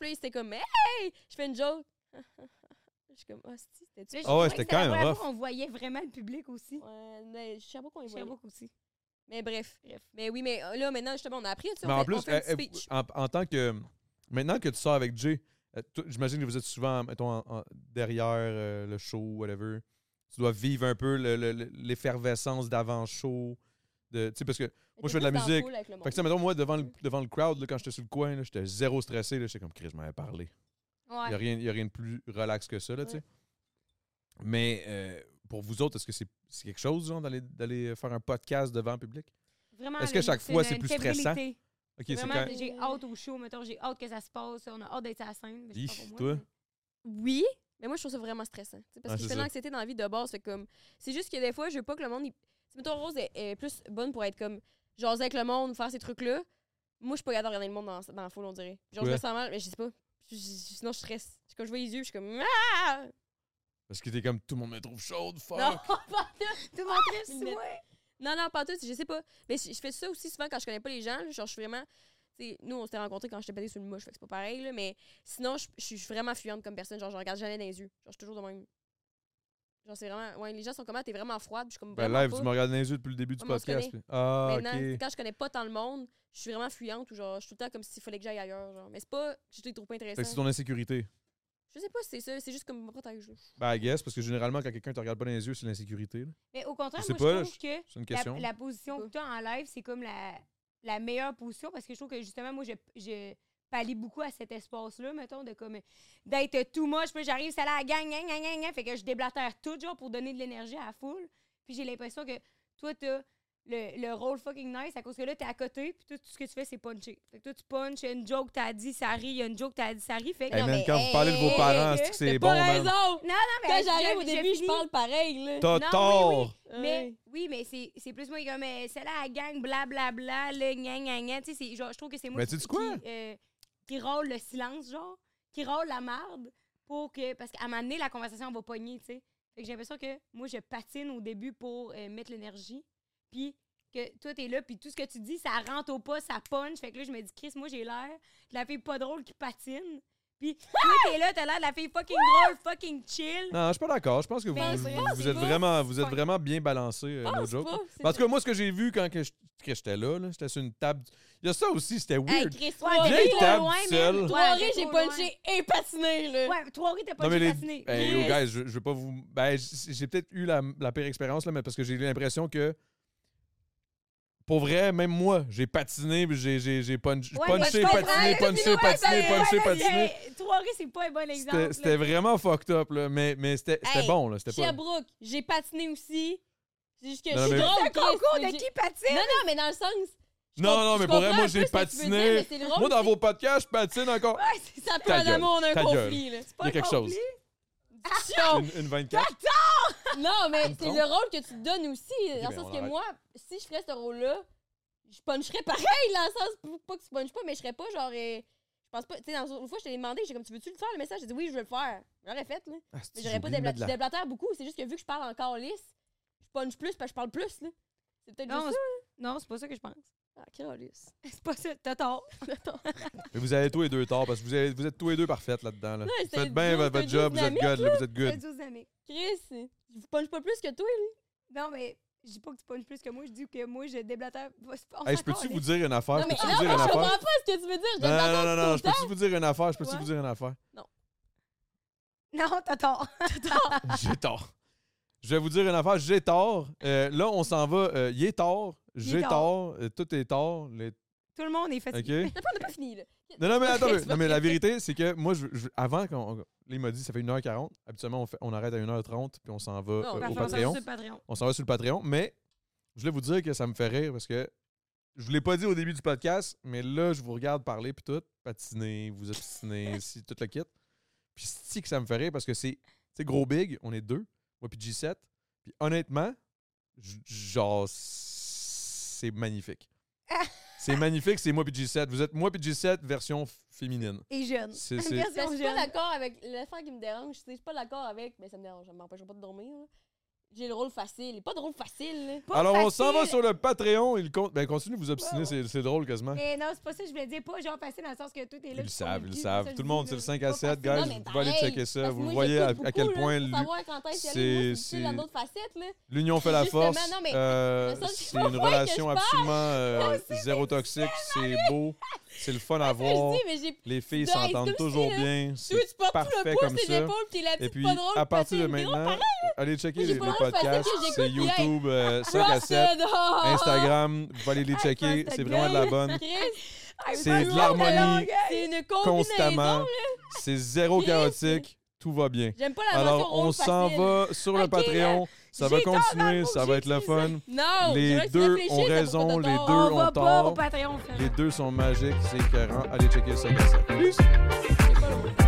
Speaker 2: Puis là, c'était comme, hey! Je fais une joke. [LAUGHS] je suis comme, oh, si, c'était
Speaker 4: Là,
Speaker 2: tu
Speaker 4: je
Speaker 1: Ah ouais,
Speaker 4: trouvais que
Speaker 1: c'était
Speaker 4: la
Speaker 1: quand même
Speaker 4: première
Speaker 1: rough.
Speaker 4: fois qu'on voyait vraiment le public aussi.
Speaker 2: Ouais, mais je sais pas qu'on est voyait.
Speaker 4: Sherbrooke aussi.
Speaker 2: Mais bref.
Speaker 4: Bref.
Speaker 2: Mais oui, mais euh, là, maintenant, justement, on a appris. tu sais,
Speaker 1: Mais
Speaker 2: on
Speaker 1: en
Speaker 2: fait- on
Speaker 1: plus,
Speaker 2: fait un
Speaker 1: eh,
Speaker 2: petit
Speaker 1: eh,
Speaker 2: speech.
Speaker 1: en, en tant que. Maintenant que tu sors avec Jay, euh, toi, j'imagine que vous êtes souvent, mettons, en- en- derrière euh, le show, whatever. Tu dois vivre un peu le- le- le- l'effervescence d'avant-show. de- Tu sais, parce que moi, je fais de la
Speaker 2: T'es plus en
Speaker 1: musique.
Speaker 2: foule avec le
Speaker 1: Fait
Speaker 2: monde.
Speaker 1: que ça, mettons, moi, devant le, devant le crowd, là, quand j'étais sur le coin, là, j'étais zéro stressé. là. J'étais comme, Chris, je m'avais parlé. Il n'y a,
Speaker 4: Ouais.
Speaker 1: rien- y a rien de plus relax que ça, là, tu sais. Mais euh, pour vous autres, est-ce que c'est c'est quelque chose, genre, d'aller- d'aller faire un podcast devant le public?
Speaker 4: Vraiment.
Speaker 1: Est-ce que
Speaker 4: là,
Speaker 1: chaque
Speaker 4: c'est
Speaker 1: fois,
Speaker 4: une-
Speaker 1: c'est
Speaker 4: une
Speaker 1: plus stressant?
Speaker 4: fébrilité.
Speaker 1: OK, c'est
Speaker 4: Vraiment,
Speaker 1: quand
Speaker 4: j'ai hâte au show, mettons, j'ai hâte que ça se passe. On a hâte d'être à la scène. mais je sais pas
Speaker 1: Hi,
Speaker 4: pour moi,
Speaker 1: toi?
Speaker 4: mais-
Speaker 2: Oui, mais moi, je trouve ça vraiment stressant. tu sais, Parce
Speaker 1: Ouais,
Speaker 2: que je
Speaker 1: c'est
Speaker 2: fais de
Speaker 1: ça.
Speaker 2: l'anxiété dans la vie de base. fait comme, c'est juste que des fois, je veux pas que le monde. il- Tu sais, Mettons, Rose est, est plus bonne pour être comme jaser avec le monde, faire ces trucs-là. Moi, je suis pas capable de regarder le monde dans, dans la foule, on dirait. Genre, je
Speaker 1: Ouais.
Speaker 2: me sens mal, mais je sais pas. Je- je- sinon, je stresse. Quand je vois les yeux, je suis comme. Ah!
Speaker 1: Parce que t'es comme, tout le monde me trouve chaude, fuck.
Speaker 4: [LAUGHS]
Speaker 2: Non, pas tout.
Speaker 4: Tout le monde tripe
Speaker 2: Il met-
Speaker 4: sur moi.
Speaker 2: Non, non, pas tout, je sais pas. Mais je je fais ça aussi souvent quand je connais pas les gens. là, Genre, je suis vraiment. tu sais, nous, on s'était rencontrés quand j'étais pété sur le mouche, fait que c'est pas pareil, là, mais sinon, je je suis vraiment fuyante comme personne. Genre, je regarde jamais dans les yeux. Genre, je suis toujours de même. Genre, c'est vraiment. Ouais, les gens sont comme Ah, t'es vraiment froide, puis je suis comme.
Speaker 1: Ben,
Speaker 2: vraiment
Speaker 1: live,
Speaker 2: pas.
Speaker 1: tu me regardes dans les yeux depuis le début du
Speaker 2: Ouais, mais on se
Speaker 1: podcast.
Speaker 2: connaît.
Speaker 1: puis- Ah,
Speaker 2: Maintenant,
Speaker 1: OK.
Speaker 2: quand je connais pas tant le monde, je suis vraiment fuyante ou genre, je suis tout le temps comme s'il fallait que j'aille ailleurs. Genre. Mais c'est pas que je les trouve pas
Speaker 1: Fait que c'est
Speaker 2: intéressants.
Speaker 1: ton insécurité.
Speaker 2: Je sais pas si c'est ça, c'est juste comme me protège. là.
Speaker 1: Ben, I guess, parce que généralement, quand quelqu'un te regarde pas dans les yeux, c'est l'insécurité. là.
Speaker 4: Mais au contraire,
Speaker 1: Je sais
Speaker 4: moi,
Speaker 1: pas,
Speaker 4: je trouve que
Speaker 1: C'est une
Speaker 4: la,
Speaker 1: question.
Speaker 4: la position que tu as en live, c'est comme la, la meilleure position parce que je trouve que justement, moi, je, je pallie beaucoup à cet espace-là, mettons, de comme d'être tout moche. Puis j'arrive, ça la gang, gang, gang, gang, gang, fait que je déblatère tout, genre, pour donner de l'énergie à la foule. Puis j'ai l'impression que toi, t'as le, le rôle fucking nice à cause que là, t'es à côté, puis toi, tout ce que tu fais, c'est puncher. Fait que toi, tu punches, il y a une joke, t'as dit, ça rit, il y a une jojoke, t'as dit, ça rit. Fait que
Speaker 1: Hey,
Speaker 2: Non,
Speaker 1: man,
Speaker 2: mais
Speaker 1: quand vous parlez de vos
Speaker 4: hey,
Speaker 1: parents,
Speaker 4: hey,
Speaker 1: c'est que
Speaker 2: T'as
Speaker 1: c'est bon,
Speaker 2: pas
Speaker 1: man.
Speaker 2: raison!
Speaker 4: Non, non, mais
Speaker 2: Quand j'arrive
Speaker 4: j'ai-
Speaker 2: au
Speaker 4: j'ai
Speaker 2: début, je
Speaker 4: fini.
Speaker 2: parle pareil, là.
Speaker 1: T'as
Speaker 4: Non, oui,
Speaker 1: tort!
Speaker 4: Mais
Speaker 2: Ouais.
Speaker 4: oui, mais c'est c'est plus moi qui est comme euh, c'est la gang, blablabla, le gang, gang, gang. Tu sais, c'est genre, je trouve que c'est moi
Speaker 1: Mais
Speaker 4: qui,
Speaker 1: sais-tu quoi?
Speaker 4: qui, euh, qui rôle le silence, genre, qui rôle la marde pour que. Parce qu'à un moment donné, la conversation va pogner, tu sais. Fait que j'ai l'impression que moi, je patine au début pour euh, mettre l'énergie. Puis que toi, t'es là, puis tout ce que tu dis, ça rentre au pas, ça punch. Fait que là, je me dis, Chris, moi, j'ai l'air de la fille pas drôle qui patine. Puis toi, t'es là, t'as l'air de la fille fucking drôle, fucking chill.
Speaker 1: Non, je suis pas d'accord. Je pense que vous,
Speaker 4: Ben,
Speaker 1: vous-
Speaker 4: c'est
Speaker 1: vous êtes
Speaker 4: pas-
Speaker 1: vraiment, vous êtes
Speaker 4: c'est-
Speaker 1: vraiment bien balancé, euh, no
Speaker 2: Pense
Speaker 1: joke.
Speaker 2: pas, c'est
Speaker 1: Parce que moi, ce que j'ai vu quand que je- que j'étais là, là, j'étais sur une table. Il y a ça aussi, c'était
Speaker 2: Hey,
Speaker 1: weird.
Speaker 2: Chris,
Speaker 4: Ouais,
Speaker 1: Viens
Speaker 4: t'es
Speaker 1: que
Speaker 4: trop
Speaker 1: t'ables
Speaker 4: loin,
Speaker 1: tout
Speaker 4: man.
Speaker 1: seul.
Speaker 4: Toi,
Speaker 2: Poiré,
Speaker 4: t'es
Speaker 2: j'ai
Speaker 4: trop
Speaker 2: punché et patiné, là.
Speaker 4: loin. Ouais, Trois-Riz, t'as pas
Speaker 1: Non, mais
Speaker 4: été
Speaker 1: les.
Speaker 4: fasciné.
Speaker 1: Hey, yo,
Speaker 2: Yes.
Speaker 1: guys, je, je veux pas vous. Ben, j- j'ai peut-être eu la, la pire expérience, là, mais parce que j'ai eu l'impression que. Pour vrai, même moi, j'ai patiné, puis j'ai, j'ai, j'ai punch-
Speaker 4: Ouais, mais
Speaker 1: punché,
Speaker 4: je comprends,
Speaker 1: patiné,
Speaker 4: là,
Speaker 1: punché, patiné, punché, patiné.
Speaker 4: Trois-Riz, c'est pas un bon [LAUGHS] exemple.
Speaker 1: C'était, c'était vraiment fucked up, là, mais, mais c'était, c'était
Speaker 2: Hey,
Speaker 1: bon. Là, c'était pas...
Speaker 2: Sherbrooke, j'ai patiné aussi. C'est juste que
Speaker 1: Non,
Speaker 2: je suis
Speaker 1: mais-
Speaker 2: drôle,
Speaker 4: un
Speaker 2: Chris,
Speaker 4: concours
Speaker 2: mais
Speaker 4: de
Speaker 2: j'ai-
Speaker 4: qui patine.
Speaker 2: Non, non, mais dans le sens. je
Speaker 1: Non,
Speaker 2: comp-
Speaker 1: non,
Speaker 2: je
Speaker 1: mais pour vrai,
Speaker 2: comprends
Speaker 1: moi,
Speaker 2: un
Speaker 1: j'ai
Speaker 2: peu ce que tu veux
Speaker 1: patiné.
Speaker 2: dire, mais c'est drôle
Speaker 1: Moi, dans
Speaker 2: aussi.
Speaker 1: vos podcasts, je patine encore.
Speaker 4: Ouais, c'est ça.
Speaker 2: Ça
Speaker 1: Ta
Speaker 2: prend
Speaker 1: gueule,
Speaker 2: d'amour, on a
Speaker 1: ta
Speaker 2: un
Speaker 1: gueule.
Speaker 2: conflit, là.
Speaker 1: Il y a quelque chose.
Speaker 2: Chion.
Speaker 1: Une, une 24.
Speaker 2: Non, mais
Speaker 1: me
Speaker 2: c'est
Speaker 1: trompe.
Speaker 2: le rôle que tu te donnes aussi. dans
Speaker 1: ben,
Speaker 2: le sens
Speaker 1: on
Speaker 2: que
Speaker 1: arrête.
Speaker 2: moi, si je ferais ce rôle-là, je puncherais pareil, dans le sens, pour- pas que tu punches pas, mais je serais pas genre. euh, je pense pas. Tu sais, dans une fois, je t'ai demandé, j'ai comme, tu veux-tu le faire, le message? J'ai dit, oui, je veux le faire. J'aurais fait, là.
Speaker 1: Ah,
Speaker 2: Mais
Speaker 1: c'est-tu,
Speaker 2: j'aurais pas
Speaker 1: j'ai oublié de
Speaker 2: débla-
Speaker 1: mettre de la-
Speaker 2: déblatère beaucoup. C'est juste que vu que je parle encore lisse, je punche plus parce que je parle plus, là. C'est peut-être
Speaker 4: Non,
Speaker 2: juste ça.
Speaker 4: c'est- non, c'est pas ça que je pense.
Speaker 2: Ah, calisse.
Speaker 4: [LAUGHS] C'est pas ça. T'as tort.
Speaker 1: Mais vous avez tous les deux tort parce que vous, avez- vous êtes tous les deux parfaites là-dedans. Là. vous
Speaker 2: c'est
Speaker 1: faites bien
Speaker 2: une
Speaker 1: votre, votre
Speaker 2: dynamique,
Speaker 1: job, vous êtes good, là, vous êtes
Speaker 4: T'as
Speaker 1: good.
Speaker 4: douze années.
Speaker 2: Chris, je vous punche pas plus que toi, là.
Speaker 4: Non, mais je dis pas que tu punches plus que moi. Je dis que moi, je déblatère. On
Speaker 1: Hey,
Speaker 4: s'en
Speaker 1: je peux-tu
Speaker 4: calisse.
Speaker 1: vous dire une affaire?
Speaker 2: non,
Speaker 1: Ah, Je
Speaker 2: mais
Speaker 1: peux-tu
Speaker 2: non,
Speaker 1: vous dire une
Speaker 2: je comprends
Speaker 1: affaire?
Speaker 2: pas ce que tu veux dire. Je
Speaker 1: Non, non, non, non,
Speaker 2: non,
Speaker 1: je peux-tu vous dire une affaire? Je peux-tu
Speaker 2: Ouais.
Speaker 1: vous dire une
Speaker 2: [LAUGHS]
Speaker 1: affaire?
Speaker 4: Non, t'as tort. [LAUGHS]
Speaker 2: Ah.
Speaker 1: J'ai tort. Je vais vous dire une affaire, j'ai tort. Euh, là, on s'en va. euh, Il est tort,
Speaker 4: est
Speaker 1: j'ai
Speaker 4: tort.
Speaker 1: tort, euh, tout est tort. les-
Speaker 4: Tout le monde est fatigué.
Speaker 1: OK?
Speaker 2: [LAUGHS] T'as pas, on a pas fini, là.
Speaker 1: Non, non, mais attends,
Speaker 2: C'est
Speaker 1: mais-
Speaker 2: pas
Speaker 1: non, mais la
Speaker 2: vrai.
Speaker 1: vérité, c'est que moi, je, je- avant qu'on. là, Il m'a dit ça fait 1h40. Habituellement, on, fait- on arrête à 1h30 puis on s'en va euh,
Speaker 2: parfait,
Speaker 1: au
Speaker 2: on s'en
Speaker 4: va
Speaker 1: Patreon.
Speaker 4: sur le Patreon.
Speaker 1: On s'en va sur le Patreon, mais je voulais vous dire que ça me fait rire parce que je vous l'ai pas dit au début du podcast, mais là, je vous regarde parler puis tout, patiner, vous
Speaker 4: [LAUGHS]
Speaker 1: obstiner, si tout le kit. Puis si que ça me fait rire parce que c'est, tu sais, gros big, on est deux, moi puis G7. Puis honnêtement, j- genre, c'est
Speaker 4: [LAUGHS]
Speaker 1: magnifique. C'est magnifique, c'est moi puis G7. Vous êtes moi puis G7 version f- féminine.
Speaker 4: Et jeune. [LAUGHS]
Speaker 1: C'est- c'est-
Speaker 4: Version
Speaker 2: Mais Je suis pas
Speaker 4: jeune.
Speaker 2: d'accord avec l'affaire qui me dérange. tu sais, Je suis pas d'accord avec. Mais ça me dérange. Ça m'empêche pas de dormir. là. J'ai le rôle facile. Pas de rôle facile. là.
Speaker 4: Pas
Speaker 1: Alors, on
Speaker 4: facile.
Speaker 1: s'en va sur le Patreon. Il compte. Ben, continue de vous obstiner, c'est c'est drôle quasiment.
Speaker 4: Mais Eh, non, c'est pas ça que je voulais dire. Pas genre facile dans le sens que tout est là.
Speaker 1: Ils le
Speaker 4: tu tombes
Speaker 1: savent,
Speaker 4: le
Speaker 1: ils le
Speaker 4: cul,
Speaker 1: savent.
Speaker 4: ça, je
Speaker 1: Tout le
Speaker 4: dis,
Speaker 1: monde,
Speaker 4: là.
Speaker 1: c'est le
Speaker 4: C'est
Speaker 1: 5 à
Speaker 4: pas
Speaker 1: 7,
Speaker 4: facile.
Speaker 1: guys.
Speaker 2: Non, mais
Speaker 1: Vous pouvez aller
Speaker 2: pareil,
Speaker 1: checker ça.
Speaker 2: Parce que
Speaker 1: Vous
Speaker 2: moi,
Speaker 1: voyez à,
Speaker 2: j'écoute
Speaker 1: à quel
Speaker 2: beaucoup,
Speaker 1: point
Speaker 2: là,
Speaker 1: l'u-
Speaker 2: pour savoir quand est-ce que
Speaker 1: c'est-
Speaker 2: j'allais
Speaker 1: c'est-
Speaker 2: dans d'autres facettes. Là.
Speaker 1: l'union fait la
Speaker 2: Justement,
Speaker 1: force.
Speaker 2: non, mais-
Speaker 1: Euh,
Speaker 2: mais ça, c'est
Speaker 1: c'est
Speaker 2: pas
Speaker 1: une
Speaker 2: vrai que
Speaker 1: relation
Speaker 2: je parle.
Speaker 1: absolument euh, zéro toxique. C'est beau. C'est le fun à
Speaker 2: Je le
Speaker 1: voir.
Speaker 2: dis, mais j'ai.
Speaker 1: Les filles
Speaker 2: Hey, toi
Speaker 1: s'entendent
Speaker 2: aussi,
Speaker 1: toujours
Speaker 2: là.
Speaker 1: bien.
Speaker 2: Tu veux,
Speaker 1: C'est
Speaker 2: tu portes tout
Speaker 1: parfait
Speaker 2: le poids
Speaker 1: comme
Speaker 2: sur
Speaker 1: ça.
Speaker 2: tes épaules, puis la
Speaker 1: Et
Speaker 2: petite
Speaker 1: puis,
Speaker 2: pas drôle.
Speaker 1: à partir de
Speaker 2: patine, drôle,
Speaker 1: maintenant, allez checker
Speaker 2: hein. J'ai
Speaker 1: les,
Speaker 2: pas
Speaker 1: les
Speaker 2: le droit de
Speaker 1: podcasts.
Speaker 2: faire ça,
Speaker 1: C'est
Speaker 2: j'écoute, puis, hey,
Speaker 1: YouTube, euh, 5 à
Speaker 2: pareil.
Speaker 1: 7,
Speaker 2: Ross,
Speaker 1: Instagram. Vous allez les checker.
Speaker 4: cette
Speaker 1: C'est vraiment de la bonne.
Speaker 2: Chris,
Speaker 4: Ah,
Speaker 1: C'est
Speaker 4: mais
Speaker 1: de
Speaker 4: tout le
Speaker 1: l'harmonie.
Speaker 4: monde est long, guys.
Speaker 2: c'est une combinaison.
Speaker 1: Constamment. C'est zéro
Speaker 2: Chris.
Speaker 1: chaotique. Tout va bien.
Speaker 2: J'aime pas la
Speaker 1: Alors,
Speaker 2: version
Speaker 1: on
Speaker 2: rôle
Speaker 1: s'en
Speaker 2: facile.
Speaker 1: va sur le
Speaker 2: Ok, euh,
Speaker 1: Patreon. Ça va
Speaker 4: j'ai tort dans le
Speaker 1: continuer,
Speaker 4: mot,
Speaker 1: ça va
Speaker 4: j'ai
Speaker 1: être le
Speaker 4: dit
Speaker 1: fun. Les
Speaker 2: Non, je dirais que tu
Speaker 1: deux
Speaker 2: réfléchis,
Speaker 1: ont
Speaker 2: t'as pas
Speaker 1: raison,
Speaker 2: ton
Speaker 1: les
Speaker 2: tort.
Speaker 1: deux
Speaker 4: On
Speaker 1: ont
Speaker 4: va pas
Speaker 1: tort.
Speaker 4: au Patreon. Phil.
Speaker 1: Les deux sont magiques, c'est écœurant. Allez checker le 5 à 7. Peace!
Speaker 2: C'est pas long.